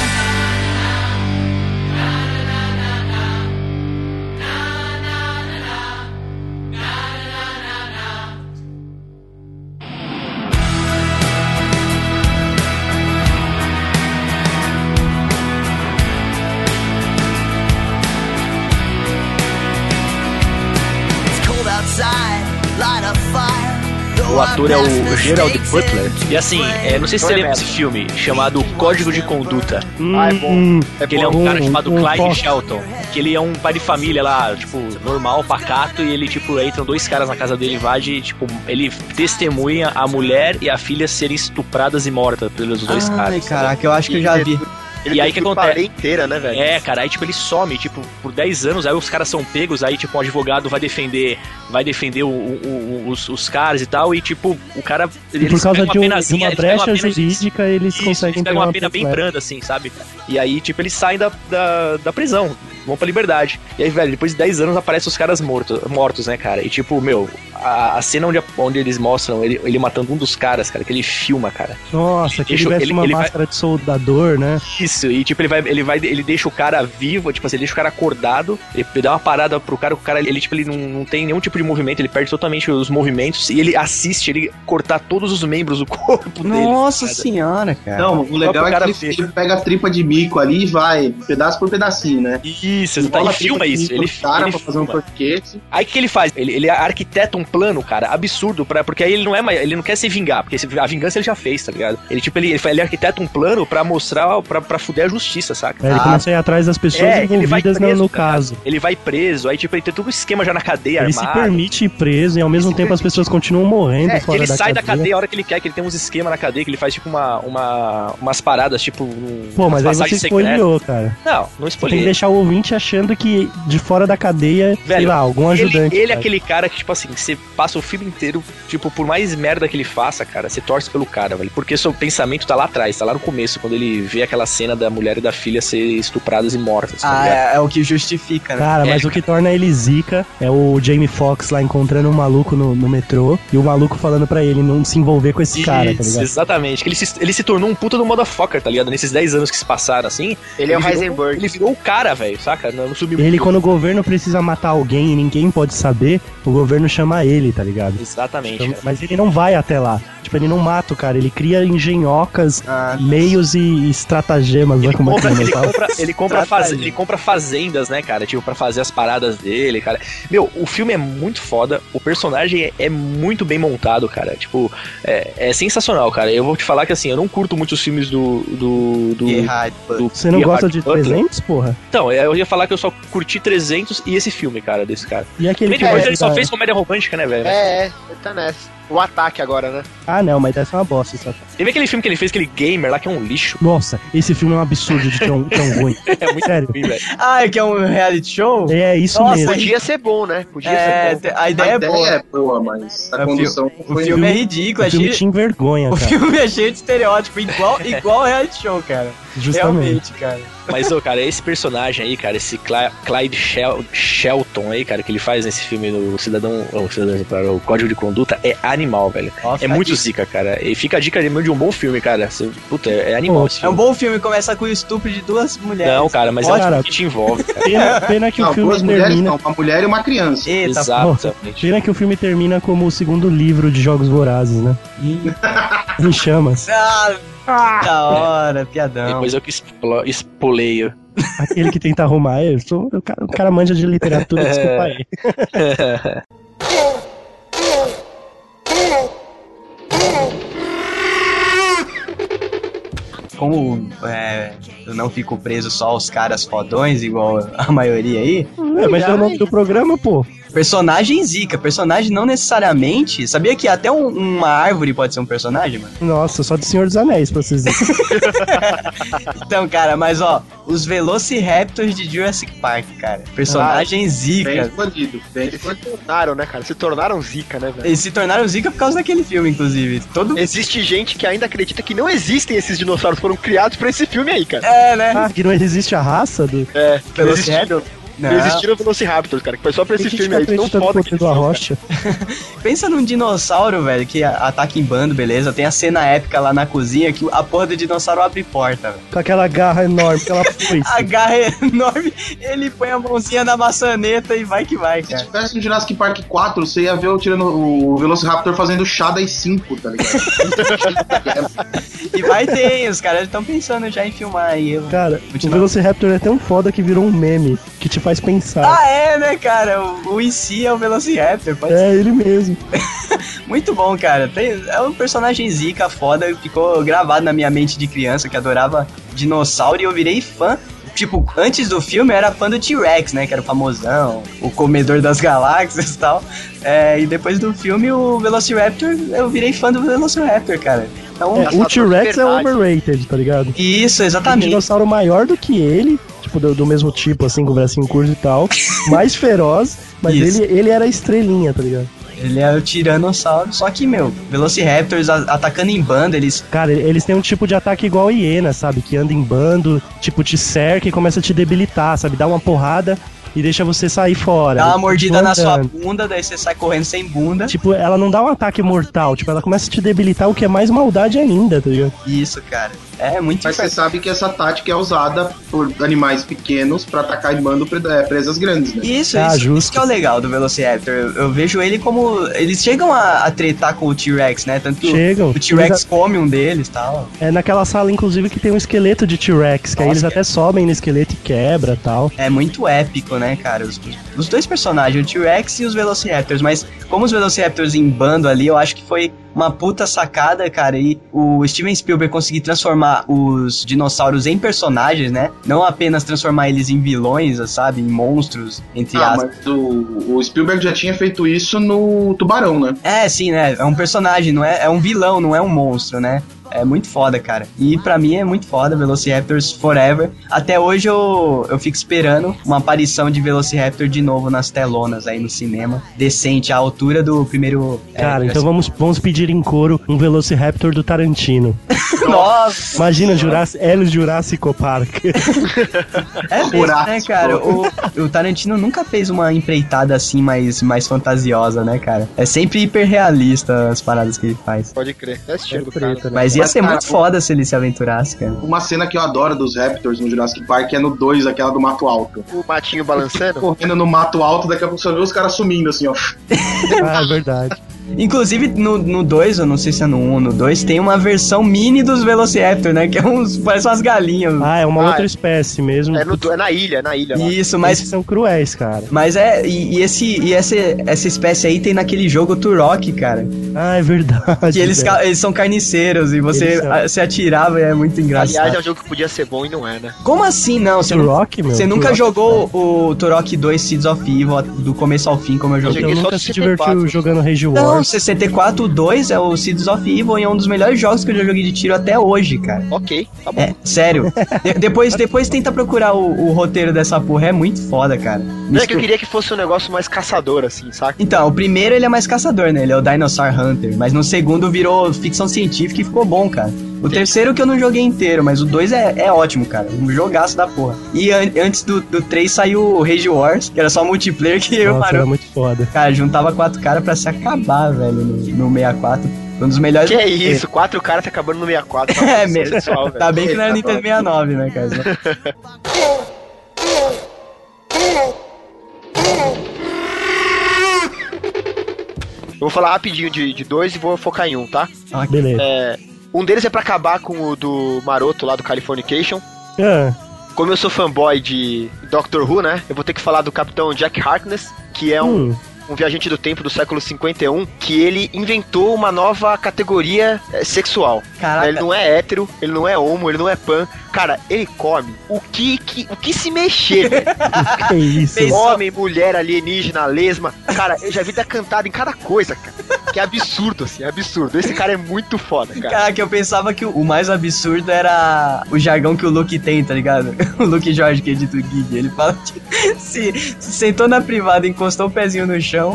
S2: O ator é o Gerald Butler. E assim, é, não sei se você lembra desse filme, chamado Código de Conduta.
S3: Ah, é bom.
S4: Hum,
S3: É
S2: que ele é
S3: bom.
S2: um cara
S4: Um-
S2: chamado
S4: um
S2: Clyde
S4: Fox.
S2: Shelton. Que ele é um pai de família lá, tipo, normal, pacato. E ele, tipo, entram dois caras na casa dele, invade. E, tipo, ele testemunha a mulher e a filha serem estupradas e mortas pelos dois
S1: Ai,
S2: caras.
S1: caraca, eu acho que eu já vi.
S3: Ele
S2: E aí
S3: tem
S2: que
S3: tudo
S2: acontece?
S3: pra lei inteira, né, velho?
S2: É, cara, aí tipo ele some, tipo, por 10 anos, aí os caras são pegos, aí tipo um advogado vai defender, vai defender o- o- o- os, os caras e tal, e tipo, o cara
S4: E por causa de, um- de
S2: penazinha,
S4: uma
S2: eles pegam
S4: brecha
S2: pena-
S4: jurídica, eles
S2: Isso,
S4: conseguem
S2: pegam
S4: pegar
S2: uma pena bem
S4: pessoa.
S2: branda, assim, sabe? E aí, tipo, eles saem da, da, da prisão, vão pra liberdade. E aí, velho, depois de 10 anos aparecem os caras mortos, mortos né, cara? E tipo, meu, a, a cena onde, onde eles mostram ele, ele matando um dos caras, cara, que ele filma, cara.
S4: Nossa, que ele
S2: Deixa-
S4: veste
S2: ele-
S4: uma
S2: ele vai-
S4: máscara de soldador, né?
S2: Isso, e tipo, ele vai, ele vai, ele deixa o cara vivo, tipo assim, ele deixa o cara acordado, ele dá uma parada pro cara, o cara, ele, tipo, ele não, não tem nenhum tipo de movimento, ele perde totalmente os movimentos, e ele assiste ele cortar todos os membros do [laughs] corpo dele.
S1: Nossa
S2: cara.
S1: senhora, cara.
S5: Não, o legal
S2: Só pro
S5: é que
S2: cara
S5: ele,
S2: ver.
S5: ele pega a tripa de mico ali e vai, pedaço por pedacinho, né?
S2: Isso, exato.
S5: Cola
S2: Ele
S5: a tripa
S2: filma
S5: de
S2: é isso,
S5: mico
S2: ele,
S5: no cara
S2: ele
S5: pra fazer um
S2: filma.
S5: porquete.
S2: Aí o que ele faz? Ele, ele arquiteta um plano, cara, absurdo, pra, porque aí ele não é mais, ele não quer se vingar, porque se- a vingança ele já fez, tá ligado? Ele, tipo, ele, ele, fa- ele arquiteta um plano pra mostrar, pra, pra fuder a justiça, saca?
S4: É, Ele
S2: Ah,
S4: começa a ir atrás das pessoas
S2: é, ele vai
S4: envolvidas no-
S2: preso,
S4: no
S2: cara.
S4: caso.
S2: Ele vai preso, aí, tipo, ele tem todo um esquema já na cadeia
S4: Ele se
S2: armado.
S4: permite ir preso e ao mesmo
S3: se
S4: tempo as pessoas continuam morrendo
S2: É,
S4: fora
S2: ele
S4: da
S2: sai da
S4: cadeia.
S2: cadeia a hora que ele quer, que ele tem uns esquemas na cadeia, que ele faz tipo uma, uma, umas paradas, tipo. Um,
S4: Pô, mas aí
S2: umas
S4: você
S2: passagens secretas.
S4: escolheu, cara.
S2: Não, não
S4: Tem que
S2: escolheu.
S4: deixar o ouvinte achando que de fora da cadeia, sei
S2: Velho,
S4: lá, algum
S2: Ele,
S4: um ajudante.
S2: ele é
S4: cara.
S2: aquele cara que, tipo assim, que você passa o filme inteiro, tipo, por mais merda que ele faça, cara, você torce pelo cara, velho. Porque seu pensamento tá lá atrás, tá lá no começo, quando ele vê aquela cena da mulher e da filha serem estupradas e mortas. tá
S1: Ah,
S2: ligado?
S1: é, é o que justifica,
S2: Tá.
S1: né?
S4: Cara,
S2: É.
S4: mas o que torna ele zica é o Jamie Foxx lá encontrando um maluco no, no metrô e o maluco falando pra ele não se envolver com esse cara, tá
S2: Isso,
S4: ligado?
S2: exatamente. Que ele se, ele se tornou um puta do motherfucker, tá ligado? Nesses 10 anos que se passaram, assim,
S3: Ele é o
S2: Ele virou-
S3: Heisenberg.
S2: ele virou o cara, velho, saca? Não, não subiu
S4: Ele, quando o governo precisa matar alguém e ninguém pode saber, o governo chama ele, tá ligado?
S2: Exatamente,
S4: Então,
S2: cara.
S4: mas ele não vai até lá. Tipo, ele não mata o cara, ele cria engenhocas,
S1: Ah,
S4: meios e estratagemas, né?
S2: Ele
S4: Como é que
S2: compra,
S4: é,
S2: ele
S4: tá?
S2: compra, ele compra
S1: Trata
S2: faz-
S1: ele.
S2: ele compra fazendas, né, cara? Tipo, pra fazer as paradas dele, cara. Meu, o filme é muito foda. O personagem é, é muito bem montado, cara. Tipo, é, é sensacional, cara. Eu vou te falar que, assim, eu não curto muito os filmes do... do,
S5: é
S2: do-
S1: errado. pô.
S2: do-
S4: [laughs] Você não
S2: Gerard
S4: gosta de
S2: Butler.
S4: 300, porra?
S2: Então, eu ia falar que eu só curti 300 e esse filme, cara, desse cara.
S4: E aquele
S2: Também
S4: que
S2: depois
S4: vai
S2: ele só
S4: dar-
S2: fez comédia romântica, né, velho?
S3: É, é, ele tá nessa. O ataque agora, né?
S4: Ah, não, mas essa é uma bosta. Essa...
S2: Teve aquele filme que ele fez, aquele gamer lá, que é um lixo.
S4: Nossa, esse filme é um absurdo de tão, tão ruim.
S2: [laughs] É muito
S4: Sério.
S2: ruim, velho.
S1: Ah, é que é um reality show?
S4: É isso
S1: Nossa,
S4: mesmo.
S3: Podia ser bom, né? Podia
S1: É,
S3: ser bom.
S1: te- a
S5: A
S1: ideia é
S5: ideia
S1: boa.
S5: é boa, mas
S1: É,
S5: a condução
S1: O
S5: foi
S1: filme é
S4: O
S1: ridículo, é
S4: filme
S1: cheio,
S4: tinha vergonha,
S1: o
S4: cara.
S1: filme é cheio de estereótipo,
S2: [laughs] É.
S1: igual, igual reality show, cara.
S4: Justamente.
S1: Realmente, cara.
S2: Mas, ô, cara, esse personagem aí, cara, esse Cla- Clyde Shel- Shelton aí, cara, que ele faz nesse filme do Cidadão, o, Cidadão exemplar, o Código de Conduta, é animal, velho.
S1: Nossa,
S2: É muito zica, cara. E fica a dica de de um bom filme, cara. Você- Puta, é é animal esse
S1: É um
S2: filme.
S1: bom filme, começa com o estupro de duas mulheres.
S2: Não, cara, mas
S4: Olha,
S2: é um
S4: cara.
S2: filme que te [laughs] envolve, cara.
S3: [laughs]
S4: Pena, pena que
S5: Não,
S4: o filme
S5: duas mulheres
S4: termina.
S5: não, uma mulher e uma criança.
S1: Eita,
S2: Exato.
S4: Pena que o filme termina como o segundo livro de Jogos Vorazes, né? Em chamas.
S1: Ah, da hora, piadão.
S2: Depois eu que explo- espoleio.
S4: Aquele que tenta arrumar. Eu sou, o, cara, o cara manja de
S3: [laughs]
S4: literatura,
S3: É.
S4: desculpa aí.
S1: Como é, eu não fico preso só aos caras fodões, igual a maioria aí,
S4: É, mas é o nome do programa, pô.
S1: personagem zica. Personagem não necessariamente. Sabia que até um- uma árvore pode ser um personagem, mano?
S4: Nossa, só do Senhor dos Anéis pra vocês verem.
S1: Então, cara, mas ó, os Velociraptors de Jurassic Park, cara. Personagem
S5: Bem
S1: zica.
S5: escondido, bem escondido.
S3: Tornaram, né, cara? Se tornaram zica, né, velho?
S1: Eles se tornaram zica por causa daquele filme, inclusive. Todo.
S3: Existe gente que ainda acredita que não existem esses dinossauros, foram criados pra esse filme aí, cara.
S1: É, né?
S4: Ah, que não existe a raça do.
S3: É, não existiram,
S1: Velociraptor?
S3: não
S1: Não.
S3: existiram Velociraptors, cara, que foi só pra
S4: Por que
S3: esse
S4: que a É. gente
S3: filme
S4: tá
S3: aí, de
S4: acreditando
S3: tão
S4: no
S3: foda que
S4: poder
S3: eles
S4: do
S3: são, cara.
S4: Arrocha?
S1: Pensa num dinossauro, velho, que a- ataca em bando, beleza? Tem a cena épica lá na cozinha que a porra do dinossauro abre porta, velho.
S4: Com aquela garra enorme, aquela foice.
S1: A
S3: [laughs]
S1: garra é enorme, ele põe a mãozinha na maçaneta e vai que vai,
S5: Se
S1: cara.
S5: tivesse um Jurassic Park 4, você ia ver eu tirando o Velociraptor fazendo chá das 5, tá
S1: [laughs]
S5: ligado? É
S1: E vai ter, os caras estão pensando já em filmar aí. eu-
S4: Cara, o
S1: Continua.
S4: Velociraptor é tão foda que virou um meme que te faz pensar.
S1: Ah, é, né, cara? O, o IC é o Velociraptor, pode ser.
S4: É ele mesmo.
S1: Muito bom, cara. Tem- É um personagem zica, foda, ficou gravado na minha mente de criança, que adorava dinossauro, e eu virei fã. Tipo, antes do filme eu era fã do T-Rex, né? Que era o famosão, o comedor das galáxias e tal. É, e depois do filme, o Velociraptor, eu virei fã do Velociraptor, cara. Então,
S4: É, o T-Rex é
S3: verdade.
S4: overrated, tá ligado?
S1: isso,
S4: Um
S1: exatamente.
S4: dinossauro maior do que ele, tipo, do, do mesmo tipo, assim, com o bracinho curto e
S1: [laughs]
S4: tal. mais feroz, mas
S1: Isso.
S4: ele, ele era a estrelinha, tá ligado?
S1: Ele é o Tiranossauro, só que, meu, Velociraptors a- atacando em banda, eles
S4: Cara, eles têm um tipo de ataque igual a hiena, sabe? Que anda em bando, tipo, te cerca e começa a te debilitar, sabe? Dá uma porrada e deixa você sair fora.
S1: dá uma
S4: Eles
S1: mordida na
S4: continuam
S1: sua
S4: andando.
S1: bunda, daí você sai correndo sem bunda.
S4: Tipo, ela não dá um ataque mortal, tipo, ela começa a te debilitar, o que é mais maldade ainda, tá ligado?
S1: Isso, cara. É muito
S5: Mas você
S1: diferente.
S5: sabe que essa tática é usada por animais pequenos pra atacar em bando pre- é, presas grandes, né?
S1: Isso,
S4: Ah,
S1: isso,
S4: justo.
S1: isso que é o legal do Velociraptor. Eu, eu vejo ele como. Eles chegam a, a tretar com o T-Rex, né? Tanto que o-
S4: Chegam.
S1: o T-Rex come um deles e tal.
S4: É naquela sala, inclusive, que tem um esqueleto de T-Rex, que aí
S1: Nossa,
S4: eles
S1: cara.
S4: até sobem no esqueleto e quebra tal.
S1: É muito épico, né, cara? Os, os dois personagens, o T-Rex e os Velociraptors. Mas como os Velociraptors em bando ali, eu acho que foi uma puta sacada, cara. E o Steven Spielberg conseguir transformar os dinossauros em personagens, né? Não apenas transformar eles em vilões, sabe? Em monstros, entre
S5: Ah,
S1: aspas.
S5: mas o, o Spielberg já tinha feito isso no Tubarão, né?
S1: É, sim, né? É um personagem, não é, é um vilão, não é um monstro, né? É muito foda, cara. E pra mim é muito foda Velociraptors Forever. Até hoje eu, eu fico esperando uma aparição de Velociraptor de novo nas telonas aí no cinema. Decente, à altura do primeiro. é,
S4: Cara, então vamos, vamos pedir em coro um Velociraptor do Tarantino.
S1: Nossa!
S4: Imagina, Jurassic, El Jurássico Park.
S1: É mesmo, né,
S5: Horácio.
S1: cara? O, o Tarantino nunca fez uma empreitada assim mais, mais fantasiosa, né, cara? É sempre hiperrealista as paradas que ele faz.
S3: Pode crer. É estilo do cara.
S4: Treta, né?
S1: Mas ia
S5: Mas,
S1: ser
S5: cara,
S1: muito
S5: o-
S1: foda se ele se aventurasse, cara.
S5: Uma cena que eu adoro dos Raptors no Jurassic Park é no 2, aquela do Mato Alto.
S3: O matinho balançando. é
S5: Correndo no Mato Alto, daqui a pouco você vê os caras sumindo, assim, ó.
S4: Ah, é verdade.
S1: Inclusive, no 2, eu não sei se é no 1 um, no 2, tem uma versão mini dos Velociraptor, né? Que é uns, [laughs] parece umas galinhas.
S4: Ah, é uma
S3: Ah,
S4: outra
S3: é.
S4: espécie mesmo.
S3: É, no, do- é na ilha, é na ilha. lá.
S1: Isso,
S4: Mas
S1: mas...
S4: são cruéis, cara.
S1: Mas é, e, e esse, e essa, essa espécie aí tem naquele jogo Turok, cara.
S4: Ah, é verdade.
S1: Que eles,
S4: velho.
S1: ca- eles são carniceiros e você
S4: Eles são.
S1: a- se atirava e é muito engraçado.
S3: Aliás, é um jogo que podia ser bom e não é, né?
S1: Como assim, não? Você, nu-
S4: Turok, meu.
S1: você nunca
S4: Turok, é.
S1: jogou o Turok 2 Seeds of Evil do começo ao fim, como eu
S4: Eu
S1: joguei?
S3: joguei só
S4: nunca
S3: no
S4: se
S3: 64.
S4: divertiu jogando Rage
S1: Não,
S4: Wars.
S1: 64 2 é o Seeds of Evil e é um dos melhores jogos que eu já joguei de tiro até hoje, cara.
S3: Ok, tá bom.
S1: É, sério. De- depois, depois tenta procurar o, o roteiro dessa porra, é muito foda, cara.
S3: Não é que eu queria que fosse um negócio mais caçador, assim, saca?
S1: Então, o primeiro ele é mais caçador, né? Ele é o Dinosaur Hunter. Mas no segundo virou ficção científica e ficou bom, cara. O terceiro que eu não joguei inteiro, mas o dois é, é ótimo, cara. Um jogaço da porra. E an- antes do, do 3 saiu o Rage Wars, que era só multiplayer que eu
S4: Nossa,
S1: parou.
S4: era muito foda.
S1: Cara, juntava quatro caras pra se acabar, velho, no, no 64. Foi Um dos melhores.
S3: Que é isso, quatro caras tá acabando no 64.
S1: [laughs]
S3: tá
S1: É
S3: bom,
S1: mesmo.
S3: pessoal, velho.
S1: Tá bem que não era
S5: Eita,
S1: Nintendo 69, né,
S3: [laughs]
S1: cara?
S3: Eu vou falar rapidinho de, de dois e vou focar em um, tá?
S4: Beleza.
S3: É, um deles é pra acabar com o do Maroto lá do Californication.
S4: Ah,
S3: Como eu sou fanboy de Doctor Who, né? Eu vou ter que falar do Capitão Jack Harkness, que é um,
S4: hum,
S3: um viajante do tempo do século 51, que ele inventou uma nova categoria eh, sexual. Ele
S1: Caraca,
S3: não é hétero, ele não é homo, ele não é pan. Cara, ele come o que, que- o que se mexer. velho.
S4: que isso.
S1: Fez-
S3: Homem, mulher, alienígena, lesma. Cara, eu já vi dar cantada em cada coisa, cara. Que é absurdo, assim, é absurdo. Esse cara é muito foda,
S1: [laughs]
S3: cara.
S1: Caraca, eu pensava que o- o mais absurdo era o jargão que o Luke tem, tá ligado? [laughs] O Luke Jorge, que é edita o Gig, ele fala que [laughs] se, se sentou na privada, encostou o pezinho no
S3: [laughs]
S1: chão.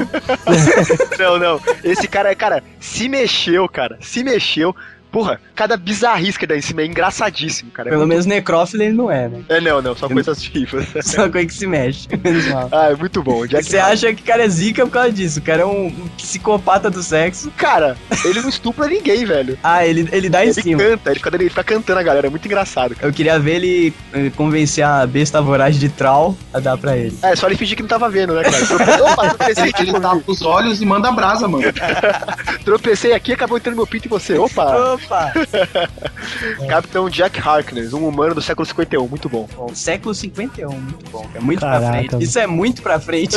S3: Não, não. Esse cara, cara, se mexeu, cara. Se mexeu. Porra, cada bizarrice que dá em cima é engraçadíssimo, cara.
S1: Pelo menos necrófilo ele não é, né? [laughs]
S3: É, não, não. Só coisas fifas.
S1: Só uma coisa que se mexe. [laughs] menos mal.
S3: Ah, é muito bom. O Jack
S1: Você acha que o cara é zica por causa disso? O cara é um um psicopata do sexo.
S3: Cara, ele não estupra ninguém, velho.
S1: Ah, ele, ele dá em
S3: Ele
S1: cima.
S3: canta, ele fica, ele fica cantando a galera. É muito engraçado, cara.
S1: Eu queria ver ele eh, convencer a besta voraz de Troll a dar pra ele.
S3: É, só ele fingir que não tava vendo, né, cara? [laughs] Opa, tropecei
S5: Ele,
S3: aqui,
S5: ele tapa os olhos e manda brasa, mano.
S3: tropecei aqui, acabou entrando meu pinto e você. Opa!
S1: Opa, Opa!
S4: É.
S3: Capitão Jack Harkness, um humano do século 51, muito bom.
S1: Século 51, muito bom. É muito pra
S4: Caraca,
S1: frente.
S4: mano.
S1: Isso é muito pra
S3: [laughs]
S1: frente.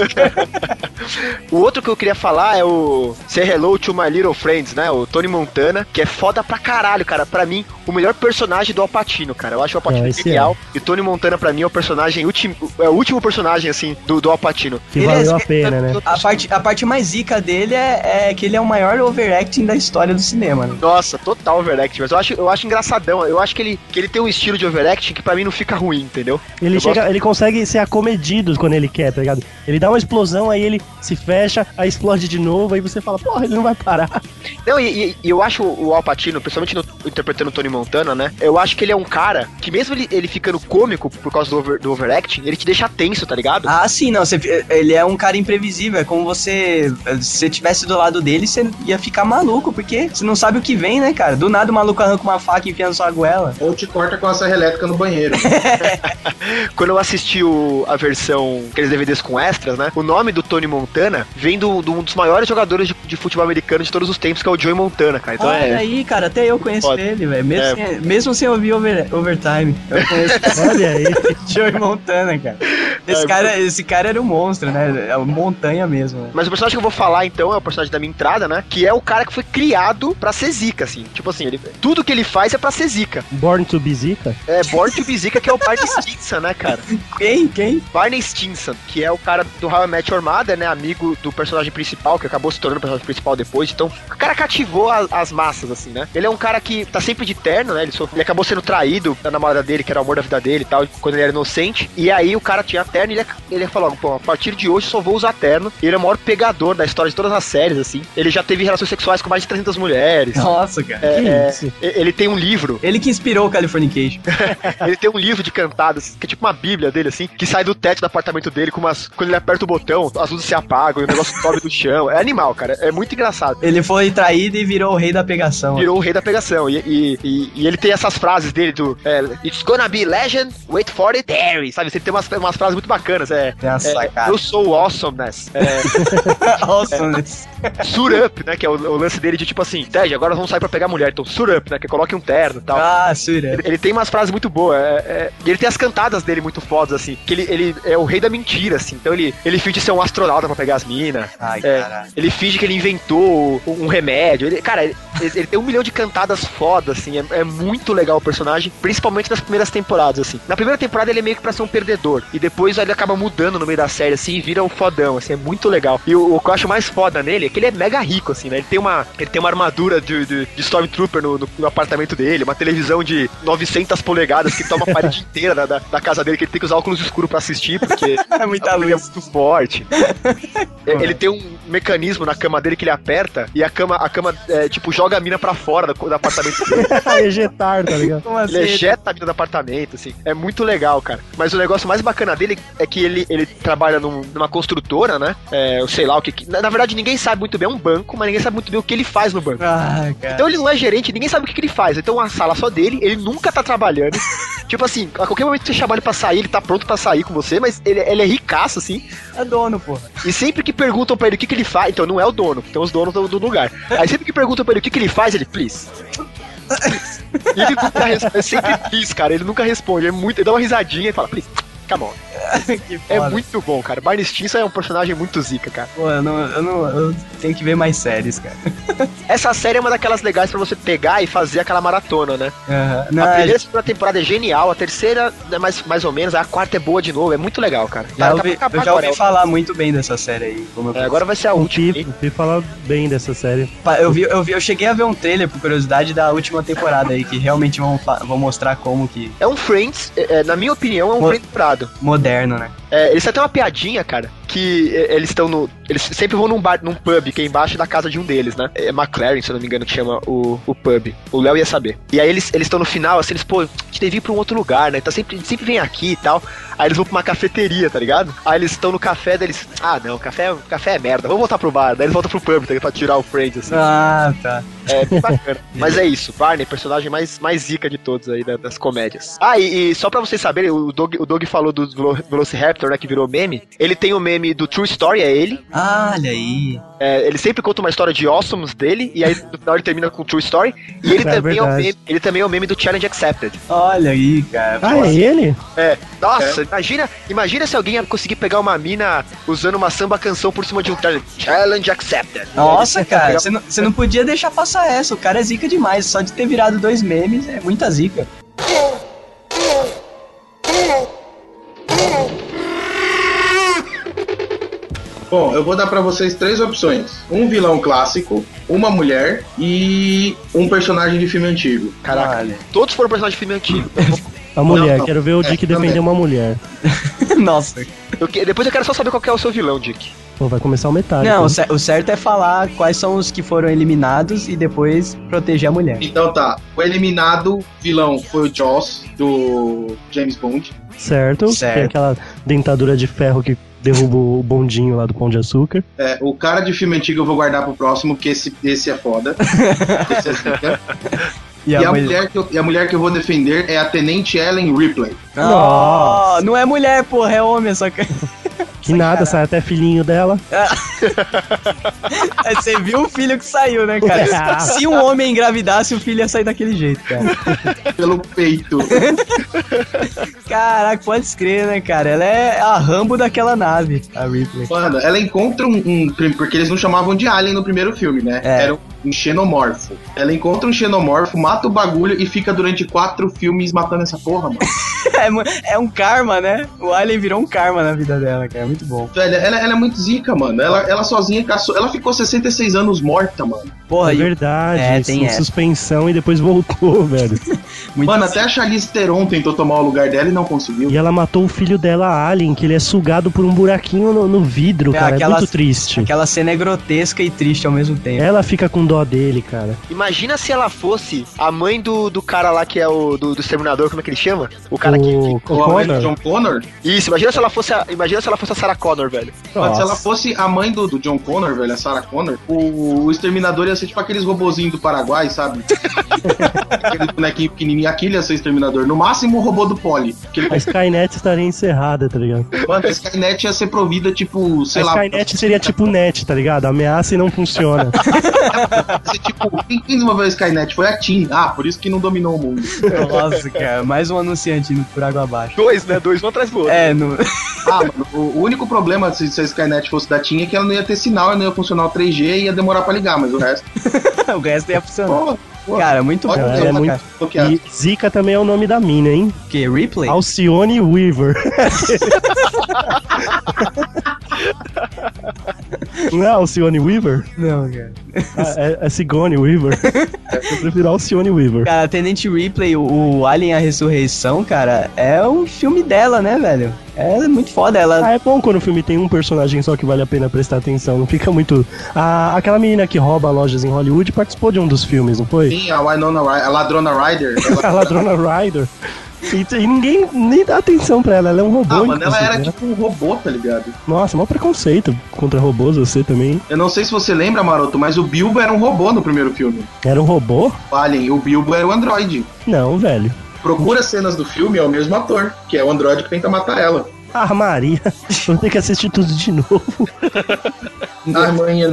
S3: O outro que eu queria falar é o Say Hello to My Little Friends, né? O Tony Montana, que é foda pra caralho, cara. Pra mim, o melhor personagem do Alpatino, cara. Eu acho o Alpatino
S4: Não, É, esse
S3: genial. E o Tony Montana, pra mim, é o personagem último. É o último personagem, assim, do, do Alpatino.
S4: Que
S1: Ele é-
S4: valeu a pena, né?
S1: A parte, a parte mais zica dele é, é que ele é o maior overacting da história do cinema, né?
S3: Nossa, total overact, mas eu acho, eu acho engraçadão. Eu acho que ele, que ele tem um estilo de overact que pra mim não fica ruim, entendeu?
S4: Ele,
S3: Eu
S4: chega, ele consegue ser acomedido quando ele quer, tá ligado? Ele dá uma explosão, aí ele se fecha, aí explode de novo, aí você fala, porra, ele não vai parar.
S3: Não, e, e- e eu acho o Al Pacino, principalmente no- interpretando o Tony Montana, né? Eu acho que ele é um cara que, mesmo ele, ele ficando cômico por causa do, over- do overacting, ele te deixa tenso, tá ligado?
S1: Ah, sim, não. você- ele é um cara imprevisível. É como você. Se você tivesse do lado dele, você ia ficar maluco, porque você não sabe o que vem, né, cara? Do nada o maluco arranca uma faca e enfia na sua goela.
S5: Ou te corta com a serra elétrica no banheiro.
S3: Quando eu assisti o- a versão, aqueles DVDs com extras, né? O nome do Tony Montana vem do- de um dos maiores jogadores de, de futebol americano de todos os tempos, que é o Joey Montana, cara. Então
S1: Olha
S3: é.
S1: aí, cara, até eu conheço
S3: Foda.
S1: ele, velho. Mesmo,
S3: É.
S1: sem- mesmo sem ouvir over, Overtime, eu conheço
S3: [laughs]
S4: Olha aí.
S1: Joey Montana, cara. Esse,
S3: É,
S1: cara. esse cara era um monstro, né? É uma montanha mesmo. né?
S3: Mas o personagem que eu vou falar então é o personagem da minha entrada, né? Que é o cara que foi criado pra ser zica, assim. Tipo assim, ele, tudo que ele faz é pra ser zica.
S4: Born to be Zika?
S3: É Born to be Zica, que é o Barney Stinson, né, cara?
S1: Quem? Quem?
S3: Barney Stinson, que é o cara do How I Met Your Mother, né? Amigo do personagem principal, que acabou se tornando o personagem principal depois. Então, o cara cativou a- as massas, assim, né? Ele é um cara que tá sempre de terno, né? Ele, so- ele acabou sendo traído da namorada dele, que era o amor da vida dele e tal, quando ele era inocente. E aí o cara tinha terno e ele, ele falou: pô, a partir de hoje eu só vou usar terno. E ele é o maior pegador da história de todas as séries, assim. Ele já teve relações sexuais com mais de 300 mulheres.
S1: Nossa, cara.
S4: que
S3: é.
S4: isso?
S3: E- Ele tem um livro,
S1: Ele que inspirou o Californication.
S3: ele tem um livro de cantadas, que é tipo uma bíblia dele, assim, que sai do teto do apartamento dele, com umas. Quando ele aperta o botão, as luzes se apagam e o negócio sobe do chão. É animal, cara. É muito engraçado.
S1: Ele foi traído e virou o rei da pegação. [laughs]
S3: Virou o rei da pegação. E, e- e- e ele tem essas frases dele do é, It's gonna be legend, wait for it, Harry. Sabe? Ele tem umas, umas frases muito bacanas. É,
S1: Nossa,
S3: é,
S1: cara.
S3: eu sou awesomeness.
S1: Awesomeness.
S3: Sur up, né? Que é o, o lance dele de tipo assim, Ted, agora nós vamos sair pra pegar mulher. Então, sur up, né? Que coloque um terno e tal.
S1: Ah, Surya.
S3: Ele, ele tem umas frases muito boas. é- é- e ele tem as cantadas dele muito fodas, assim. Que ele, ele é o rei da mentira, assim. Então ele, ele finge ser um astronauta pra pegar as minas.
S1: Ai,
S3: É,
S1: caralho.
S3: ele finge que ele inventou um, um remédio. Ele, cara, ele, ele- ele tem um milhão de cantadas fodas, assim. É, é muito legal o personagem, principalmente nas primeiras temporadas, assim. Na primeira temporada ele é meio que pra ser um perdedor. E depois ele acaba mudando no meio da série, assim, e vira um fodão, assim. É muito legal. E o, o que eu acho mais foda nele é que ele é mega rico, assim, né? Ele tem uma, ele tem uma armadura de, de, de Stormtrooper no, no- no apartamento dele, uma televisão de 900 polegadas que toma a parede inteira da, da, da casa dele, que ele tem que usar óculos escuros pra assistir, porque
S1: É muita
S3: ele é
S1: luz.
S3: muito forte. É, ele tem um mecanismo na cama dele que ele aperta e a cama, a cama é, tipo, joga a mina pra fora do, do apartamento dele.
S4: Ejetar, tá ligado?
S1: Como assim?
S3: Ele é ejeta a mina do apartamento, assim. É muito legal, cara. Mas o negócio mais bacana dele é que ele, ele trabalha num- numa construtora, né? É, eu sei lá o que. que- Na, na verdade, ninguém sabe muito bem. É um banco, mas ninguém sabe muito bem o que ele faz no banco.
S1: Ah, cara.
S3: Então ele não é gerente, ninguém sabe o que, que ele faz. Então a sala só dele, ele nunca tá trabalhando. tipo assim, a qualquer momento que você chamar ele pra sair, ele tá pronto pra sair com você, mas ele, ele é ricaço, assim.
S1: É dono, porra.
S3: E sempre que perguntam pra ele o que, que ele faz, então não é o dono, então os donos do, do lugar. Aí sempre que perguntam pra ele o que, que ele faz, ele, please. Please." E ele nunca responde, é sempre please, cara, ele nunca responde, é muito, ele dá uma risadinha e fala, please. Come on.
S1: que
S3: É
S1: foda.
S3: muito bom, cara. Barney Stinson é um personagem muito zica, cara.
S1: Pô, eu não, eu não. Eu tenho que ver mais séries, cara.
S3: Essa série é uma daquelas legais pra você pegar e fazer aquela maratona, né?
S1: Aham.
S3: A
S1: Não,
S3: primeira e a segunda temporada é genial, a terceira é mais, mais ou menos, a quarta é boa de novo, é muito legal, cara.
S1: já
S3: Tá- tá
S1: ouvi-
S3: pra acabar
S1: eu já
S3: agora,
S1: ouvi falar muito bem dessa série aí. Como eu,
S3: é, agora vai ser
S4: [laughs]
S3: a
S4: O
S3: última.
S4: Pi, o Pi fala bem dessa série.
S1: Pa- eu vi, eu vi, eu cheguei a ver um trailer, por curiosidade, da última temporada aí, que realmente vão, fa- vão mostrar como que.
S3: É um Friends, é- é, na minha opinião, é um
S1: Mo-
S3: Friends prado.
S1: Moderno, né?
S3: É, eles até uma piadinha, cara, que é, eles estão no. Eles sempre vão num bar, num pub, que é embaixo da casa de um deles, né? É McLaren, se eu não me engano, que chama o, o pub. O Léo ia saber. E aí eles eles estão no final, assim, eles, pô, a gente devia ir pra um outro lugar, né? Então sempre, sempre vem aqui e tal. Aí eles vão pra uma cafeteria, tá ligado? Aí eles estão no café, daí eles. Ah, não, café, café é merda, vamos voltar pro bar. Daí eles voltam pro pub, tá ligado? Pra tirar o Friends, assim.
S1: Ah, tá.
S3: É bem bacana. Mas é isso, Barney, personagem mais, mais zica de todos aí da- das comédias. Ah, e, e só pra vocês saberem, o Doug, o Doug falou do Velo- Velociraptor, né, que virou meme. Ele tem o, me- meme do True Story é ele.
S1: Olha aí.
S3: É, ele sempre conta uma história de awesomes dele, e aí no final ele termina com True Story. E ele,
S4: É
S3: também, é o
S4: verdade.
S3: meme, ele também é o meme do Challenge Accepted.
S1: Olha aí, cara.
S4: Ah, é ele?
S3: É, nossa, imagina imagina se alguém ia conseguir pegar uma mina usando uma samba canção por cima de um challenge- Challenge Accepted.
S1: Nossa, cara, você não, você não podia deixar passar essa. O cara é zica demais. Só de ter virado dois memes é muita zica.
S5: Bom, eu vou dar pra vocês três opções: um vilão clássico, uma mulher e um personagem de filme antigo.
S3: Caraca,
S1: Olha.
S3: todos foram personagens de filme antigo.
S4: A mulher,
S5: não.
S4: quero ver o Dick
S5: É,
S4: defender
S5: também.
S4: uma mulher.
S1: Nossa.
S3: Eu que- depois eu quero só saber qual que é o seu vilão, Dick.
S4: Pô, vai começar o metade.
S1: Não, o cer- o certo é falar quais são os que foram eliminados e depois proteger a mulher.
S5: Então tá, o eliminado vilão foi o Joss, do James Bond.
S4: Certo?
S1: Certo.
S4: Tem aquela dentadura de ferro que derruba o bondinho lá do Pão de Açúcar.
S5: É, o cara de filme antigo eu vou guardar pro próximo, porque esse, esse é foda. [laughs] esse é zica. E, a mulher que eu, e a mulher que eu vou defender é a Tenente Ellen Ripley.
S1: Não, não é mulher, porra, é homem, só que. [laughs]
S4: Que nada, sai até filhinho dela.
S1: Aí Você viu o filho que saiu, né, cara? Se um homem engravidasse, o filho ia sair daquele jeito, cara.
S5: Pelo [laughs] peito.
S1: Caraca, pode crer, né, cara? Ela é a Rambo daquela nave, a Ripley.
S5: Mano, ela encontra um, um- Porque eles não chamavam de Alien no primeiro filme, né?
S1: É.
S5: Era um xenomorfo. Ela encontra um xenomorfo, mata o bagulho e fica durante quatro filmes matando essa porra, mano.
S1: [laughs] É, mu- é um karma, né? O Alien virou um karma na vida dela, cara. Muito bom.
S5: Velho, ela, ela é muito zica, mano. Ela, ela sozinha caçou. Ela ficou 66 anos morta, mano.
S1: Porra,
S4: é
S1: e
S4: verdade.
S1: É, tem
S4: sim,
S1: essa.
S4: suspensão e depois voltou, [laughs] velho.
S1: muito
S5: Mano,
S4: assim.
S5: até a Charlize Theron tentou tomar o lugar dela e não conseguiu.
S4: E ela matou o filho dela, Alien, que ele é sugado por um buraquinho no, no vidro,
S1: É,
S4: cara.
S1: aquela-
S4: É muito triste.
S1: Aquela cena é grotesca e triste ao mesmo
S4: [laughs]
S1: tempo.
S4: Ela fica com dó dele, cara.
S3: Imagina se ela fosse a mãe do, do cara lá que é o do, do exterminador, como é que ele chama? O cara
S4: o
S3: que.
S4: o
S5: Ou a mãe do
S4: Connor.
S5: John Connor?
S3: Isso, imagina se ela fosse a, imagina se ela fosse a Sarah Connor, velho.
S5: Mano,
S4: Nossa.
S5: se ela fosse a mãe do, do John Connor, velho, a Sarah Connor, o, o exterminador ia ser tipo aqueles robozinhos do
S4: [laughs]
S5: Paraguai, sabe? Aquele bonequinho pequenininho, aquele ia ser o exterminador. No máximo, o robô do Poli. Aquele
S4: A Skynet estaria encerrada, tá ligado?
S5: Mano, a Skynet ia ser provida, tipo, sei
S4: a
S5: lá.
S4: Skynet seria tipo net, tá ligado? Ameaça e não
S5: [laughs]
S4: funciona.
S5: Tá ia ser, tipo, quem quem desenvolveu a Skynet? Foi a Tim. Ah, por isso que não dominou o mundo.
S1: Nossa, cara. Mais um anunciante indo por água abaixo.
S3: Dois, né? Dois, um atrás do outro.
S1: É, no... [laughs]
S5: Ah, mano, o o único problema se, se a Skynet fosse da Tim é que ela não ia ter sinal, ela não ia funcionar o 3G e ia demorar pra ligar, mas o resto.
S1: o resto ia funcionar.
S5: Pô, pô,
S1: Cara, muito bom.
S5: Olha,
S1: cara.
S4: ela é muito-
S5: bloqueado.
S4: E Zika também é o nome da mina, hein?
S1: Que Ripley?
S4: Alcione Weaver.
S5: [laughs]
S4: Não é Alcione Weaver?
S1: Não, cara.
S4: Ah, É, é Sigone
S5: [laughs]
S4: Weaver. Eu prefiro Alcione Weaver.
S1: Cara, Tenente Ripley, o, o Alien a Ressurreição, cara, é um filme dela, né, velho? É muito foda ela.
S4: Ah, é bom quando o filme tem um personagem só que vale a pena prestar atenção, não fica muito. Ah, aquela menina que rouba lojas em Hollywood participou de um dos filmes, não foi?
S5: Sim, a Winona Ryder, a ladrona Ryder.
S4: [laughs] A ladrona Ryder. E, t- e ninguém nem dá atenção pra ela, ela é um robô.
S5: Ah, mano, ela
S4: inclusive,
S5: era
S4: né?
S5: tipo um robô, tá ligado?
S4: Nossa, maior preconceito contra robôs, você também.
S5: Eu não sei se você lembra, Maroto, mas o Bilbo era um robô no primeiro filme.
S4: Era um robô?
S5: Alien, o Bilbo era o androide.
S4: Não, velho.
S5: Procura as cenas do filme, é o mesmo ator, que é o androide que tenta matar ela.
S4: Ah, Maria, [laughs] vou ter que assistir tudo de novo. [laughs]
S5: Ai, manhã, é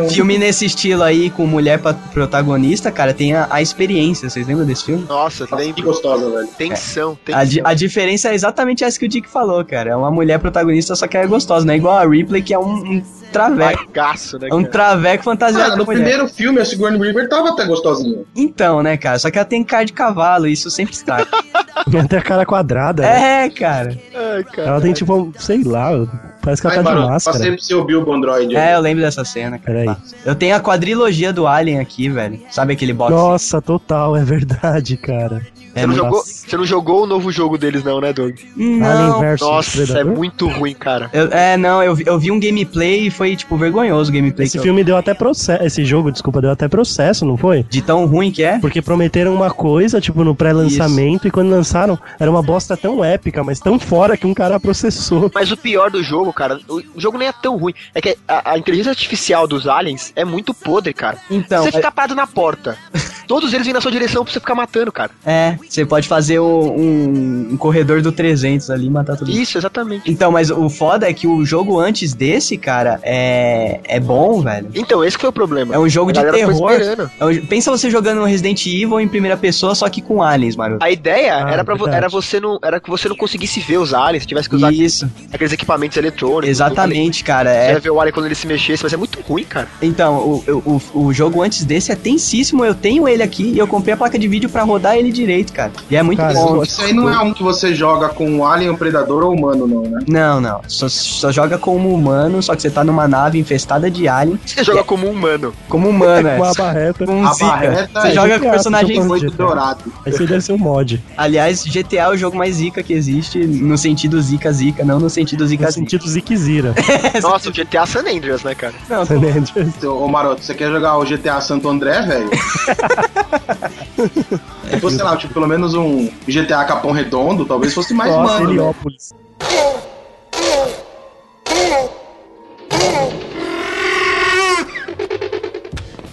S5: não.
S1: Filme nesse estilo aí, com mulher pa- protagonista, cara, tem a, a experiência. Vocês lembram desse filme?
S3: Nossa,
S5: Nossa, que
S3: lembro.
S5: gostosa, velho.
S3: Tensão,
S1: A, di-
S3: tensão.
S1: a diferença é exatamente essa que o Dick falou, cara. É uma mulher protagonista, só que ela é gostosa, né? Igual a Ripley, que é um, um traveco.
S3: Bagaço, né,
S1: É um
S3: cara?
S1: traveco fantasiado
S4: é
S5: Ah,
S1: de
S5: no
S1: mulher.
S5: primeiro filme, a Sigourney Weaver tava até gostosinha.
S1: Então, né, cara? Só que ela tem cara de cavalo, isso sempre
S4: [laughs]
S1: está.
S4: Até a cara quadrada. né?
S1: é, cara.
S3: Ai, cara.
S4: Ela tem tipo, sei lá, parece que ela
S5: Ai,
S4: tá de
S5: Maroto,
S4: máscara.
S5: passei pro seu Bilbo androide.
S1: É, eu lembro dessa cena, cara.
S4: Peraí.
S1: Eu tenho a quadrilogia do Alien aqui, velho. Sabe aquele box?
S4: Nossa, total, é verdade, cara.
S3: Você não,
S4: É, nossa.
S3: jogou, você não jogou o novo jogo deles, não, né, Doug?
S4: Alien
S1: Não.
S4: versus
S3: Nossa, é
S4: Predador.
S3: muito ruim, cara.
S1: Eu- é, não, eu, vi- eu vi um gameplay e foi, tipo, vergonhoso o gameplay. que
S4: Esse
S1: eu-
S4: filme deu até processo. Esse jogo, desculpa, deu até processo, não foi?
S1: De tão ruim que é.
S4: Porque prometeram uma coisa, tipo, no pré-lançamento, e quando lançaram, era uma bosta tão épica, mas tão fora que um cara processou.
S3: Mas o pior do jogo, cara, o o jogo nem é tão ruim. É que a, a inteligência artificial dos aliens é muito podre, cara.
S1: Então,
S3: você fica parado na porta. Todos eles vêm na sua direção pra você ficar matando, cara.
S1: É, você pode fazer o- um, um corredor do 300 ali e matar tudo.
S3: Isso, exatamente.
S1: Então, mas o foda é que o jogo antes desse, cara, é, é bom, velho.
S3: Então, esse que foi o problema.
S1: É um jogo
S3: A
S1: de
S3: galera ficou
S1: terror.
S3: esperando.
S1: É um- pensa você jogando um Resident Evil em primeira pessoa, só que com aliens, mano.
S3: A ideia
S4: Ah,
S3: era para
S4: verdade.
S3: era você não era que você não conseguisse ver os aliens, tivesse que usar
S1: Isso,
S3: aqueles equipamentos eletrônicos.
S1: exatamente, cara.
S3: Você
S1: É,
S3: ia ver o alien quando ele se mexesse, mas é muito ruim, cara.
S1: então, o, o, o jogo antes desse é tensíssimo. Eu tenho ele aqui e eu comprei a placa de vídeo pra rodar ele direito, cara. E é muito
S4: Cara,
S1: bom.
S5: Isso aí não é um que você joga com um alien, um predador ou humano, não, né?
S1: Não, não. Só, só joga como humano, só que você tá numa nave infestada de alien.
S3: Você joga como um
S1: [laughs]
S3: humano.
S1: Como humano, é.
S4: Com a barreta.
S1: Com um
S5: A
S1: zica.
S5: barreta
S1: Você
S5: é
S1: joga com
S4: GTA,
S1: personagens
S4: tô falando
S5: Foi do
S4: de-
S5: dourado.
S4: Esse aí deve ser um mod.
S1: Aliás, GTA é o jogo mais zica que existe, no sentido zica zica, não no sentido zica
S4: No
S1: zica. [laughs]
S4: sentido ziquezira.
S3: Nossa, o GTA San Andreas, né, cara?
S1: Não, tô-
S4: Entende?
S5: Ô, Ô Maroto, você quer jogar o GTA Santo André,
S3: [laughs]
S5: velho? Se fosse, sei lá, tipo, pelo menos um GTA Capão Redondo, talvez fosse mais
S4: Nossa,
S5: mano.
S3: é
S5: velho.
S4: Heliópolis.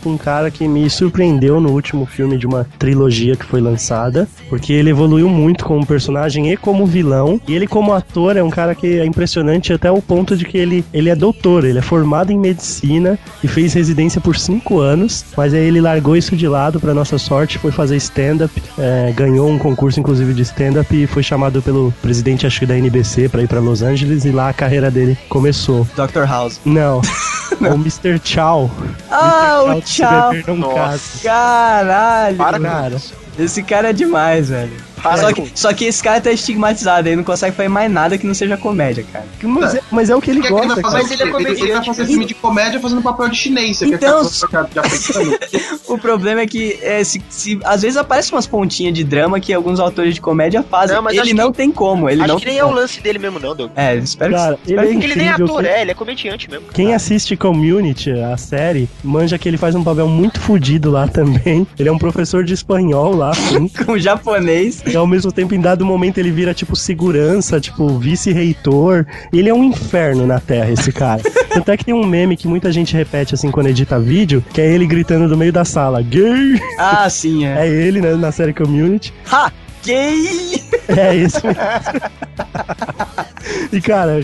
S4: Um cara que me surpreendeu no último filme de uma trilogia que foi lançada, porque ele evoluiu muito como personagem e como vilão. E ele, como ator, é um cara que é impressionante até o ponto de que ele, ele é doutor, ele é formado em medicina e fez residência por cinco anos, mas aí ele largou isso de lado, pra nossa sorte, foi fazer stand-up, é, ganhou um concurso, inclusive, de stand-up e foi chamado pelo presidente, acho que da NBC, pra ir pra Los Angeles e lá a carreira dele começou.
S1: Dr. House.
S4: Não. É o Mr. Chow.
S1: Ah,
S4: Mr.
S1: o tchau.
S4: de beber não casa.
S1: Caralho.
S3: Para com
S4: Cara,
S1: Esse cara é demais, velho.
S3: Para
S1: Só
S3: com-
S1: que, só que esse cara tá estigmatizado, ele não consegue fazer mais nada que não seja comédia, cara.
S4: mas é, mas é o que ele
S5: O que é que ele
S4: gosta,
S5: vai fazer?
S4: cara.
S3: Mas ele
S5: Ele-
S3: é
S5: ele vai
S3: comediante,
S5: fazer
S3: né?
S5: filme de comédia fazendo papel de chinês. Você
S1: Então,
S5: quer ficar de africano?
S1: O problema é que é, se- se- às vezes aparecem umas pontinhas de drama que alguns autores de comédia fazem.
S3: Não, mas
S1: ele
S3: acho
S1: não tem como, ele
S3: Acho
S1: não
S3: que nem é o lance dele mesmo, não, Doug.
S1: É, espero
S4: Cara,
S1: que...
S4: ele
S1: [laughs] espero
S4: é
S1: que-
S3: Porque ele nem é
S4: Incrível,
S3: ator,
S4: que-
S3: é, ele é comediante mesmo.
S4: Quem assiste Community, a série, manja que ele faz um papel muito fodido lá também. [laughs] Ele é um professor de espanhol lá, sim.
S3: [laughs]
S1: com o um japonês.
S4: E ao mesmo tempo, em dado momento, ele vira, tipo, segurança, tipo, vice-reitor. Ele é um inferno na Terra, esse
S3: [laughs]
S4: cara. Tanto é que tem um meme que muita gente repete, assim, quando edita vídeo, que é ele gritando do meio da sala, gay!
S1: Ah, sim, é.
S4: É ele, né, na série Community.
S1: Ha! Gay!
S4: É isso mesmo. E, cara...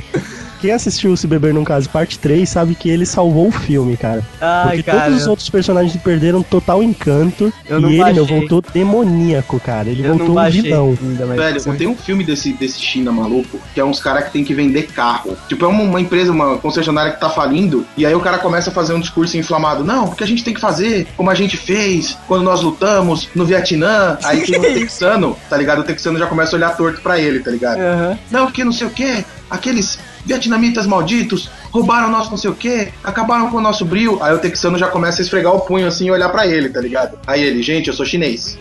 S4: Quem assistiu Se Beber Num Caso Parte 3 sabe que ele salvou o filme, cara.
S1: Ai,
S4: Porque
S1: cara.
S4: todos os outros personagens perderam total encanto.
S1: Eu
S4: e
S1: não
S4: ele,
S1: baixei.
S4: meu, voltou demoníaco, cara. Ele
S1: Eu não
S4: voltou um
S1: baixei
S4: vilão.
S1: ainda, mas...
S5: Velho, tem um filme desse, desse China maluco, que é uns caras que tem que vender carro. Tipo, é uma, uma empresa, uma concessionária que tá falindo, e aí o cara começa a fazer um discurso inflamado. Não, porque a gente tem que fazer como a gente fez quando nós lutamos no Vietnã. Aí tem um texano, tá ligado? O texano já começa a olhar torto pra ele, tá ligado?
S1: Aham.
S5: Não, porque não sei o quê, aqueles vietnamitas malditos roubaram nosso não sei o quê, acabaram com o nosso bril. Aí o texano já começa a esfregar o punho assim e olhar pra ele, tá ligado? Aí ele, gente, eu sou chinês.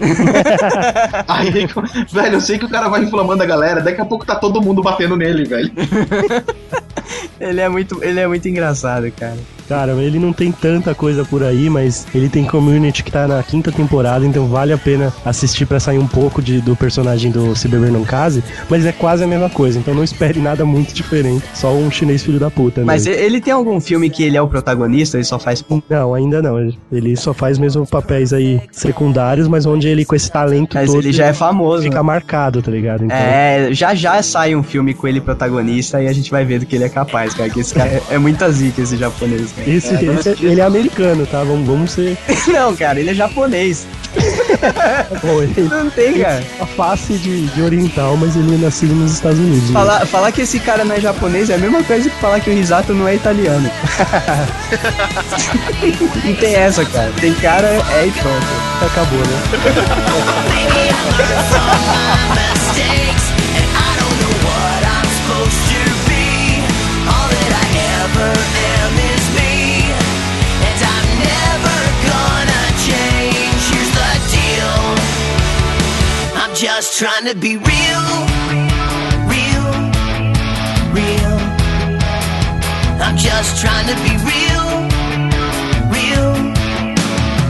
S5: Aí, velho, eu sei que o cara vai inflamando a galera, daqui a pouco tá todo mundo batendo nele, velho.
S1: Ele, é muito, ele é muito engraçado, cara.
S4: Cara, ele não tem tanta coisa por aí, mas ele tem community que tá na quinta temporada, então vale a pena assistir pra sair um pouco de- do personagem do Se Beber Não Case, mas é quase a mesma coisa, então não espere nada muito diferente. Só um chinês filho da puta, né?
S1: Mas e- ele tem algum filme que ele é o protagonista, ele só faz... um,
S4: Não, ainda não. Ele- Ele só faz mesmo papéis aí secundários, mas onde ele, com esse talento
S1: Mas
S4: todo,
S1: ele já é famoso,
S4: fica marcado, tá ligado? Então,
S1: É, já já sai um filme com ele protagonista e a gente vai ver do que ele é capaz, cara. Que esse cara é, é muita zica, esse japonês, cara.
S4: Esse, esse- ele é americano, tá? Vamos, vamos
S1: [laughs]
S4: ser.
S1: Não, cara, ele é japonês.
S4: Bom, ele
S1: Não tem, cara.
S4: tem a face de, de oriental, mas ele é nascido nos Estados Unidos. né?
S1: Falar, falar que esse cara não é japonês é a mesma coisa que falar que o Risato não é italiano. [laughs] não tem essa, cara. Tem cara, é e pronto.
S4: Acabou, né?
S7: Just trying to be real, real, real. I'm just trying to be real, real,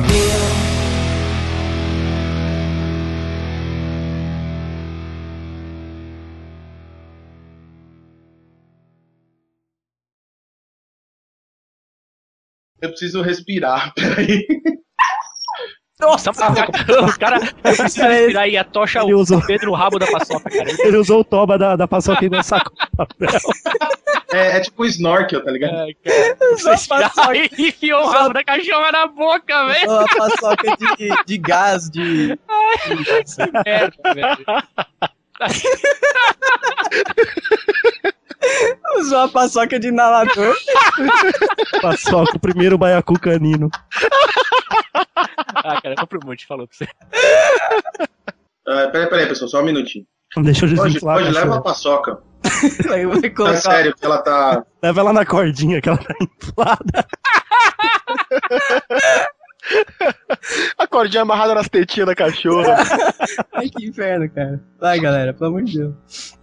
S7: real.
S5: Eu preciso respirar, peraí.
S2: Nossa, maluco. o cara precisa
S4: Cara,
S2: respirar e a tocha
S4: ele usou.
S2: o Pedro no rabo da paçoca, cara.
S4: Ele usou o toba da, da paçoca e nessa papel.
S5: É, é tipo um snorkel, tá ligado?
S1: Só
S2: Respirar [laughs]
S1: é
S2: e enfiou o rabo da cachorra na boca, velho.
S1: Uma paçoca de, de gás, de.
S2: Merda, velho.
S1: Usou a paçoca de inalador. [laughs]
S4: Paçoca, o primeiro baiacu canino.
S2: Ah, cara, eu compro um monte, falou pra você.
S5: Ah, peraí, peraí, pessoal, só um minutinho.
S4: Deixa eu
S5: Hoje,
S4: desinflar.
S5: hoje leva
S4: cachorro.
S5: a paçoca.
S1: Aí eu vou
S5: Tá
S1: colocar.
S5: sério, que ela tá.
S4: Leva ela na cordinha que ela tá inflada.
S3: A
S1: [laughs]
S3: cordinha amarrada nas tetinhas da cachorra.
S1: Ai, que inferno, cara. Vai, galera, pelo amor de Deus.